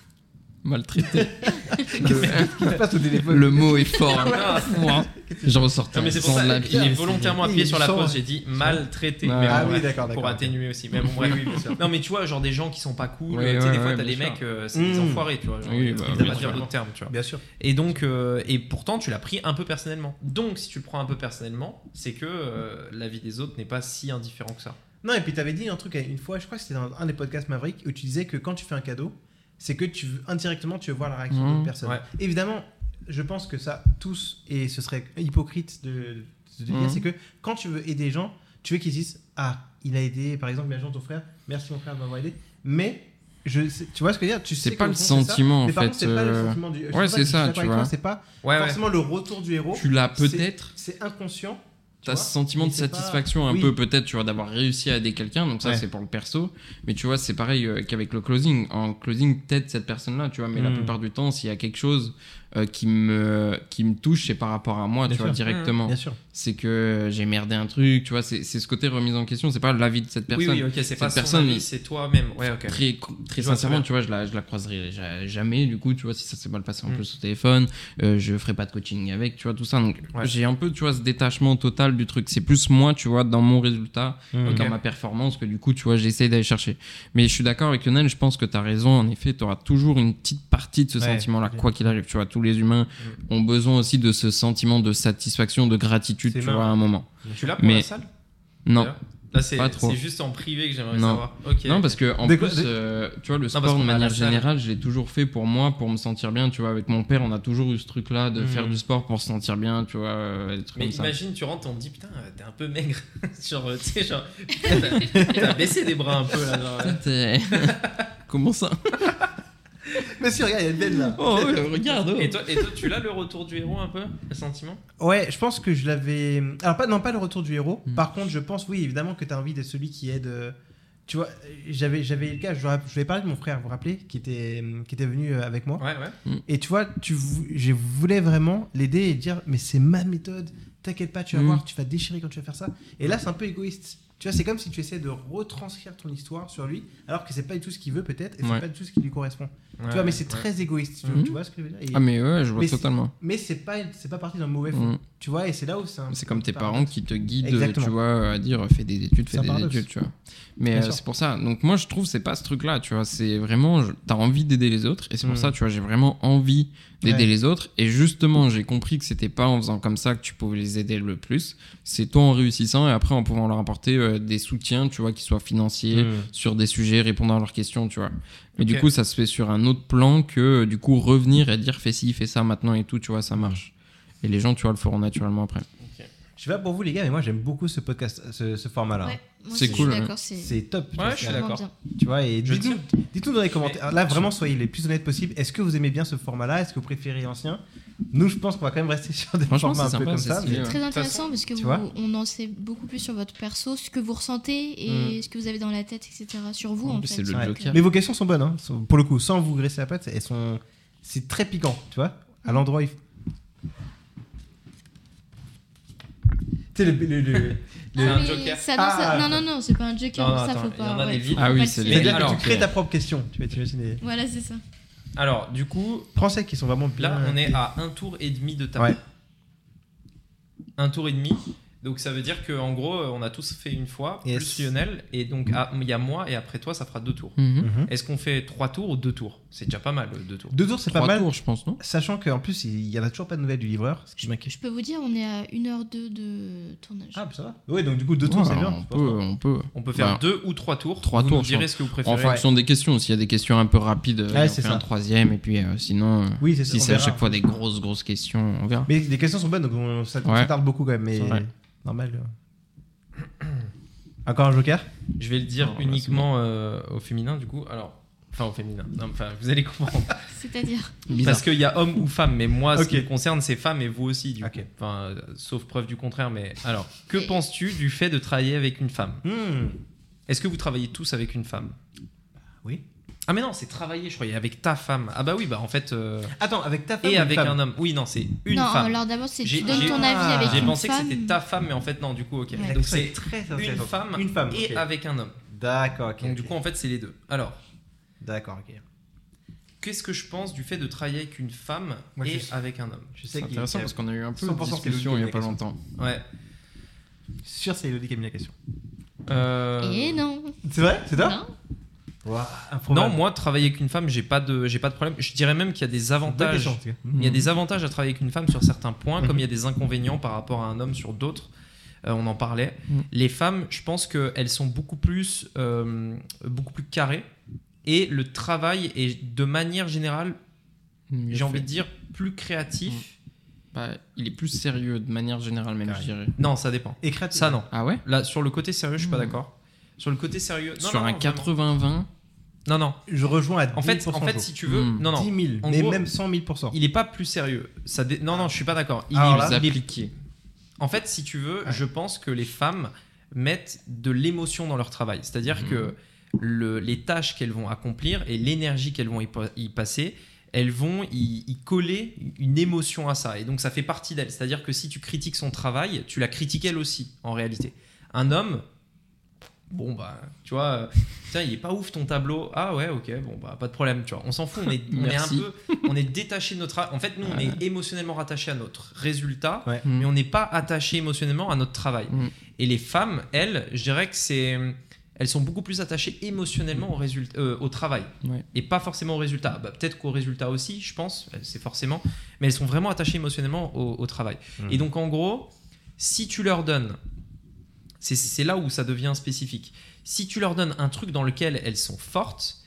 S1: [laughs]
S3: maltraité.
S2: [laughs] Qu'est-ce qui se passe au téléphone
S3: le mot est fort. hein.
S1: Non,
S3: Je ressors
S1: non, mais c'est pour
S3: sans
S1: ça.
S3: la
S1: J'ai
S3: pied,
S1: volontairement
S2: c'est-
S1: appuyé sur la
S2: Sans-
S1: pause. J'ai dit mal traité.
S3: Ah,
S1: mais
S2: Ah
S1: bon,
S2: oui,
S1: bref,
S2: d'accord, d'accord.
S1: Pour atténuer aussi. Mais bon, bref. Non, mais tu vois, genre des gens qui sont pas cool.
S3: Ouais,
S1: tu sais,
S3: ouais,
S1: des fois,
S3: ouais,
S1: t'as les
S3: bien
S1: mecs,
S3: sûr. Mm.
S1: euh, c'est des
S2: Mhm.
S1: enfoirés, tu vois. Genre,
S3: Oui,
S1: euh,
S3: bah,
S1: ils peuvent
S2: bien
S1: pas dire
S2: sûr.
S1: d'autres termes, tu vois.
S2: Bien sûr.
S1: Et donc, euh, et pourtant, tu l'as pris un peu personnellement. Donc, si tu le prends un peu personnellement, c'est que euh, la vie des autres n'est pas si indifférent que ça.
S2: Non, et puis t'avais dit un truc eh, une fois, je crois que c'était dans un des podcasts Maverick, où tu disais que quand tu fais un cadeau, c'est que tu veux, indirectement tu veux voir la réaction
S3: Mhm.
S2: d'une personne.
S1: Ouais.
S2: Évidemment, je pense que ça, tous, et ce serait hypocrite de, de dire,
S3: Mhm.
S2: c'est que quand tu veux aider les gens, tu veux qu'ils disent Ah, il a aidé, par exemple, bien sûr, ton frère, merci mon frère de m'avoir aidé. Mais, je, sais- tu vois ce que je veux dire Tu sais
S3: C'est pas
S2: qu'au
S3: le
S2: fond, c'est ça,
S3: sentiment, en
S2: mais par contre,
S3: fait.
S2: c'est pas le
S3: euh,
S2: sentiment du. je
S3: ouais,
S2: sais pas
S3: c'est
S2: si je suis
S3: ça,
S2: d'accord
S3: tu
S2: avec toi,
S3: vois.
S2: C'est pas
S1: Ouais, ouais.
S2: forcément le retour du héros,
S3: Tu l'as
S2: C'est-
S3: peut-être.
S2: c'est inconscient. tu
S3: T'as
S2: vois.
S3: ce sentiment
S2: Mais
S3: de
S2: c'est pas-
S3: satisfaction un
S2: oui.
S3: peu peut-être, tu vois, d'avoir réussi à aider quelqu'un. Donc ça,
S2: Ouais.
S3: c'est pour le perso. Mais tu vois, c'est pareil euh, qu'avec le closing. En closing, t'aides cette personne-là, tu vois. Mais la
S2: Mm.
S3: plupart du temps, s'il y a quelque chose euh, qui, me, qui me touche, c'est par rapport à moi,
S2: Bien
S3: tu vois,
S2: sûr. Hmm.
S3: directement.
S2: Bien sûr.
S3: C'est que j'ai merdé un truc, tu vois, c'est c'est ce côté remise en question, c'est pas l'avis de cette
S1: Oui, oui,
S3: personne.
S1: ok, c'est pas
S3: personne,
S1: personne,
S3: mais-
S1: c'est toi-même. Ouais, ok.
S3: Très, très
S1: Je vois très bien.
S3: sincèrement, tu vois, je la, je la croiserai ja- jamais, du coup, tu vois, si ça s'est mal passé en
S1: Mm.
S3: plus au téléphone, euh, je ferai pas de coaching avec, tu vois, tout ça. Donc,
S1: Ouais.
S3: j'ai un peu, tu vois, ce détachement total du truc. C'est plus moi, tu vois, dans mon résultat,
S2: Mm.
S3: dans ma performance que du coup, tu vois, j'essaie d'aller chercher. Mais je suis d'accord avec Lionel, je pense que tu as raison. En effet, tu auras toujours une petite partie de ce
S2: Ouais,
S3: sentiment-là,
S2: ok. Mm.
S3: quoi qu'il arrive. Tu vois, tous les humains ont besoin aussi de ce sentiment de satisfaction, de gratitude,
S2: C'est
S3: tu
S2: humain.
S3: vois, à un moment.
S1: Tu l'as pour
S3: Mais-
S1: la salle
S3: Non.
S1: D'ailleurs, Là, c'est
S3: Pas trop.
S1: c'est juste en privé que j'aimerais
S3: Non.
S1: savoir. Ok.
S3: Non, parce que en
S2: Des quoi-
S3: plus,
S2: des-
S3: euh, tu vois, le
S1: parce
S3: sport
S1: qu'on va
S3: de
S1: à la
S3: manière
S1: salle.
S3: générale, je l'ai toujours fait pour moi, pour me sentir bien. Tu vois, avec mon père, on a toujours eu ce truc-là de
S2: Mhm.
S3: faire du sport pour se sentir bien, tu vois, euh, des trucs
S1: Hmm. Mais
S3: comme ça.
S1: imagine, tu rentres, on te dit putain, euh, t'es un peu maigre. [laughs] genre, euh, tu sais, genre, putain, t'as t'as baissé des bras un peu là. genre, euh.
S3: [laughs] T'es- [laughs] Comment
S1: [laughs]
S3: ça
S2: Mais si, regarde, il y a Ben là.
S3: Oh, ouais, regarde. oh.
S1: Et toi, et toi, tu l'as le retour du héros un peu Le sentiment
S2: Ouais, je pense que je l'avais. Alors, pas, non, pas le retour du héros.
S3: Mm.
S2: Par contre, je pense, oui, évidemment, que tu as envie d'être celui qui aide. euh, Tu vois, j'avais j'avais le cas, je vous rapp- je vais parler de mon frère, vous vous rappelez, qui était, qui était venu euh, avec moi.
S1: Ouais, ouais.
S2: Et tu vois, tu, vou- je voulais vraiment l'aider et dire Mais c'est ma méthode, t'inquiète pas, tu vas
S3: Mm.
S2: voir, tu vas déchirer quand tu vas faire ça. Et là, c'est un peu égoïste. Tu vois, c'est comme si tu essaies de retranscrire ton histoire sur lui, alors que c'est pas du tout ce qu'il veut, peut-être, et c'est
S3: Ouais.
S2: pas du tout ce qui lui correspond.
S1: Ouais,
S2: tu vois, mais c'est
S1: ouais.
S2: très égoïste. Tu,
S3: Mhm.
S2: tu vois ce que je veux dire Et-
S3: Ah, mais ouais, je vois
S2: Mais c'est-
S3: totalement.
S2: Mais c'est pas, c'est pas parti d'un mauvais fond.
S3: Mhm.
S2: Tu vois, et c'est là où c'est un
S3: C'est
S2: peu
S3: comme tes
S2: paradoxe.
S3: parents qui te guident,
S2: Exactement.
S3: tu vois, à dire fais des études,
S2: C'est
S3: fais
S2: un
S3: des
S2: paradoxe.
S3: études, tu vois. Mais
S2: Bien
S3: euh,
S2: sûr.
S3: c'est pour ça. Donc moi je trouve c'est pas ce truc-là, tu vois. C'est vraiment je- t'as envie d'aider les autres et c'est pour
S2: Mm.
S3: ça, tu vois, j'ai vraiment envie d'aider
S2: Ouais.
S3: les autres et justement j'ai compris que c'était pas en faisant comme ça que tu pouvais les aider le plus. C'est toi en réussissant et après en pouvant leur apporter euh, des soutiens, tu vois, qui soient financiers,
S2: Mm.
S1: Hmm.
S3: sur des sujets, répondre à leurs questions, tu vois. Mais
S1: Ok.
S3: du coup, ça se fait sur un autre plan que euh, du coup revenir et dire fais ci, fais ça maintenant et tout, tu vois, ça marche. Et les gens, tu vois, le feront naturellement après.
S2: Je sais pas pour vous les gars, mais moi j'aime beaucoup ce podcast, ce, ce format-là.
S4: Ouais, moi
S3: C'est
S4: aussi, je suis
S3: cool,
S4: d'accord, c'est
S2: C'est top. tu
S1: Ouais,
S2: vois,
S1: je suis
S2: c'est-
S4: vraiment
S1: d'accord.
S4: bien.
S2: Tu vois, et
S1: Je
S2: dites-nous dites-nous dans les commentaires. Là, vraiment, soyez les plus honnêtes possible. Est-ce que vous aimez bien ce format-là Est-ce que vous préférez l'ancien Nous, je pense qu'on va quand même rester [laughs] sur des
S3: Franchement,
S2: formats un
S3: c'est
S2: peu
S3: sympa,
S2: comme
S3: c'est
S2: ça. mais-
S3: stylé, ouais.
S4: Très
S1: façon,
S4: intéressant parce que
S2: tu
S4: vous,
S2: vois
S4: on en sait beaucoup plus sur votre perso, ce que vous ressentez et ce que vous avez dans la tête, etc. Sur vous,
S3: En
S4: en
S3: plus,
S4: fait.
S3: c'est le
S4: Donc,
S2: Ouais.
S3: Joker.
S2: Mais vos questions sont bonnes, hein. Sont- pour le coup, sans vous graisser la patte, elles sont. C'est très piquant, tu vois. À l'endroit, il faut. Tu sais, le- le-
S3: [laughs]
S2: le-
S4: euh,
S1: C'est un
S4: mais
S1: joker.
S4: ça, non, ça-
S2: Ah.
S4: non, non, non, c'est pas un joker,
S1: Non, non,
S4: ça
S1: attends,
S4: faut
S1: il y
S4: pas.
S1: en a des
S4: ouais,
S1: vides.
S4: faut
S3: Ah
S4: pas
S3: oui,
S4: le
S3: c'est
S4: dire.
S3: les-
S2: C'est-à-dire que
S3: alors,
S2: tu crées
S3: ok.
S2: ta propre question, tu vas t'imaginer.
S4: Voilà, c'est ça.
S1: Alors, du coup,
S2: Prends celles qui sont vraiment bien.
S1: là, on est à un tour et demi de table.
S2: Ouais.
S1: Un tour et demi. Donc, ça veut dire que en gros, euh, on a tous fait une fois,
S2: Yes.
S1: plus Lionel. Et donc, à- il y a moi et après toi, ça fera deux tours.
S3: Mhm.
S2: Mhm.
S1: Est-ce qu'on fait trois tours ou deux tours C'est déjà pas mal, euh, deux tours.
S2: Deux tours, c'est pas
S3: Trois
S2: mal.
S3: tours, je pense, non
S2: Sachant qu'en plus, il y en a toujours pas de nouvelles du livreur, ce qui m'inquiète.
S4: Je peux vous dire, on est à 1h02 de tournage.
S2: Ah, bah, ça va. Oui, donc du coup, deux tours,
S3: Ouais,
S2: c'est bien.
S3: On peut, euh, on peut.
S1: On peut faire
S3: Ouais.
S1: deux ou trois tours.
S3: Trois
S1: vous
S3: tours,
S1: Nous
S3: je
S1: direz
S3: pense.
S1: ce que vous
S3: En
S1: préférez.
S3: fonction des questions, s'il y a des questions un peu rapides, euh,
S2: Ouais,
S3: on
S2: c'est
S3: fait
S2: ça.
S3: un troisième. Et puis euh, sinon, euh,
S2: Oui, c'est ça.
S3: si
S2: on
S3: c'est à
S2: verra.
S3: chaque fois des grosses, grosses questions, on verra.
S2: Mais les questions sont bonnes, donc on, ça, on
S3: Ouais.
S2: s'attarde beaucoup quand même. Mais
S3: Ouais.
S2: normal. [clears throat] euh. Encore un joker
S1: Je vais le dire
S3: Non, bah, c'est
S1: uniquement euh, au féminin, du coup. Alors, enfin, au féminin. Non, enfin, vous allez comprendre.
S2: [laughs]
S4: C'est-à-dire.
S1: Parce qu'il y a homme ou femme, mais moi, ce qui
S2: Ok.
S1: me concerne, c'est femme et vous aussi, du
S2: Ok.
S1: coup. Enfin, euh, sauf preuve du contraire, mais alors, que
S4: Et-
S1: penses-tu du fait de travailler avec une femme
S2: Hmm.
S1: Est-ce que vous travaillez tous avec une femme
S2: Oui.
S1: Ah, mais non, c'est travailler, je croyais, avec ta femme. Ah, bah oui, bah en fait. euh,
S2: Attends, avec ta femme.
S1: et
S2: ou
S1: avec
S2: Ah, femme
S1: un homme. Oui, non, c'est une
S4: non,
S1: femme.
S4: alors d'abord, c'est
S1: J'ai-
S4: tu donnes
S1: j'ai-
S4: ton avis avec
S1: J'ai
S4: une
S1: pensé
S4: femme.
S1: que c'était ta femme, mais en fait, non, du coup, ok.
S4: Ouais.
S1: Donc, c'est
S2: très
S1: une femme,
S2: Une femme.
S1: et
S2: ok.
S1: avec un homme.
S2: D'accord, ok.
S1: Donc, du
S2: ok.
S1: coup, en fait, c'est les deux. Alors.
S2: D'accord, ok.
S1: Qu'est-ce que je pense du fait de travailler avec une femme
S2: Moi, je
S1: et
S2: suis-
S1: avec un homme
S2: Je sais
S3: C'est
S2: qu'il
S3: intéressant parce qu'on a eu un peu de
S2: 100% c'est
S3: discussion il n'y a
S2: Elodie,
S3: pas
S2: la
S3: longtemps.
S1: Ouais.
S2: Je suis sûr, c'est Elodie qui a mis la question.
S1: Euh,
S4: Et non.
S2: C'est vrai C'est toi
S4: Non.
S2: Waouh,
S1: Non,
S2: improbable.
S1: moi, travailler avec une femme, j'ai pas de, j'ai pas de problème. Je dirais même qu'il y a des
S2: Bonne
S1: avantages.
S2: question, en tout cas.
S3: Mmh.
S1: Il y a des avantages à travailler avec une femme sur certains points,
S2: Mhm.
S1: comme il y a des inconvénients par rapport à un homme sur d'autres. Euh, on en parlait.
S3: Mhm.
S1: Les femmes, je pense qu'elles sont beaucoup plus, euh, beaucoup plus carrées. Et le travail est, de manière générale,
S2: Mmh.
S3: Mieux
S1: j'ai
S3: fait.
S1: envie de dire, plus créatif.
S3: Bah, il est plus sérieux de manière générale, même,
S2: Carré.
S3: je dirais.
S1: Non, ça dépend.
S2: Et créatif.
S1: Ça, non.
S3: Ah ouais
S1: Là, sur le côté sérieux, je suis pas
S3: Mhm.
S1: d'accord. Sur le côté sérieux. Non,
S3: Sur
S1: non,
S3: un
S1: non, vraiment.
S3: 80-20,
S1: Non, non.
S2: Je rejoins à 10
S1: En fait, en fait
S2: Joe.
S1: si tu veux,
S3: Hmm.
S1: non, non,
S2: 10 000,
S1: En
S2: mais
S1: gros-
S2: même 100 000
S1: il est pas plus sérieux. Ça dé- Non, non, je suis pas d'accord. Il
S2: Alors
S1: est-
S2: là-
S3: les
S1: il est-
S3: appliquer.
S1: En fait, si tu veux,
S3: Ouais.
S1: je pense que les femmes mettent de l'émotion dans leur travail. C'est-à-dire
S3: Hmm.
S1: que le- les tâches qu'elles vont accomplir et l'énergie qu'elles vont y, pa- y passer, elles vont y, y coller une émotion à ça. Et donc ça fait partie d'elle. C'est-à-dire que si tu critiques son travail, tu la critiques elle aussi, en réalité. Un homme, bon bah, tu vois, euh, tiens, il est pas ouf ton tableau. Ah ouais, ok, bon bah, pas de problème, tu vois. On s'en fout, on est, on est un
S3: Merci.
S1: peu, on est détaché de notre. En fait, nous, on est émotionnellement rattaché à notre résultat
S3: Mm.
S1: mais on n'est pas attaché émotionnellement à notre travail.
S3: Mm.
S1: Et les femmes, elles, je dirais que c'est. Elles sont beaucoup plus attachées émotionnellement au, résultat, euh, au travail
S3: Ouais.
S1: et pas forcément au résultat. Bah, Peut-être qu'au résultat aussi, je pense, euh, c'est forcément, mais elles sont vraiment attachées émotionnellement au, au travail.
S2: Mm.
S1: Et donc en gros, si tu leur donnes, c'est- c'est là où ça devient spécifique, si tu leur donnes un truc dans lequel elles sont fortes,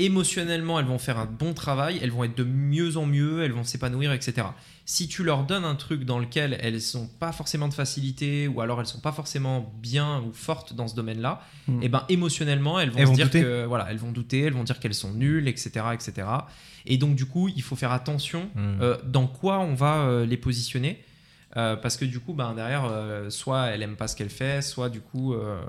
S1: émotionnellement elles vont faire un bon travail, elles vont être de mieux en mieux, elles vont s'épanouir, etc si tu leur donnes un truc dans lequel elles sont pas forcément de facilité ou alors elles sont pas forcément bien ou fortes dans ce domaine-là,
S3: Mm.
S1: et ben émotionnellement elles vont
S2: Hmm. Elles
S1: se
S2: vont
S1: dire
S2: douter.
S1: que voilà elles vont douter, elles vont dire qu'elles sont nulles, etc., etc. Et donc du coup il faut faire attention
S3: Hmm.
S1: euh, dans quoi on va euh, les positionner euh, parce que du coup ben derrière euh, soit elle aime pas ce qu'elle fait, soit du coup euh,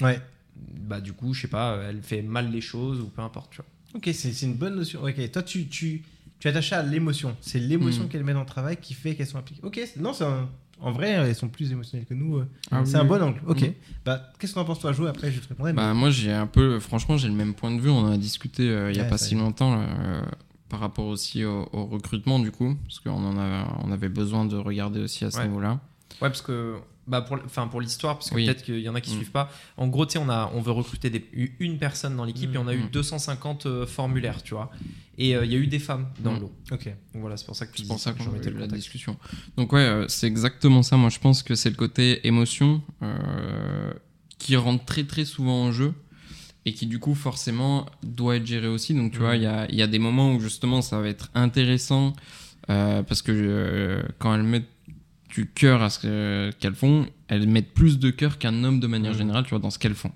S2: Ouais.
S1: bah du coup je sais pas elle fait mal les choses ou peu importe tu vois.
S2: Ok, c'est c'est une bonne notion. Ok, toi, tu, tu, tu attaches ça à l'émotion. C'est l'émotion
S3: Mm.
S2: qu'elles mettent dans le travail qui fait qu'elles sont impliquées. Ok, c'est- non, c'est un- en vrai, elles sont plus émotionnelles que nous. euh.
S3: Ah
S2: c'est
S3: oui,
S2: un
S3: oui.
S2: bon angle. Ok.
S3: Mm.
S2: Bah, qu'est-ce qu'on en pense, toi, jouer Après, je te répondrai. mais-
S3: Bah, moi, j'ai un peu, franchement, j'ai le même point de vue. On en a discuté euh, il y a
S2: Ouais,
S3: pas
S2: ça
S3: si longtemps là, euh, par rapport aussi au, au recrutement, du coup, parce qu'on en a, on avait besoin de regarder aussi à ce
S1: Ouais.
S3: niveau-là.
S1: Ouais, parce que bah pour, enfin pour l'histoire, parce que
S3: Oui.
S1: peut-être qu'il y en a qui
S3: Mm.
S1: suivent pas. En gros, tu sais, on a, on veut recruter des- u- une personne dans l'équipe
S2: Mm.
S1: et on a eu
S3: Mm.
S1: 250 euh, formulaires, tu vois. Et euh, il y a eu des femmes dans
S3: Mm.
S1: l'eau.
S2: Ok.
S1: Donc voilà, c'est pour ça que tu
S3: C'est
S1: dis-
S3: pour ça
S1: je
S3: qu'on a
S1: remettais
S3: eu
S1: le
S3: la
S1: contexte.
S3: discussion. Donc ouais, euh, c'est exactement ça. Moi, je pense que c'est le côté émotion euh, qui rentre très très souvent en jeu et qui du coup forcément doit être géré aussi. Donc tu
S1: Mhm.
S3: vois, il y a, il y a des moments où justement ça va être intéressant euh, parce que euh, quand elles mettent du cœur à ce que- qu'elles font, elles mettent plus de cœur qu'un homme de manière
S1: Mhm.
S3: générale, tu vois, dans ce qu'elles font.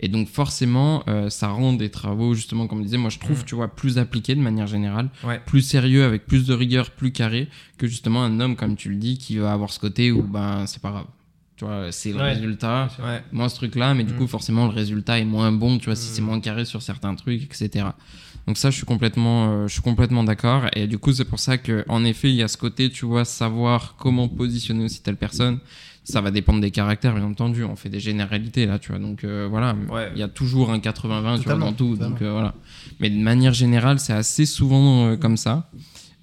S3: Et donc forcément, euh, ça rend des travaux, justement, comme je disais, moi je trouve,
S1: Mhm.
S3: tu vois, plus appliqués de manière générale,
S1: Ouais.
S3: plus sérieux, avec plus de rigueur, plus carré, que justement un homme, comme tu le dis, qui va avoir ce côté où, ben, c'est pas grave. Tu vois, c'est le
S2: Ouais.
S3: résultat,
S1: Ouais.
S3: moins ce truc-là, mais du
S1: Mhm.
S3: coup, forcément, le résultat est moins bon, tu vois, si
S1: Mhm.
S3: c'est moins carré sur certains trucs, etc. Donc ça, je suis complètement, euh, je suis complètement d'accord. Et du coup, c'est pour ça que, en effet, il y a ce côté, tu vois, savoir comment positionner aussi telle personne. Ça va dépendre des caractères, bien entendu. On fait des généralités là, tu vois. Donc euh, voilà,
S1: Ouais.
S3: il y a toujours un 80-20 tu vois,
S2: Totalement,
S3: dans tout.
S2: totalement.
S3: Donc euh, voilà. Mais de manière générale, c'est assez souvent euh, comme ça.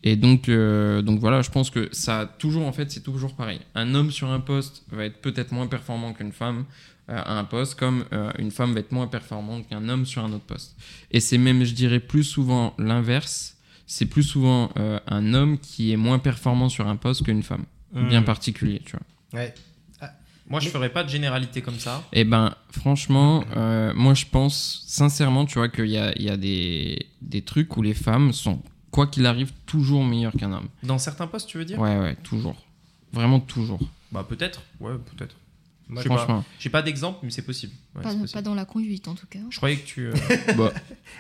S3: Et donc, euh, donc voilà, je pense que ça a toujours, en fait, c'est toujours pareil. Un homme sur un poste va être peut-être moins performant qu'une femme euh, à un poste, comme euh, une femme va être moins performante qu'un homme sur un autre poste. Et c'est même, je dirais, plus souvent l'inverse. C'est plus souvent euh, un homme qui est moins performant sur un poste qu'une femme, bien
S2: Mm.
S3: particulier, tu vois.
S2: Ouais. [laughs]
S1: Moi, je ferais pas de généralité comme ça.
S3: Eh ben, franchement, euh, moi je pense sincèrement, tu vois, qu'il y a, il y a des, des trucs où les femmes sont, quoi qu'il arrive, toujours meilleures qu'un homme.
S1: Dans certains postes, tu veux dire
S3: Ouais, ouais, toujours. Vraiment toujours.
S1: Bah peut-être. Ouais, peut-être.
S2: Moi,
S1: Je sais
S3: franchement.
S1: pas. J'ai pas d'exemple, mais c'est possible. Ouais,
S4: Pas,
S1: c'est
S4: pas
S1: possible.
S4: dans la conduite en tout cas.
S1: Je croyais que [laughs] tu. euh,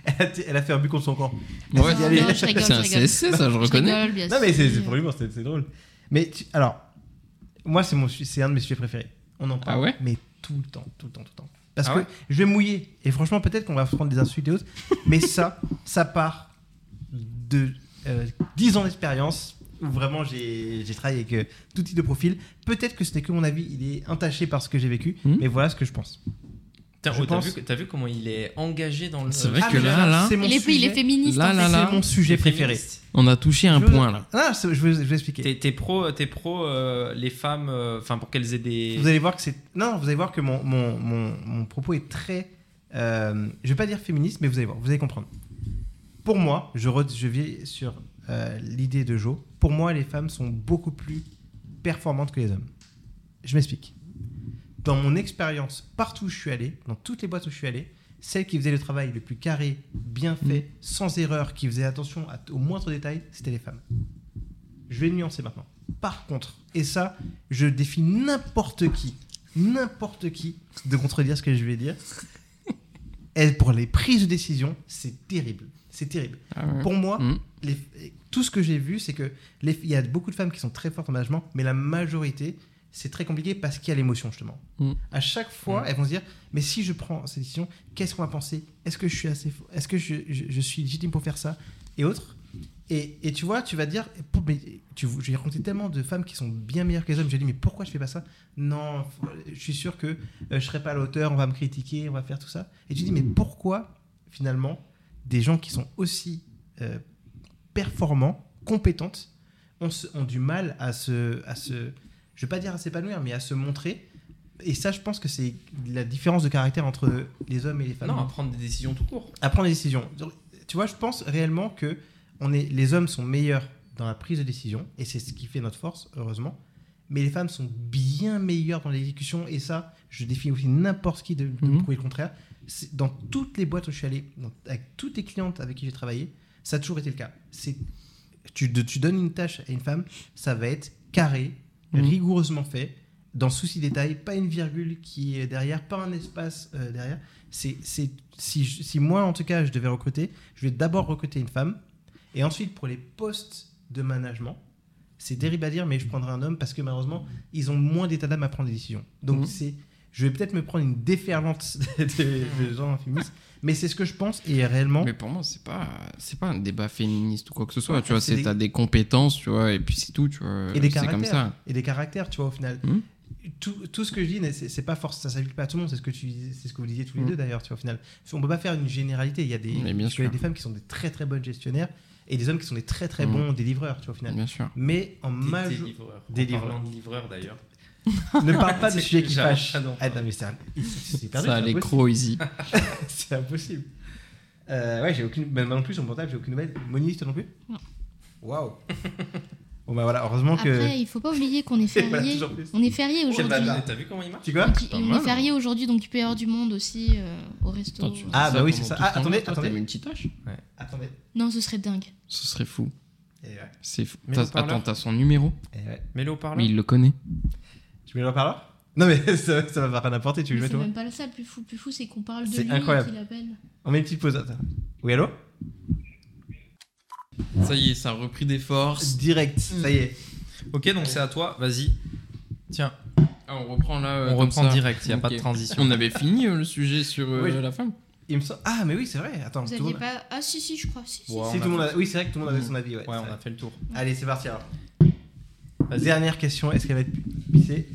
S2: Elle a, elle a fait un but contre son camp.
S3: Ouais,
S4: Non,
S2: allez.
S4: non, je rigole,
S3: c'est un
S4: je rigole.
S3: CSC, ça, je
S4: Je
S3: reconnais.
S4: rigole, bien
S2: Non, mais c'est
S4: sûr.
S2: c'est pour l'humour, c'est c'est drôle. Mais tu- alors, moi, c'est mon su- c'est un de mes sujets préférés. On en parle.
S3: Ah ouais
S2: Mais tout le temps, tout le temps, tout le temps. Parce
S1: Ah
S2: que
S1: ouais
S2: je vais mouiller. Et franchement, peut-être qu'on va prendre des insultes et
S3: [laughs]
S2: autres. mais ça, ça part de euh, 10 ans d'expérience où vraiment j'ai j'ai travaillé avec euh, tout type de profil. Peut-être que ce n'est que mon avis, il est entaché par ce que j'ai vécu.
S3: Mhm.
S2: Mais voilà ce que je pense.
S1: Putain,
S2: Je
S1: oh, T'as
S2: pense-
S1: vu, que- t'as vu comment il est engagé dans le.
S3: C'est vrai
S1: Ah,
S3: que
S1: mais
S3: là, là,
S2: c'est
S4: Il
S2: mon
S4: est, il
S2: sujet- Ah,
S4: est féministe.
S3: Là,
S4: en fait.
S3: Ah, là, là.
S2: C'est mon sujet
S1: les
S2: préféré.
S1: féministes.
S3: On a touché un
S2: Je veux-
S3: point là.
S2: Ah, c'est- je vais, je vais expliquer.
S1: T'es t'es pro, t'es pro euh, les femmes, euh, enfin pour qu'elles aient des.
S2: Vous allez voir que c'est. Non, vous allez voir que mon, mon, mon, mon propos est très. euh, je vais pas dire féministe, mais vous allez voir, vous allez comprendre. Pour moi, je, re- je vais sur euh, l'idée de Jo. Pour moi, les femmes sont beaucoup plus performantes que les hommes. Je m'explique. Dans mon expérience, partout où je suis allé, dans toutes les boîtes où je suis allé, celle qui faisait le travail le plus carré, bien fait, sans erreur, qui faisait attention à- au moindre détail, c'était les femmes. Je vais nuancer maintenant. Par contre, et ça, je défie n'importe qui, n'importe qui, de contredire ce que je vais dire. Et pour les prises de décision, c'est terrible. C'est terrible.
S3: Ah ouais.
S2: Pour moi,
S3: Mhm.
S2: les- tout ce que j'ai vu, c'est que les- il y a beaucoup de femmes qui sont très fortes en management, mais la majorité, c'est très compliqué parce qu'il y a l'émotion justement.
S3: Mm.
S2: À chaque fois, elles vont se dire mais si je prends cette décision, qu'est-ce qu'on va penser Est-ce que je suis assez, fo- est-ce que je, je- je suis légitime pour faire ça et autres Et, et tu vois, tu vas dire, mais tu, j'ai rencontré tellement de femmes qui sont bien meilleures que les hommes. J'ai dit, mais pourquoi je fais pas ça Non, faut- je suis sûr que euh, je serai pas à la hauteur, on va me critiquer, on va faire tout ça. Et tu dis, mais pourquoi finalement des gens qui sont aussi euh, performants, compétentes, ont, se- ont du mal à se, à se, je vais pas dire à s'épanouir, mais à se montrer. Et ça, je pense que c'est la différence de caractère entre les hommes et les femmes
S1: Non, à prendre des décisions tout court.
S2: à prendre des décisions. Donc, Tu vois, je pense réellement que on est, les hommes sont meilleurs dans la prise de décision, et c'est ce qui fait notre force, heureusement. Mais les femmes sont bien meilleures dans l'exécution, et ça, je défie aussi n'importe qui de, de me
S3: Mhm.
S2: prouver le contraire. C'est- Dans toutes les boîtes où je suis allé, dans- avec toutes les clientes avec qui j'ai travaillé, ça a toujours été le cas. C'est tu, de- tu donnes une tâche à une femme, ça va être carré,
S3: Mhm.
S2: rigoureusement fait, dans souci détail, pas une virgule qui est derrière, pas un espace euh, derrière. C'est, c'est, si, je- si moi, en tout cas, je devais recruter, je vais d'abord recruter une femme, et ensuite, pour les postes de management, c'est dérive à dire, mais je prendrai un homme parce que malheureusement, ils ont moins d'état d'âme à prendre des décisions. Donc,
S3: Mhm.
S2: c'est, je vais peut-être me prendre une déferlante [laughs] de, de gens féministes, mais c'est ce que je pense, et réellement.
S3: Mais pour moi, c'est pas c'est pas un débat féministe ou quoi que ce soit, tu vois,
S2: Ah, c'est
S3: c'est
S2: des-
S3: t'as des compétences, tu vois, et puis c'est tout, tu vois.
S2: et des
S3: c'est
S2: caractères
S3: comme ça.
S2: et des caractères tu vois au final
S3: Mhm.
S2: tout, tout ce que je dis n'est- c'est c'est pas force ça s'applique pas à tout le monde c'est ce que tu dis- c'est ce que vous disiez tous les
S3: Mhm.
S2: deux d'ailleurs tu vois au final on peut pas faire une généralité il y a des
S3: Mais bien
S2: je connais
S3: sûr.
S2: des femmes qui sont des très très bonnes gestionnaires et des hommes qui sont des très très
S3: Mhm.
S2: bons délivreurs tu vois au final
S3: Bien sûr.
S2: mais en
S1: Des
S2: majorité
S1: livreurs.
S2: Des
S1: En
S2: livreurs.
S1: parlant de livreurs d'ailleurs.
S2: [laughs] ne parle
S3: [laughs]
S2: pas de sujets qui
S1: J'ai-
S2: fâchent
S1: ah non.
S2: ah non mais c'est un- c'est c'est perdu
S3: Ça,
S2: c'est Ah.
S3: les
S2: impossible.
S3: crocs easy.
S2: c'est impossible Euh, ouais j'ai aucune même non plus sur mon portable j'ai aucune nouvelle moniste non plus
S4: Non.
S2: waouh bon bah voilà heureusement
S4: Après,
S2: que
S4: il faut pas oublier qu'on est
S2: [laughs] Voilà,
S4: férié.
S2: toujours plus.
S4: On est férié
S1: Quel
S4: aujourd'hui.
S1: bâtard. T'as vu comment il marche
S2: tu vois
S4: On dit-
S3: pas
S4: On
S3: mal.
S4: est férié aujourd'hui, donc il peut y avoir du monde aussi euh, au resto.
S3: Attends, tu-
S2: Ah, bah oui, c'est
S3: pendant
S2: ça.
S3: tout ce
S2: Ah,
S3: temps-là,
S2: attendez,
S3: toi,
S2: attendez.
S3: T'avais une petite tâche
S2: attendez
S4: Non, ce serait dingue.
S3: Ce serait fou.
S2: et ouais.
S3: C'est fou.
S1: Mais
S3: T'as-
S1: le parleur
S3: Attends, t'as son numéro
S2: Et ouais.
S1: Mets-le au parleur.
S3: Mais il le connaît.
S2: Tu mets le là Non mais [laughs] ça, ça va rien apporter, tu veux
S4: Mais
S2: le
S4: C'est
S2: mettre où
S4: même pas ça le plus fou. Le plus fou, c'est qu'on parle de
S2: C'est
S4: lui
S2: incroyable.
S4: et qu'il appelle.
S2: On met une petite pause. attends. Oui, allô
S3: Ça y est, ça a repris des forces.
S2: Direct,
S4: Mm.
S2: ça y est.
S1: Ok, donc c'est à toi. Vas-y. Tiens,
S3: Ah, on reprend là. euh,
S1: on
S3: comme
S1: reprend
S3: ça.
S1: direct. Il n'y a pas de [laughs]
S3: Ok.
S1: transition.
S3: On avait fini euh, le sujet sur euh,
S2: Oui, je-
S3: la femme.
S2: Il me semble- Ah mais oui, c'est vrai. Attends,
S4: Vous
S2: tout le
S4: aviez
S2: monde...
S4: pas. Ah, si, si, je crois. Si, si,
S1: Ouais,
S4: si.
S2: Si,
S1: on a
S2: tout le monde
S1: fait-
S2: a- Oui, c'est vrai que tout le monde avait son avis. Ouais,
S1: Ouais,
S2: c'est
S1: on
S2: vrai.
S1: a fait le tour.
S2: Allez, c'est parti alors.
S1: Vas-y.
S2: Dernière question, est-ce qu'elle va être pissée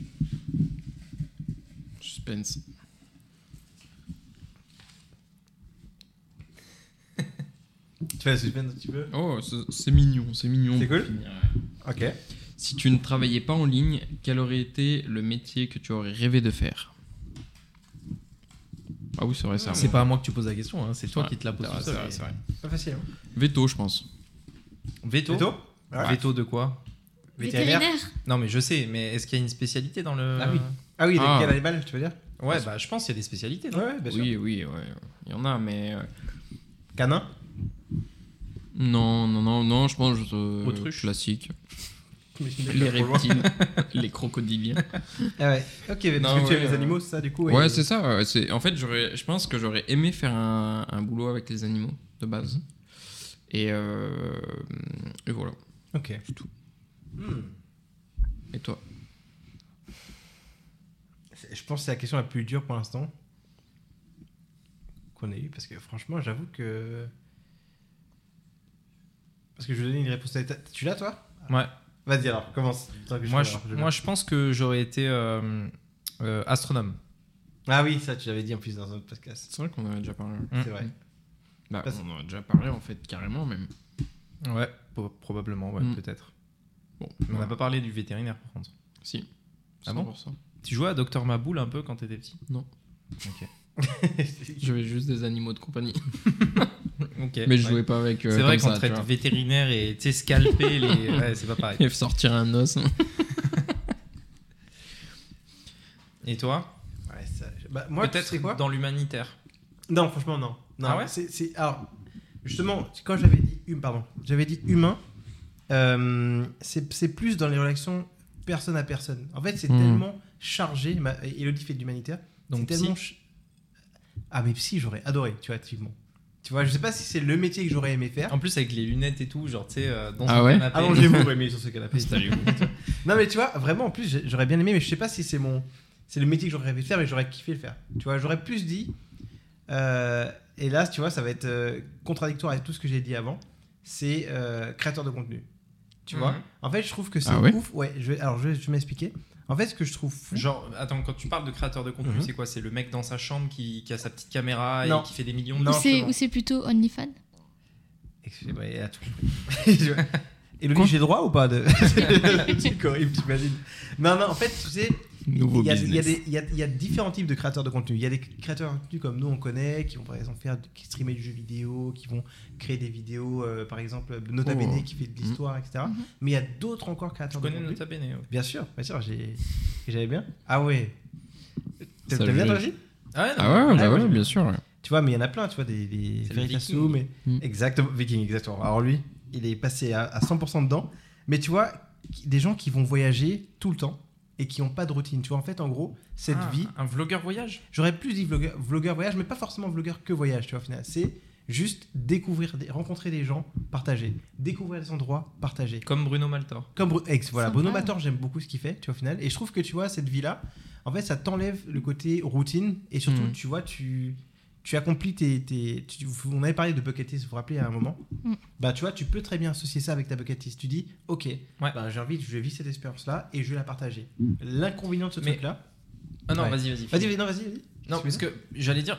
S3: Suspense.
S2: Tu fais la suspendre un petit peu
S3: Oh, c'est c'est mignon, c'est mignon.
S2: C'est
S3: pour
S2: cool
S3: finir, ouais.
S2: Ok.
S3: Si tu ne travaillais pas en ligne, quel aurait été le métier que tu aurais rêvé de faire Ah oui, c'est vrai, ça.
S1: C'est pas à moi que tu poses la question, hein, c'est toi
S3: Ouais,
S1: qui te la poses
S3: c'est
S1: tout
S3: vrai,
S1: seul.
S3: c'est vrai, c'est vrai.
S2: Pas facile. hein.
S3: Veto, je pense.
S1: Veto
S2: Veto Ouais.
S1: Veto de quoi
S4: Vétérinaire.
S1: Non, mais je sais, mais est-ce qu'il y a une spécialité dans le.
S2: Ah oui. Ah oui,
S3: Ah.
S2: quel animal, tu veux dire
S1: Ouais, bah je pense qu'il y a des spécialités. non
S2: Ouais, bien sûr.
S3: Oui, oui, ouais. Il y en a, mais. euh,
S2: Canin
S3: Non, non, non, non, je pense. euh,
S1: Autruche.
S3: Classique.
S2: Mais je suis
S3: Les
S2: d'accord pour loin.
S3: reptiles, les crocodiliens.
S2: Ah ouais. Ok, mais parce
S3: Non,
S2: que tu aimes
S3: ouais,
S2: les
S3: euh,
S2: animaux, ça du coup
S3: Ouais,
S2: et-
S3: c'est ça. ouais, C'est en fait, j'aurais, je pense que j'aurais aimé faire un, un boulot avec les animaux de base. Et, euh, et voilà.
S2: Ok.
S3: C'est tout.
S2: Hmm.
S3: Et toi
S2: Je pense que c'est la question la plus dure pour l'instant qu'on ait eue, parce que franchement, j'avoue que. Parce que je vais donner une réponse. à ta- Tu l'as, toi
S1: Ouais.
S2: Vas-y alors, commence. Tant que
S1: Moi,
S2: peux,
S1: je,
S2: alors,
S1: moi, je pense que j'aurais été euh, euh, astronome.
S2: Ah oui, ça, tu l'avais dit en plus dans un autre podcast.
S3: C'est vrai qu'on en avait déjà parlé.
S1: Mm.
S2: C'est vrai.
S3: Bah,
S2: Parce-
S3: on en a déjà parlé en fait carrément même.
S1: Ouais, po- probablement, ouais,
S2: Mmh.
S3: Mm.
S1: peut-être.
S3: Bon,
S1: Mais on n'a pas parlé du vétérinaire, par contre.
S3: Si.
S1: Ah bon
S3: 100%.
S1: Tu jouais à Docteur Maboul un peu quand t'étais petit
S3: Non.
S1: Ok.
S3: J'avais juste des animaux de compagnie.
S1: Ok.
S3: Mais je
S1: Ouais.
S3: jouais pas avec. euh,
S1: C'est vrai
S3: comme
S1: qu'on
S3: ça,
S1: traite
S3: tu vois.
S1: vétérinaire et tu sais, scalper
S3: [laughs]
S1: les. Ouais, c'est pas pareil.
S3: Et sortir un os. [laughs]
S1: Et toi
S2: [laughs] Ouais, ça... je- bah, moi, tu sais quoi
S1: Peut-être dans l'humanitaire.
S2: Non, franchement, non. non
S1: Ah ouais
S2: c'est, c'est- Alors, justement, quand j'avais dit, hum- pardon, j'avais dit humain, euh, c'est, c'est plus dans les relations personne à personne. En fait, c'est
S3: Hmm.
S2: tellement chargé. Ma... Elodie fait de l'humanitaire.
S1: Donc,
S2: Donc tellement ch- Ah mais psy, j'aurais adoré, tu vois, typiquement. Tu vois, je sais pas si c'est le métier que j'aurais aimé faire.
S1: En plus, avec les lunettes et tout, genre, tu sais, euh, dans
S3: Ah
S1: son
S3: ouais
S1: canapé.
S2: Allongez-vous,
S3: [laughs]
S2: Rémi, sur ce canapé.
S3: Installez-vous.
S2: Non mais tu vois, vraiment, en plus, j'ai- j'aurais bien aimé, mais je sais pas si c'est mon... C'est le métier que j'aurais aimé faire, mais j'aurais kiffé le faire. Tu vois, j'aurais plus dit... euh, et là, tu vois, ça va être euh, contradictoire avec tout ce que j'ai dit avant. c'est euh, créateur de contenu. Tu
S1: Mhm.
S2: vois En fait, je trouve que c'est
S3: Ah ouais
S2: ouf. Ouais, je vais- alors je vais, je vais m'expliquer. En fait, ce que je trouve fou.
S1: Genre, attends, quand tu parles de créateur de contenu,
S2: Mhm.
S1: c'est quoi C'est le mec dans sa chambre qui, qui a sa petite caméra
S2: Non.
S1: et qui fait des millions de
S2: Non,
S4: ou c'est-
S2: justement.
S4: ou c'est plutôt OnlyFans
S2: Excusez-moi, il a tout compris. [laughs] Je- Élodie,
S3: Quoi
S2: j'ai droit ou pas
S3: [laughs]
S2: de... [laughs] C'est un truc horrible, t'imagines Non, non, en fait, tu sais,
S3: Nouveau
S2: il y, a, il y a
S3: business.
S2: des- il y a- il y a différents types de créateurs de contenu. Il y a des créateurs de contenu comme nous, on connaît, qui vont par exemple faire, qui streamer du jeu vidéo, qui vont créer des vidéos, euh, par exemple, Nota
S3: Oh.
S2: Bene qui fait de l'histoire, etc.
S4: Mhm.
S2: Mais il y a d'autres encore créateurs
S1: Je
S2: de
S1: connais
S2: contenu.
S1: Nota Bene. ouais.
S2: Bien sûr, bien sûr, j'ai- j'avais bien. Ah ouais. T'as
S3: Ça,
S2: t'as bien,
S3: je-
S2: toi aussi
S1: Ah ouais, non.
S3: Ah ouais, bah
S2: Ah ouais,
S3: ouais,
S2: j'ai-
S3: bien sûr. ouais.
S2: Tu vois, mais il y en a plein, tu vois, des, des
S1: C'est le
S2: Veritas
S1: Viking.
S2: Sous, mais.
S3: Mm.
S2: Exactement, Viking, exactement. Alors lui, il est passé à, à 100% dedans. Mais tu vois, qui- des gens qui vont voyager tout le temps et qui n'ont pas de routine. Tu vois, en fait, en gros, cette
S1: Ah,
S2: vie,
S1: Un vlogueur voyage
S2: j'aurais plus dit vlogueur, vlogueur voyage, mais pas forcément vlogueur que voyage, tu vois, au final. C'est juste découvrir, des- rencontrer des gens, partager. Découvrir des endroits, partager.
S1: Comme Bruno Maltor.
S2: Comme Bru- ex, voilà,
S4: Sympa.
S2: Bruno Mator, j'aime beaucoup ce qu'il fait, tu vois, au final. Et je trouve que, tu vois, cette vie-là, en fait, ça t'enlève le côté routine. Et surtout,
S1: Mm.
S3: Mhm.
S2: tu vois, tu, tu accomplis tes. tes- tu- on avait parlé de bucket list, vous vous rappelez, à un moment.
S1: Mm.
S4: Mhm.
S2: Bah, tu vois, tu peux très bien associer ça avec ta bucket list. Tu dis, OK,
S1: Ouais. Mm.
S2: bah, j'ai envie, je vais vivre cette expérience-là et je vais la partager. L'inconvénient de ce
S1: Mais-
S2: truc-là.
S1: Ah non,
S2: Ouais.
S1: vas-y, vas-y.
S2: Vas-y, vas-y, non, vas-y, vas-y.
S1: Non, parce que j'allais dire,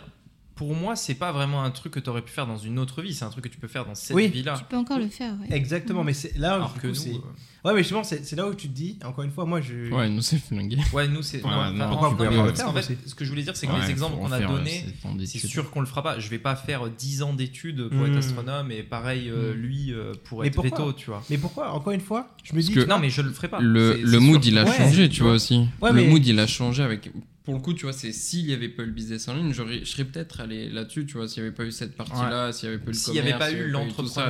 S1: pour moi, c'est pas vraiment un truc que t'aurais pu faire dans une autre vie, c'est un truc que tu peux faire dans cette
S2: Oui.
S4: Tu
S1: vie-là.
S4: peux encore le faire, ouais.
S2: Exactement, mais c'est là,
S1: Alors
S2: du
S1: que
S2: coup,
S1: nous,
S2: c'est.
S1: euh,
S2: Ouais, mais justement, c'est c'est là où tu te dis, encore une fois, moi, je.
S3: Ouais, nous c'est flingué.
S1: ouais, nous c'est.
S3: Ouais,
S1: non,
S3: non,
S1: enfin,
S3: pourquoi
S1: non,
S3: vous pouvez
S1: mais
S3: pas le
S1: parce
S2: faire
S1: qu'en fait,
S2: aussi
S1: ce que je voulais dire, c'est que
S3: Ouais,
S1: les
S3: faut
S1: exemples
S3: en
S1: qu'on a
S3: faire,
S1: donnés,
S3: c'est tant
S1: c'est
S3: d'études.
S1: sûr qu'on le fera pas. Je vais pas faire 10 ans d'études pour
S2: Mm.
S1: être astronome et pareil, euh,
S2: Mm.
S1: lui, euh, pour
S2: Mais
S1: être
S2: pourquoi
S1: veto, tu vois.
S2: Mais pourquoi Encore une fois, je me dis.
S3: que-
S2: tu vois,
S1: Non, mais je le ferai pas.
S3: Le,
S1: C'est-
S3: le
S1: c'est
S3: mood
S1: sûr.
S3: il a
S2: Ouais,
S3: changé, tu vois aussi.
S2: Ouais,
S3: le
S2: mais-
S3: mood il a changé avec. Pour le coup, tu vois, c'est s'il y avait pas eu le business en ligne, j'aurais- je serais peut-être allé là-dessus, tu vois, s'il y avait pas eu cette partie-là, s'il y avait pas eu le
S1: S'il n'y avait
S3: commerce,
S1: pas
S3: s'il y
S1: eu
S3: tout ça, tu vois,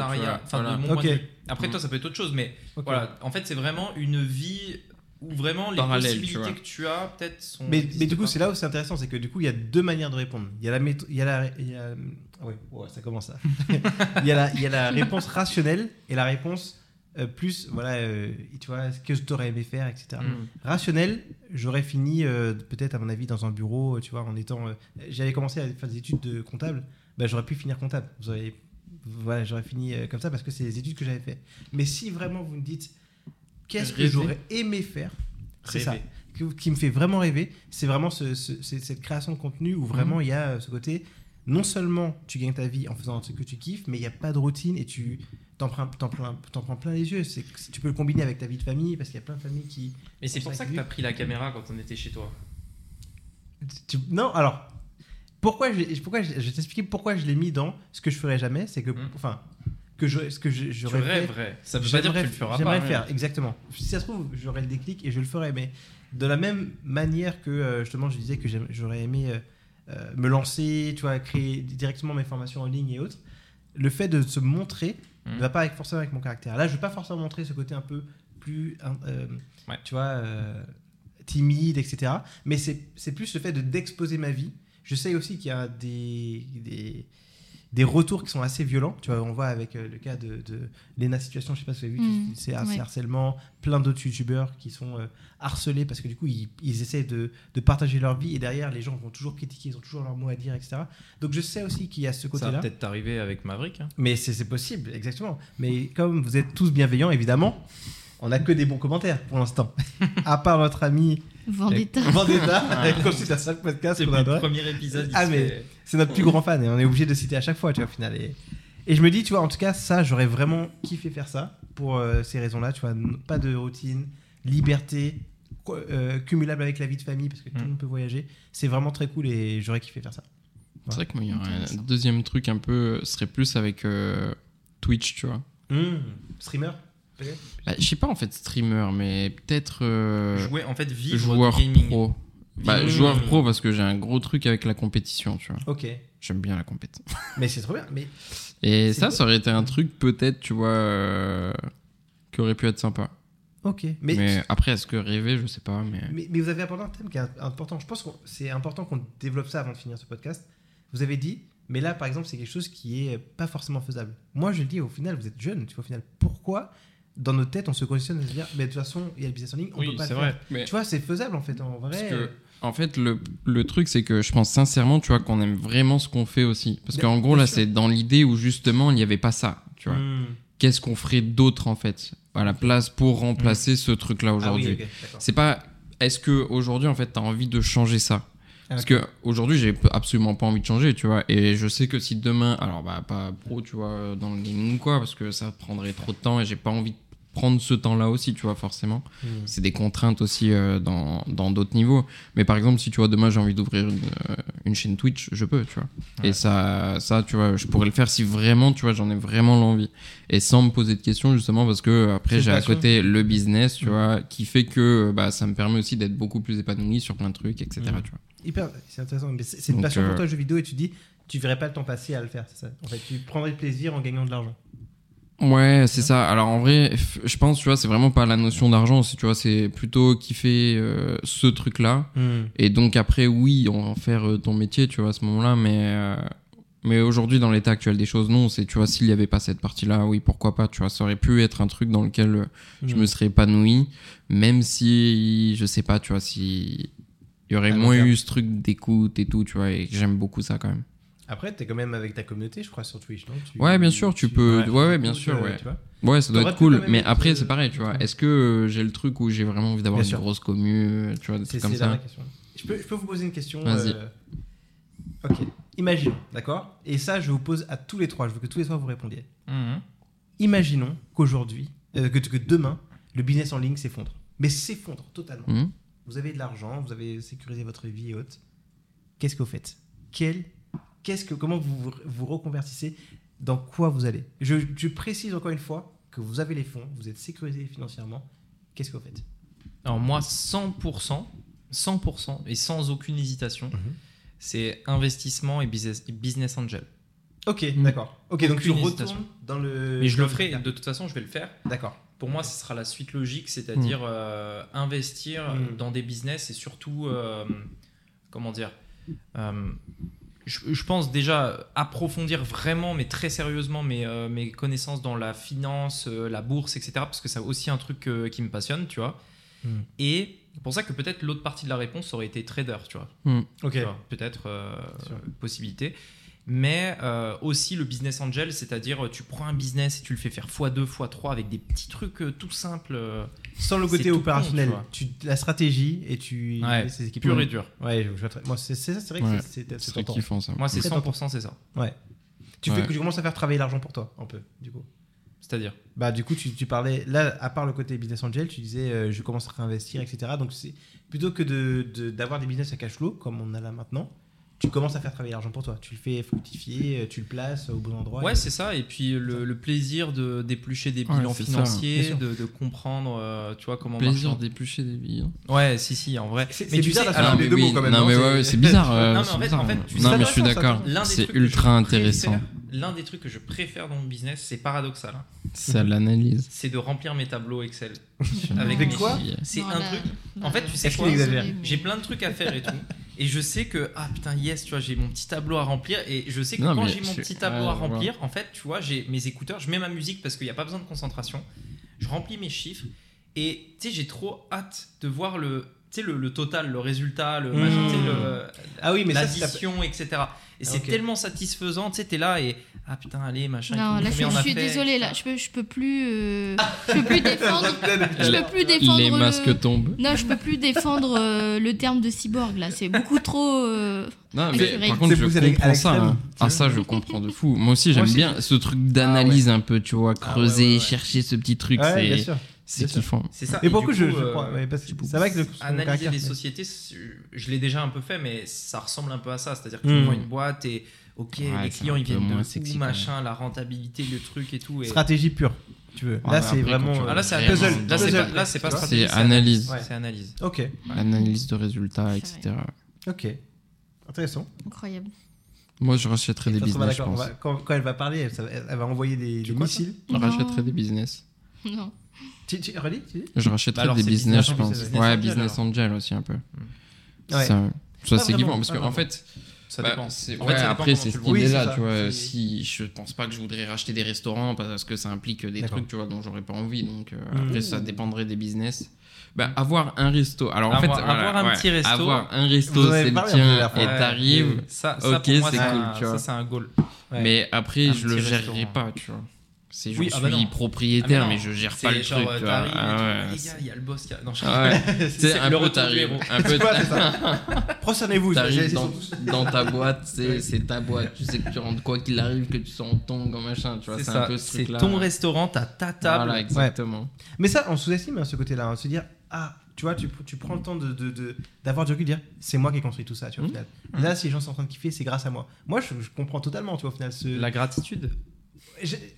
S1: l'entrepreneuriat, enfin,
S3: voilà.
S1: de mon point de
S2: Ok.
S1: vue. Après,
S3: Mm.
S1: toi, ça peut être autre chose, mais
S2: ok.
S1: Voilà, en fait, c'est vraiment une vie où vraiment les
S3: Parallèle, tu vois.
S1: possibilités que tu as, peut-être, sont.
S2: Mais, mais du
S1: n'existent
S2: coup,
S1: pas.
S2: c'est là où c'est intéressant, c'est que du coup, il y a deux manières de répondre. Il y a la métho- il y a la, il y a- ah ouais, ouais, ça commence
S3: [laughs]
S2: à- il y a la, il y a la réponse rationnelle et la réponse euh, plus, voilà, euh, tu vois, ce que je t'aurais aimé faire, etc.
S1: Mm.
S2: Rationnel, j'aurais fini euh, peut-être à mon avis dans un bureau, tu vois, en étant, euh, j'avais commencé à faire des études de comptable, bah, j'aurais pu finir comptable. Vous auriez- voilà, j'aurais fini euh, comme ça parce que c'est les études que j'avais fait. Mais si vraiment vous me dites, qu'est-ce que
S3: Rêver.
S2: j'aurais aimé faire, c'est ça
S1: Rêver.
S2: que- qui me fait vraiment rêver, c'est vraiment ce- ce- c'est- cette création de contenu où vraiment il y a euh, ce côté, non seulement tu gagnes ta vie en faisant un truc que tu kiffes, mais il n'y a pas de routine et tu t'en prends, t'en prends- t'en prends plein les yeux. C'est que tu peux le combiner avec ta vie de famille parce qu'il y a plein de familles qui...
S1: Mais c'est pour ça que tu as pris la caméra quand on était chez toi.
S2: tu- non, alors, pourquoi j'ai- pourquoi j'ai- je vais t'expliquer pourquoi je l'ai mis dans ce que je ferais jamais, c'est que...
S1: Mhm.
S2: Enfin, que je, ce que je,
S1: Tu
S2: j'aurais fait-
S1: rêverais. Ça veut pas dire que tu le feras pas.
S2: J'aimerais
S1: hein.
S2: le faire, exactement. Si ça se trouve, j'aurai le déclic et je le ferai. Mais de la même manière que euh, justement, je disais que j'aime- j'aurais aimé euh, euh, me lancer, tu vois, créer directement mes formations en ligne et autres, le fait de se montrer
S1: Mhm.
S2: ne va pas avec, forcément avec mon caractère. Là, je ne veux pas forcément montrer ce côté un peu plus, hein, euh,
S1: Ouais.
S2: tu vois, euh, timide, etc. Mais c'est c'est plus le fait de- d'exposer ma vie. Je sais aussi qu'il y a des, des, des retours qui sont assez violents. Tu vois, on voit avec euh, le cas de, de Lena Situation, je sais pas si vous avez vu,
S4: Mhm.
S2: qui- c'est un
S4: Ouais.
S2: harcèlement, plein d'autres youtubeurs qui sont euh, harcelés parce que du coup, ils, ils essaient de, de partager leur vie et derrière, les gens vont toujours critiquer, ils ont toujours leur mot à dire, etc. Donc je sais aussi qu'il y a ce
S1: Ça va
S2: côté-là.
S1: peut-être t'arriver avec Maverick. hein.
S2: Mais c'est c'est possible, exactement. Mais comme vous êtes tous bienveillants, évidemment, on n'a que des bons commentaires pour
S1: [laughs]
S2: l'instant. à part notre ami euh,
S4: Vendetta.
S1: [laughs]
S2: Vendetta, comme c'est un seul podcast
S1: C'est
S2: qu'on a
S1: le
S2: droit.
S1: premier épisode. il
S2: Ah,
S1: se
S2: mais-
S1: fait-
S2: C'est notre plus grand fan et on est obligé de le citer à chaque fois, tu vois, au final. Et, et je me dis, tu vois, en tout cas, ça, j'aurais vraiment kiffé faire ça pour euh, ces raisons-là, tu vois. n- Pas de routine, liberté, quoi, euh, cumulable avec la vie de famille parce que tout le
S1: Mm.
S2: monde peut voyager. C'est vraiment très cool et j'aurais kiffé faire ça.
S3: C'est vrai que moi, il y aurait un
S4: Intéressant.
S3: deuxième truc un peu, ce serait plus avec euh, Twitch, tu vois.
S2: Streamer
S3: Bah, je sais pas en fait streamer, mais peut-être euh,
S1: Jouer, en fait, vivre
S3: joueur
S1: du gaming.
S3: pro. Bah,
S1: Vivre-
S3: joueur pro parce que j'ai un gros truc avec la compétition, tu vois.
S2: Ok.
S3: J'aime bien la compétition.
S2: Mais c'est trop bien. Mais
S3: Et
S2: C'est
S3: ça,
S2: beau.
S3: ça aurait été un truc peut-être, tu vois, euh, qui aurait pu être sympa.
S2: ok.
S3: Mais,
S2: Mais,
S3: après, est-ce que rêver, je sais pas, mais...
S2: mais- mais vous avez abordé un thème qui est important. Je pense que c'est important qu'on développe ça avant de finir ce podcast. Vous avez dit, mais là, par exemple, c'est quelque chose qui est pas forcément faisable. Moi, je le dis, au final, vous êtes jeune. Tu vois, au final, pourquoi dans nos têtes, on se conditionne à se dire, mais de toute façon, il y a le business en ligne, on peut pas le faire.
S3: Mais
S2: Tu vois, c'est faisable en fait, en vrai.
S3: parce que, en fait, le, le truc, c'est que je pense sincèrement, tu vois, qu'on aime vraiment ce qu'on fait aussi. Parce
S2: Bien-
S3: qu'en gros,
S2: bien
S3: là,
S2: sûr.
S3: c'est dans l'idée où justement, il n'y avait pas ça, tu vois.
S2: Hmm.
S3: qu'est-ce qu'on ferait d'autre en fait à la place pour remplacer ce truc-là
S2: Mm. Ah oui,
S3: aujourd'hui.
S2: ok, d'accord.
S3: C'est pas est-ce que aujourd'hui en fait t'as envie de changer ça parce
S2: ok.
S3: que aujourd'hui j'ai p- absolument pas envie de changer tu vois et je sais que si demain alors bah pas pro tu vois dans le gaming ou quoi parce que ça prendrait trop de temps et j'ai pas envie de prendre ce temps là aussi tu vois forcément
S2: Hmm.
S3: c'est des contraintes aussi euh, dans dans d'autres niveaux mais par exemple si tu vois demain j'ai envie d'ouvrir une, euh, une chaîne Twitch je peux tu vois et ça ça tu vois je pourrais le faire si vraiment tu vois j'en ai vraiment l'envie et sans me poser de questions justement parce que euh,
S2: C'est
S3: après
S2: une
S3: j'ai à
S2: passion.
S3: côté le business tu vois qui fait que bah ça me permet aussi d'être beaucoup plus épanoui sur plein de trucs etc
S2: Mhm.
S3: tu vois
S2: Hyper, c'est intéressant. Mais c'est c'est une
S3: Donc,
S2: passion pour
S3: euh,
S2: toi, le jeu vidéo, et tu te dis, tu verrais pas le temps passer à le faire, c'est ça En fait, tu prendrais le plaisir en gagnant de l'argent.
S3: Ouais, c'est ça. Alors en vrai, f- je pense, tu vois, c'est vraiment pas la notion d'argent, c'est tu vois, c'est plutôt kiffer euh, ce truc-là. Et donc après, oui, on va en faire euh, ton métier, tu vois, à ce moment-là, mais euh, mais aujourd'hui, dans l'état actuel des choses, non. C'est tu vois, s'il y avait pas cette partie-là, oui, pourquoi pas, tu vois, ça aurait pu être un truc dans lequel euh, je
S2: Mm.
S3: me serais épanoui, même si je sais pas, tu vois, si il y aurait
S2: À long
S3: moins
S2: terme.
S3: eu ce truc d'écoute et tout, tu vois, et que j'aime beaucoup ça quand même.
S2: Après, t'es quand même avec ta communauté, je crois, sur Twitch, non Tu-
S3: Ouais, bien sûr, tu peux- ouais, ouais, bien sûr,
S2: euh,
S3: ouais.
S2: tu vois
S3: Ouais, ça doit
S2: T'aurais
S3: être
S2: pu quand
S3: cool.
S2: même
S3: Mais
S2: être,
S3: après,
S2: euh,
S3: c'est pareil, tu vois.
S2: ouais.
S3: Est-ce que euh, j'ai le truc où j'ai vraiment envie d'avoir
S2: Bien
S3: une
S2: sûr.
S3: grosse commu, euh, tu vois, des
S2: C'est
S3: trucs
S2: c'est
S3: comme
S2: la vraie
S3: ça
S2: question. Je peux, je peux vous poser une question
S3: Vas-y.
S2: euh, Ok. Imaginons, d'accord Et ça, je vous pose à tous les trois. Je veux que tous les trois vous répondiez.
S1: Mhm.
S2: Imaginons qu'aujourd'hui, euh, que, que demain, le business en ligne s'effondre. Mais s'effondre totalement.
S3: Mhm.
S2: Vous avez de l'argent, vous avez sécurisé votre vie et autres. Qu'est-ce que vous faites Quel, qu'est-ce que, Comment vous vous- vous reconvertissez Dans quoi vous allez je, je précise encore une fois que vous avez les fonds, vous êtes sécurisé financièrement. Qu'est-ce que vous faites
S1: Alors moi, 100%, 100% et sans aucune hésitation,
S2: Mhm.
S1: c'est investissement et business, business angel.
S2: Ok,
S3: Mhm.
S2: d'accord. Ok, donc tu
S1: Aucune
S2: retournes
S1: hésitation.
S2: dans le.
S1: Mais je le ferai, de toute façon, je vais le faire.
S2: D'accord.
S1: Pour moi, ce sera la suite logique, c'est-à-dire euh, investir euh,
S2: Mm.
S1: dans des business et surtout, euh, comment dire, euh, je, je pense déjà approfondir vraiment, mais très sérieusement, mes, euh, mes connaissances dans la finance, euh, la bourse, etc. Parce que c'est aussi un truc euh, qui me passionne, tu vois.
S2: Mm.
S1: Et c'est pour ça que peut-être l'autre partie de la réponse aurait été trader, tu vois.
S2: Ok.
S1: Tu vois, peut-être euh,
S2: Sûr.
S1: possibilité. Mais euh, aussi le business angel, c'est-à-dire euh, tu prends un business et tu le fais faire x2, x3 avec des petits trucs euh, tout simples, euh,
S2: Sans le
S1: C'est
S2: côté
S1: tout con,
S2: opérationnel,
S1: tu vois.
S2: tu, la stratégie et tu.
S1: Ouais,
S2: ces équipes.
S1: pur et dur.
S2: Ouais, je, je vois très- Moi, c'est c'est ça, c'est vrai
S3: Ouais.
S2: que c'est- c'est
S3: Ce
S2: c'est
S3: serait
S2: tentant.
S3: kiffant, ça. Hmm.
S1: Moi, c'est
S2: Très
S1: 100% c'est ça.
S2: Tu fais
S3: Ouais.
S2: que tu commences à faire travailler l'argent pour toi, un peu, du coup.
S1: C'est-à-dire
S2: Bah, du coup, tu, tu parlais. Là, à part le côté business angel, tu disais euh, je commence à réinvestir, etc. Donc, c'est plutôt que d'avoir de, d'avoir des business à cash flow, comme on a là maintenant, tu commences à faire travailler l'argent pour toi. Tu le fais fructifier, euh, tu le places au bon endroit.
S1: Ouais,
S2: et-
S1: c'est ça. Et puis le, le plaisir de d'éplucher des
S3: Ouais,
S1: bilans
S3: c'est ça.
S2: Bien
S1: financiers,
S2: sûr.
S1: de, de comprendre, euh, tu vois, comment
S3: Plaisir
S1: marche-
S3: d'éplucher des billes.
S1: Ouais, si, si, en vrai.
S2: C'est-
S1: Mais
S2: c'est
S1: tu
S2: bizarre
S1: sais,
S2: la
S1: alors,
S2: Alors, les deux mots,
S3: oui,
S2: quand même,
S3: non,
S2: non,
S3: mais
S2: c'est-
S3: ouais, ouais, c'est bizarre. euh,
S1: Non, mais en
S3: c'est
S1: fait-
S3: bizarre,
S1: en fait,
S3: ouais.
S1: tu
S3: Non,
S1: sais
S3: mais
S1: pas
S3: je suis
S2: faire ça,
S3: d'accord.
S2: toi.
S1: l'un des
S3: C'est
S1: trucs que je
S3: ultra intéressant.
S1: préfère- L'un des trucs que je préfère dans le business, c'est paradoxal, hein,
S3: Ça l'analyse.
S1: c'est de remplir mes tableaux Excel.
S4: [laughs] Avec
S1: mes
S4: des
S2: quoi
S1: chiffres. C'est
S4: Dans
S1: un
S4: la-
S1: truc.
S4: dans
S1: En fait,
S4: la-
S1: tu sais
S2: Est-ce
S1: quoi
S2: qu'il exagère
S1: J'ai plein de trucs à faire et tout. Et je sais que, ah putain, yes, tu vois, j'ai mon petit tableau à remplir. Et je sais que
S3: Non,
S1: quand
S3: mais
S1: j'ai mon
S3: c'est-
S1: petit tableau à
S3: ouais, je vois.
S1: remplir, en fait, tu vois, j'ai mes écouteurs, je mets ma musique parce qu'il n'y a pas besoin de concentration. Je remplis mes chiffres. Et tu sais, j'ai trop hâte de voir le, tu sais, le, le total, le résultat, le, machin, tu sais, le-
S2: Ah oui, Mmh. mais ça, c'est la- [laughs]
S1: l'addition, etc. Et c'est
S2: Ok.
S1: tellement satisfaisant. Tu sais, t'es là et, ah putain, allez, machin.
S4: Non, là, je,
S1: combien on
S4: je
S1: a
S4: suis
S1: fait,
S4: désolée,
S1: etc.
S4: là, je peux, je peux plus, euh,
S1: [laughs]
S4: je peux plus défendre, je peux plus défendre
S3: Les
S4: le-
S3: masques tombent.
S4: Non, je peux plus défendre euh, le terme de cyborg là, c'est beaucoup trop. euh,
S3: Non,
S4: C'est
S3: mais
S4: vrai.
S3: par contre,
S2: C'est
S3: je
S2: poussé avec-
S3: comprends
S2: avec
S3: ça.
S2: Sam.
S3: hein.
S2: Tu
S3: Ah,
S2: vois.
S3: ça, je comprends de fou. Moi aussi,
S2: Moi
S3: j'aime
S2: aussi.
S3: bien ce truc d'analyse un peu, tu vois, creuser,
S1: ouais, ouais.
S3: chercher ce petit truc.
S2: Ouais, bien
S3: c'est-
S2: sûr.
S3: c'est
S2: sûr.
S3: kiffant.
S1: C'est ça.
S2: Et
S1: Et
S2: pourquoi
S1: du
S2: je,
S1: coup,
S2: je
S1: euh,
S2: crois ouais, parce que
S3: du coup,
S2: C'est vrai que le- son
S1: analyser
S2: caractère,
S1: des
S2: mais-
S1: sociétés, c'est- je l'ai déjà un peu fait, mais ça ressemble un peu à ça. C'est-à-dire que
S2: Mm.
S1: tu prends une boîte et ok,
S3: Hmm. Ouais,
S1: les
S3: c'est
S1: clients
S3: un
S1: ils
S3: peu
S1: viennent de
S3: moins
S1: où,
S3: sexy, quand
S1: machin, la rentabilité, le truc et tout. Et...
S2: Stratégie pure, tu veux.
S3: Ah,
S2: là,
S3: bah,
S2: c'est
S3: après, quand
S2: vraiment.
S3: tu-
S1: Ah, là, c'est
S2: euh,
S3: Vraiment,
S1: analyse. Là, c'est
S2: puzzle.
S1: pas, là, c'est pas
S2: Tu vois
S1: stratégie,
S3: C'est analyse.
S1: C'est
S2: Ouais.
S1: analyse.
S2: Ok,
S3: Analyse de résultats,
S4: C'est
S3: etc.
S2: ok. Intéressant.
S4: Incroyable.
S3: Moi, je rachèterais des
S2: Ça se trouve,
S3: business, je
S2: d'accord, on
S3: pense.
S2: va- quand, quand elle va parler, elle, ça va- elle va envoyer des, des
S3: crois,
S2: missiles.
S3: Je
S4: Non.
S3: rachèterais des business.
S4: Non.
S2: Tu, tu, relis, tu dis
S3: Je rachèterais
S1: Bah alors,
S3: des
S1: c'est
S3: business,
S1: business
S3: je
S2: angel,
S3: pense.
S2: c'est
S1: business
S3: ouais,
S1: angel,
S3: business angel aussi un peu.
S2: Ouais.
S3: Ça, ça,
S2: Pas
S3: c'est
S2: vraiment,
S3: kiffant parce
S2: pas
S3: que en
S2: vraiment.
S3: fait,
S1: Ça
S3: bah,
S1: dépend.
S3: c'est-
S1: En
S3: ouais,
S1: fait, ça dépend
S3: après
S1: comment
S3: c'est
S1: tu
S3: ce
S1: le
S2: vois.
S3: qu'il est
S2: Oui,
S3: là,
S2: c'est
S3: tu
S2: ça,
S3: vois.
S2: c'est-
S3: Si je pense pas que je voudrais racheter des restaurants parce que ça implique des
S2: D'accord.
S3: trucs, tu vois, dont j'aurais pas envie. Donc euh,
S2: Mmh.
S3: après, ça dépendrait des business. Bah, avoir un resto. Alors en fait,
S1: Avoir- avoir un petit resto.
S3: Avoir un
S2: Vous
S3: resto,
S2: en avez
S3: c'est le
S2: parlé un peu
S3: tien
S2: la
S3: et
S2: fois.
S1: Ouais.
S3: t'arrives.
S1: Ça, ça,
S3: Hmm. Ok,
S1: pour moi,
S3: c'est
S1: un-
S3: cool, tu vois.
S1: Ça, c'est un goal.
S2: Ouais.
S3: Mais après,
S1: Un
S3: je le
S1: petit
S3: gérerai
S1: restaurant.
S3: pas, tu vois. C'est je
S1: Oui,
S3: suis
S1: ah bah non.
S3: propriétaire,
S1: Ah bah non.
S3: mais je gère pas
S1: C'est
S3: le
S1: genre,
S3: truc.
S1: euh,
S3: tu vois.
S1: t'arrives,
S3: Ah ouais,
S1: les
S3: c'est-
S1: gars, il y a le boss qui a. Non, je- [laughs]
S3: ah ouais. Tu sais,
S1: C'est
S3: un
S1: le
S3: peu
S1: retour du
S3: t'arrives,
S1: héros. [laughs]
S3: un peu
S2: Ouais, c'est ça. Prosternez-vous. j'ai-
S3: t'arrives
S2: j'ai-
S3: dans, dans ta boîte, tu sais,
S1: Ouais.
S3: c'est ta boîte. Tu sais que tu rentres quoi qu'il arrive, que tu sois en tongue, en machin, tu vois.
S1: C'est
S3: C'est
S1: ça,
S3: un peu ce
S1: c'est
S3: truc-là.
S1: ton restaurant, t'as ta table.
S3: Voilà, exactement.
S2: Mais ça, on sous-estime hein, ce côté-là. hein, se dire, ah, tu vois, tu, tu prends le temps d'avoir de, de, d'avoir du recul, de dire, c'est moi qui ai construit tout ça, tu vois, au
S3: Mhm.
S1: Mmh.
S2: final. Là, si les gens sont en train de kiffer, c'est grâce à moi. Moi, je, je comprends totalement, tu vois, au final. Ce...
S1: La gratitude.
S2: J'ai- [laughs]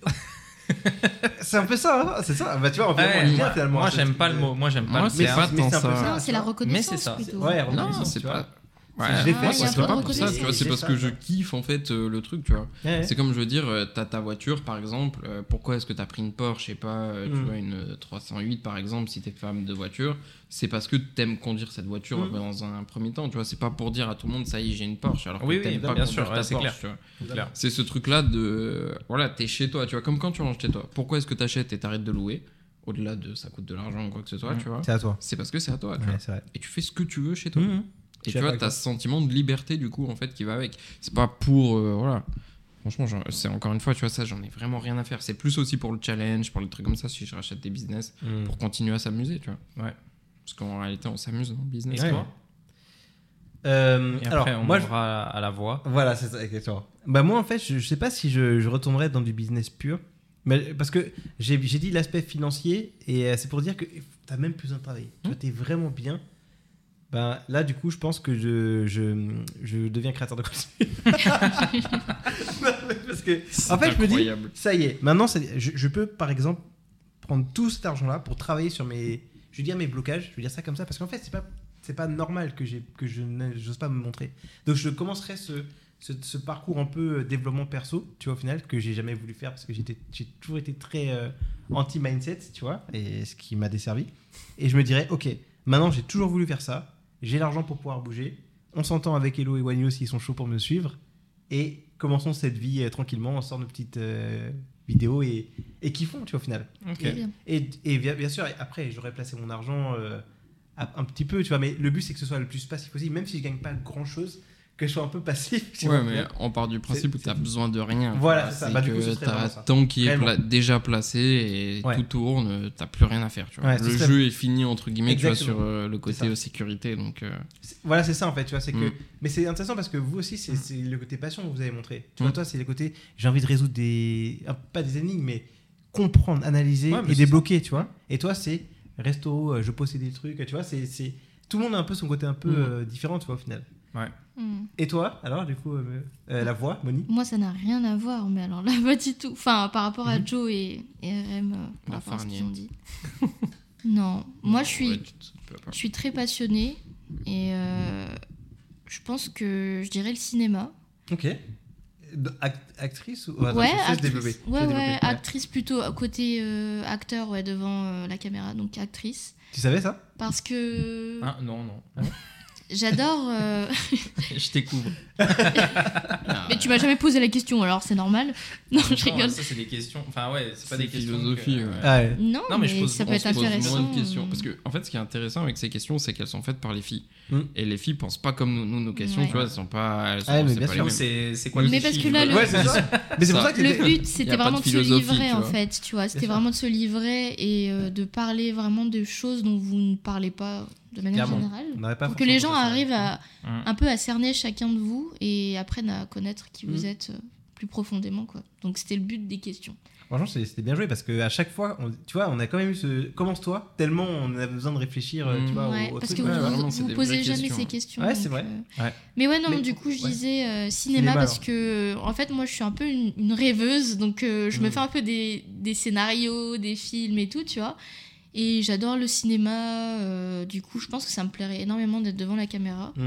S2: c'est un peu ça, hein, c'est ça. Bah, tu vois, en fait,
S1: Ouais,
S2: on est bien,
S1: moi,
S2: finalement.
S1: moi,
S2: hein, ce
S1: j'aime
S2: truc
S1: pas le
S2: de-
S1: mot. Moi, j'aime pas
S3: Moi,
S1: le
S3: c'est
S1: terme.
S3: pas
S2: mais
S3: tant
S2: c'est un peu
S3: ça.
S2: ça.
S4: Non, c'est la reconnaissance
S1: c'est Ah, ça.
S4: plutôt.
S2: Ouais,
S3: Non,
S2: reconnaissance,
S3: c'est
S2: tu vois.
S3: pas.
S2: Je
S3: Ouais,
S2: l'ai
S3: moi,
S2: fait,
S3: c'est
S2: c'est
S3: pas
S2: pas
S3: pour ça,
S4: reconnaissant.
S3: tu vois. C'est
S2: C'est
S3: parce
S2: ça.
S3: que je kiffe, en fait, euh, le truc, tu vois.
S2: Ouais, ouais.
S3: C'est comme je veux dire, euh, t'as ta voiture par exemple, euh, pourquoi est-ce que t'as pris une Porsche et pas euh, tu
S2: Mm.
S3: vois, une euh, 308 par exemple si t'es femme de voiture C'est parce que t'aimes conduire cette voiture
S2: Mm.
S3: euh, dans un premier temps, tu vois. C'est pas pour dire à tout le monde ça y est, j'ai une Porsche alors que
S1: Oui, oui,
S3: t'aimes
S1: bien
S3: pas conduire
S1: sûr, ouais,
S3: ta
S1: c'est clair.
S3: Porsche, tu vois.
S1: C'est clair.
S3: C'est ce truc là de euh, voilà, t'es chez toi, tu vois, comme quand tu ranges chez toi. Pourquoi est-ce que t'achètes et t'arrêtes de louer Au-delà de ça coûte de l'argent ou quoi que ce soit,
S1: Mm.
S3: tu vois.
S2: C'est à toi.
S3: C'est parce que c'est à toi, tu vois.
S2: Ouais, c'est vrai.
S3: Et tu fais ce que tu veux chez toi.
S1: Mmh.
S2: Je
S3: Et
S2: suis
S3: tu vois,
S2: d'accord
S3: t'as ce sentiment de liberté du coup en fait qui va avec. C'est pas pour euh, voilà. Franchement, j'en- c'est encore une fois, tu vois ça, j'en ai vraiment rien à faire. C'est plus aussi pour le challenge, pour les trucs comme ça. Si je rachète des business, pour continuer à s'amuser, tu vois.
S1: Ouais.
S3: Parce qu'en réalité, on s'amuse dans le business.
S1: Et
S2: Ouais.
S1: toi
S2: Euh,
S1: Et
S2: alors,
S1: après, on
S2: moi,
S1: moi,
S2: je-
S1: à la voix.
S2: Voilà, c'est ça, exactement. Bah moi, en fait, je, je sais pas si je, je retournerais dans du business pur, mais parce que j'ai j'ai dit l'aspect financier, et euh, c'est pour dire que t'as même plus besoin de travailler. Tu vois, t'es vraiment bien. Bah, là, du coup, je pense que je, je, je deviens créateur de contenu. [laughs] Non, mais parce que, en fait, je me dis,
S3: Incroyable.
S2: ça y est, maintenant, ça- je, je peux, par exemple, prendre tout cet argent-là pour travailler sur mes... Je veux dire mes blocages, je veux dire ça comme ça, parce qu'en fait, c'est pas, c'est pas normal que, j'ai, que je n'ose pas me montrer. Donc, je commencerai ce, ce, ce parcours un peu euh, développement perso, tu vois, au final, que j'ai jamais voulu faire, parce que j'étais, j'ai toujours été très euh, anti-mindset, tu vois, et ce qui m'a desservi. Et je me dirais, ok, maintenant, j'ai toujours voulu faire ça, j'ai l'argent pour pouvoir bouger, on s'entend avec Hello et Wanyo s'ils sont chauds pour me suivre, et commençons cette vie euh, tranquillement, on sort nos petites euh, vidéos et, et kiffons, tu vois, au final.
S4: Très bien.
S2: Et, et bien, bien sûr, après, j'aurais placé mon argent euh, à- un petit peu, tu vois, mais le but, c'est que ce soit le plus passif possible, même si je gagne pas grand-chose, que je sois un peu passif. tu
S3: Ouais,
S2: vois,
S3: mais
S2: bien.
S3: on part du principe où
S2: c'est-
S3: t'as besoin de rien.
S2: Voilà,
S3: tu vois.
S2: c'est ça. Bah, du coup, ce
S3: que
S2: serait vraiment
S3: t'as
S2: ça.
S3: tant qui est
S2: Réellement.
S3: pla- déjà placé et
S2: Ouais.
S3: tout tourne, t'as plus rien à faire, tu vois.
S2: Ouais, ce
S3: le
S2: serait-
S3: jeu est fini, entre guillemets, tu vois,
S2: Exactement.
S3: sur euh, le
S2: ça.
S3: côté sécurité, donc... euh,
S2: C'est- Voilà, c'est ça, en fait, tu vois, c'est
S3: Mm.
S2: que... Mais c'est intéressant parce que vous aussi, c'est c'est le côté passion que vous avez montré. Tu
S3: Mm.
S2: vois, toi, c'est le côté, j'ai envie de résoudre des... ah, Pas des énigmes, mais comprendre, analyser
S1: Ouais, mais
S2: et
S1: c'est ça.
S2: débloquer, tu vois. Et toi, c'est resto, euh, je possède des trucs, tu vois, c'est... c'est- Tout le monde a un peu son côté un peu
S3: Mm.
S2: euh, différent, tu vois, au final.
S4: Hmm.
S2: Et toi, alors, du coup, euh, euh, la voix, Moni
S4: Moi, ça n'a rien à voir, mais alors là, [laughs] pas du tout. Enfin, par rapport
S1: Mhm.
S4: à Joe et, et RM, euh,
S3: La
S4: par rapport à ce
S3: farniente.
S4: qu'ils ont dit. non, moi, je suis,
S3: ouais, tu te- tu peux pas.
S4: je suis très passionnée et euh, je pense que je dirais le cinéma.
S2: Ok. actrice ou...
S4: ouais,
S2: actrice.
S4: actrice, ouais, ouais, actrice plutôt à côté euh, acteur, ouais, devant euh, la caméra, donc actrice.
S2: Tu savais ça
S4: Parce que
S1: Hein, non, non.
S4: j'adore. euh,
S1: [laughs] je découvre.
S3: Ah,
S4: Mais tu m'as jamais posé la question, alors c'est normal. Non, je rigole.
S1: Ça, c'est des questions. Enfin, ouais, c'est pas
S3: C'est
S1: des questions. euh, Ah,
S3: philosophie,
S1: que-
S3: ouais.
S2: Ouais. Ah,
S4: Non,
S1: Non, mais
S4: mais,
S1: je pose-
S4: ça peut
S1: on
S4: être
S1: se pose moins de
S4: intéressant.
S3: Moins de questions.
S4: euh,
S3: Parce que, en fait, ce qui est intéressant avec ces questions, c'est qu'elles sont faites par les filles.
S2: Mm.
S3: Et les filles pensent pas comme nous. Nous, nos questions,
S4: Ouais.
S3: tu vois, elles sont pas. Elles sont,
S2: Ah, mais
S3: c'est
S2: bien
S3: pas
S2: sûr.
S3: les
S1: Ou
S3: mêmes.
S1: c'est c'est quoi le
S4: Mais parce
S1: chiffre,
S4: que là, le-
S1: quoi
S2: Ouais, c'est ça. [laughs] Mais c'est pour
S3: Ça,
S2: ça que
S4: Le
S2: c'était-
S4: but,
S3: Y a
S4: c'était
S3: pas
S4: vraiment
S3: de
S4: de, se
S3: philosophie,
S4: livrer,
S3: tu
S4: en
S3: vois.
S4: fait, tu vois. C'était
S2: sûr.
S4: vraiment de se livrer et euh, de parler vraiment de choses dont vous ne parlez pas de manière
S2: Clairement. On
S4: générale.
S2: n'aurait pas
S4: Pour que les gens
S2: forcément pensé
S4: arrivent
S2: ça.
S4: à,
S1: Mm.
S4: un peu à cerner chacun de vous et apprennent à connaître qui vous
S2: Mm.
S4: êtes euh, plus profondément, quoi. Donc c'était le but des questions.
S2: Franchement, c'est- c'était bien joué parce que à chaque fois, on- tu vois, on a quand même eu ce commence-toi tellement on a besoin de réfléchir, euh, tu
S3: Mm.
S2: vois, au-
S4: Ouais,
S2: au
S4: parce
S2: truc.
S4: que vous
S2: Ouais,
S4: vous,
S2: vraiment.
S3: vraiment, c'est
S4: vous
S3: des
S4: posez
S3: vraies
S4: jamais
S3: questions.
S4: ces questions.
S2: Ouais,
S4: donc,
S2: c'est vrai.
S4: euh,
S2: Ouais.
S4: Mais ouais, non,
S2: Mais-
S4: du coup, je
S2: ouais.
S4: disais euh, cinéma,
S2: Cinéma,
S4: parce
S2: alors.
S4: que, en fait, moi, je suis un peu une, une rêveuse, donc euh, je me
S2: Mm.
S4: fais un peu des, des scénarios, des films et tout, tu vois. Et j'adore le cinéma, euh, du coup, je pense que ça me plairait énormément d'être devant la caméra,
S2: Mm.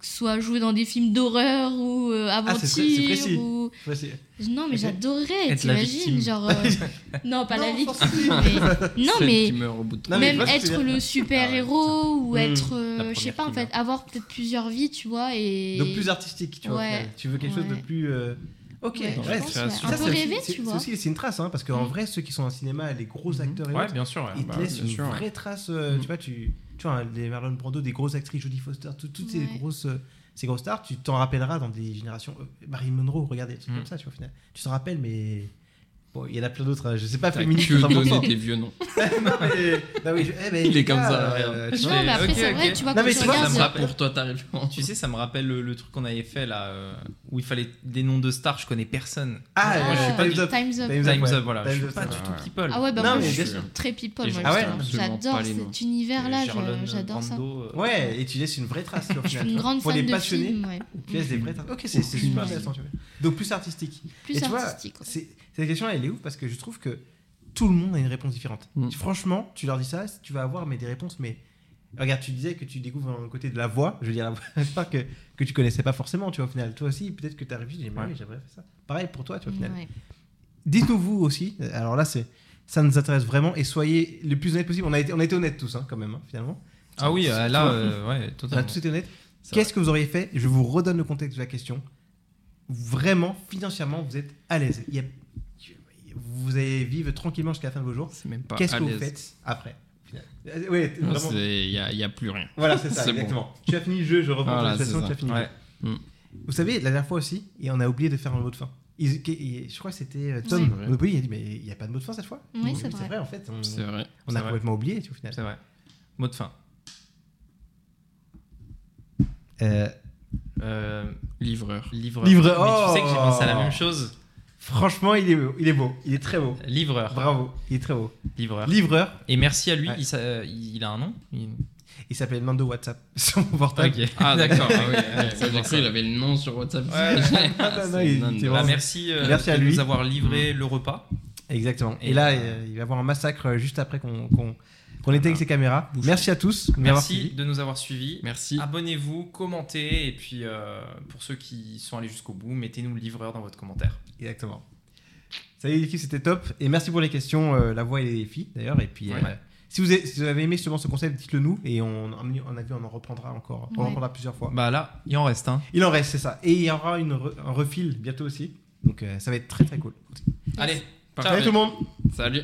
S4: que ce soit jouer dans des films d'horreur ou euh,
S2: Ah, c'est pré- c'est précis.
S4: aventure ou.
S2: Ouais, c'est-
S4: Non, mais
S2: Ok.
S4: j'adorerais,
S1: Être la victime.
S4: t'imagines,
S1: [laughs]
S4: genre. euh, Non, pas la
S2: Non, [laughs]
S4: victime, [laughs] mais. Non,
S3: Celle
S4: mais
S3: qui meurt au bout de trois
S2: Non, mais
S4: même
S2: je vois ce que tu
S4: être
S2: veux dire.
S4: le super héros ou
S2: Mmh,
S4: être euh,
S1: la première
S4: je sais pas en
S1: qui
S4: fait avoir peut-être plusieurs vies tu vois et
S2: [laughs] Donc plus artistique, tu vois. au
S4: Ouais.
S2: final. Tu veux quelque chose de
S4: Ouais.
S2: plus. euh, Ok,
S4: Ouais, je
S2: ouais,
S4: pense,
S2: c'est-
S4: ouais.
S2: ça,
S4: un
S2: c'est
S4: peu
S2: aussi-
S4: rêvé
S2: c'est-
S4: tu vois
S2: C'est aussi c'est une trace, hein, parce qu'en
S4: Mm.
S2: vrai, ceux qui sont en cinéma, les gros acteurs et
S1: Ouais,
S2: autres,
S1: bien sûr. ouais.
S2: ils
S3: bah,
S2: te laissent
S3: bien
S2: une
S3: sûr, ouais.
S2: vraie trace. euh,
S3: Mm.
S2: Tu vois, tu, tu vois, les Marlon Brando, des grosses actrices, Jodie Foster, tout- toutes ces
S4: Ouais.
S2: grosses. euh, Ces grosses stars, tu t'en rappelleras dans des générations. euh, Marilyn Monroe, regardez, des trucs
S1: Mm.
S2: comme ça, tu vois, au final. Tu t'en rappelles, mais Bon, il y en a plein d'autres, hein. je sais pas,
S3: T'as
S2: féministe
S3: que donné
S2: 100%.
S3: des vieux noms.
S2: Non, [laughs] mais- non, oui, je- eh, mais
S3: Il est
S2: les gars,
S3: comme ça,
S2: euh, tu
S4: Non,
S1: fais-
S4: mais après,
S1: ok,
S4: c'est
S1: ok.
S4: vrai, tu vois,
S2: Non,
S4: quand
S2: mais
S4: tu
S2: tu vois,
S4: regardes.
S3: Ça me
S1: c'est-
S3: rappelle pour toi ta référence.
S1: Tu sais, ça me rappelle le, le truc qu'on avait fait là, euh, où il fallait des noms de stars, je connais personne.
S2: Ah,
S1: moi, je suis pas
S2: Time's
S1: du-
S2: Up.
S4: euh, Time's Up.
S2: Time's
S1: Time's
S2: ouais.
S1: Up, voilà.
S2: Time's
S1: je
S2: Up,
S1: suis pas
S3: ouais,
S1: du tout
S3: ouais.
S1: people.
S4: Ah ouais, bah
S2: Non,
S4: moi,
S2: mais
S4: je
S2: bien
S4: suis
S3: sûr.
S4: très people.
S1: Et
S4: moi,
S1: ah ouais,
S4: justement.
S3: absolument,
S4: J'adore
S3: pas les noms.
S4: cet univers-là, je-
S1: Gerlon
S4: j'adore ça.
S1: Brando, euh,
S2: Ouais, et tu laisses une vraie trace. au
S4: Je suis
S2: final,
S4: une
S2: tu vois.
S4: grande
S2: Pour
S4: fan
S2: les
S4: de
S2: passionnés,
S4: films, ouais.
S2: tu laisses des vraies traces. Ok, c'est c'est
S3: Aucune
S2: super
S4: idée.
S2: intéressant. tu vois. Donc plus artistique. Et
S4: Plus
S2: tu vois,
S4: artistique. ouais.
S2: C'est- Cette question, elle est ouf parce que je trouve que tout le monde a une réponse différente.
S3: Mm.
S2: Franchement, tu leur dis ça, tu vas avoir mais des réponses, mais. Regarde, tu disais que tu découvres le côté de la voix, je veux dire, la voix, [laughs] c'est pas que, que tu connaissais pas forcément, tu vois, au final. Toi aussi, peut-être que tu as réfléchi, j'ai dit, mais
S1: Ouais.
S2: oui, j'aimerais faire ça. Pareil pour toi, tu vois, au final.
S4: Ouais.
S2: Dites-nous vous aussi, euh, alors là, c'est ça nous intéresse vraiment, et soyez le plus honnête possible. On a été, on a été honnêtes tous, hein, quand même, hein, finalement.
S1: Ah oui, euh, là, euh, ouais,
S2: On a
S1: totalement.
S2: tous été honnêtes.
S1: C'est
S2: Qu'est-ce que vous auriez fait Je vous redonne le contexte de la question. Vraiment, financièrement, vous êtes à l'aise. Il y a- Vous allez vivre tranquillement jusqu'à la fin de vos jours.
S3: C'est même pas.
S2: Qu'est-ce
S3: à
S2: que vous
S3: l'aise.
S2: faites après Euh, Oui,
S3: Non,
S2: vraiment.
S3: c'est- Il n'y a, il y a plus rien.
S2: Voilà, [laughs] c'est ça,
S3: C'est bon.
S2: exactement. Tu as fini le jeu, je reprends
S3: Voilà,
S2: la situation, tu
S3: c'est ça.
S2: as fini. le
S1: Ouais.
S2: jeu.
S3: Mm.
S2: Vous savez, la dernière fois aussi, et on a oublié de faire un mot de fin. Ils- qui- et je crois que c'était euh,
S3: C'est
S2: Tom
S3: vrai.
S2: Monopoly, il a dit Mais il n'y a pas de mot de fin cette fois
S4: Oui, c'est vrai.
S2: en fait. On,
S3: C'est vrai.
S2: on
S1: C'est
S2: a
S1: vrai.
S2: complètement oublié, tu vois, au final.
S1: C'est vrai. Mot de fin.
S2: Euh,
S1: Euh,
S3: Livreur.
S1: livreur.
S2: Livreur.
S1: Mais tu sais que j'ai pensé à la
S2: Oh.
S1: même chose.
S2: franchement, il est, beau, il est beau, il est très beau.
S1: Livreur.
S2: Bravo, il est très beau.
S1: Livreur.
S2: Livreur,
S1: Et merci à lui,
S2: Ouais.
S1: il, s'a- euh, il a un nom Il-
S2: Il s'appelait Nando WhatsApp [laughs] sur mon portable.
S1: [laughs]
S3: Ah, d'accord. ah
S1: C'est
S3: oui, ouais,
S1: pour ça.
S3: J'ai cru il avait le nom sur WhatsApp.
S1: Ouais.
S2: [laughs] Ah, non, non,
S3: C'est
S2: il-
S3: non,
S2: tu
S3: non.
S2: vois,
S1: Bah, merci, euh,
S2: Merci à
S1: de
S2: lui.
S1: nous avoir livré
S3: Mm.
S1: le repas.
S2: Exactement. Et,
S1: Et
S2: là,
S1: euh,
S2: euh, il va y avoir un massacre euh, juste après qu'on qu'on qu'on éteigne ses caméras. Merci à tous. de m'avoir
S1: Merci
S2: suivi.
S1: de nous avoir suivis.
S3: [laughs] Merci.
S2: Ah,
S1: Abonnez-vous, commentez, et puis euh, pour ceux qui sont allés jusqu'au bout, mettez-nous le livreur dans votre commentaire.
S2: Exactement. Salut l'équipe, c'était top. Et merci pour les questions, euh, la voix et les défis d'ailleurs. Et puis,
S1: Ouais.
S2: euh, si, vous avez, si vous avez aimé justement ce concept, dites-le nous. Et on, on a vu, on en reprendra encore. On en
S4: Ouais.
S2: reprendra plusieurs fois.
S1: Bah là, il en reste un.
S2: Il en reste, c'est ça. Et il y aura une re- un refil bientôt aussi. Donc euh, ça va être très très cool.
S3: Allez,
S1: Allez,
S3: parfait.
S2: Salut tout le monde.
S3: Salut.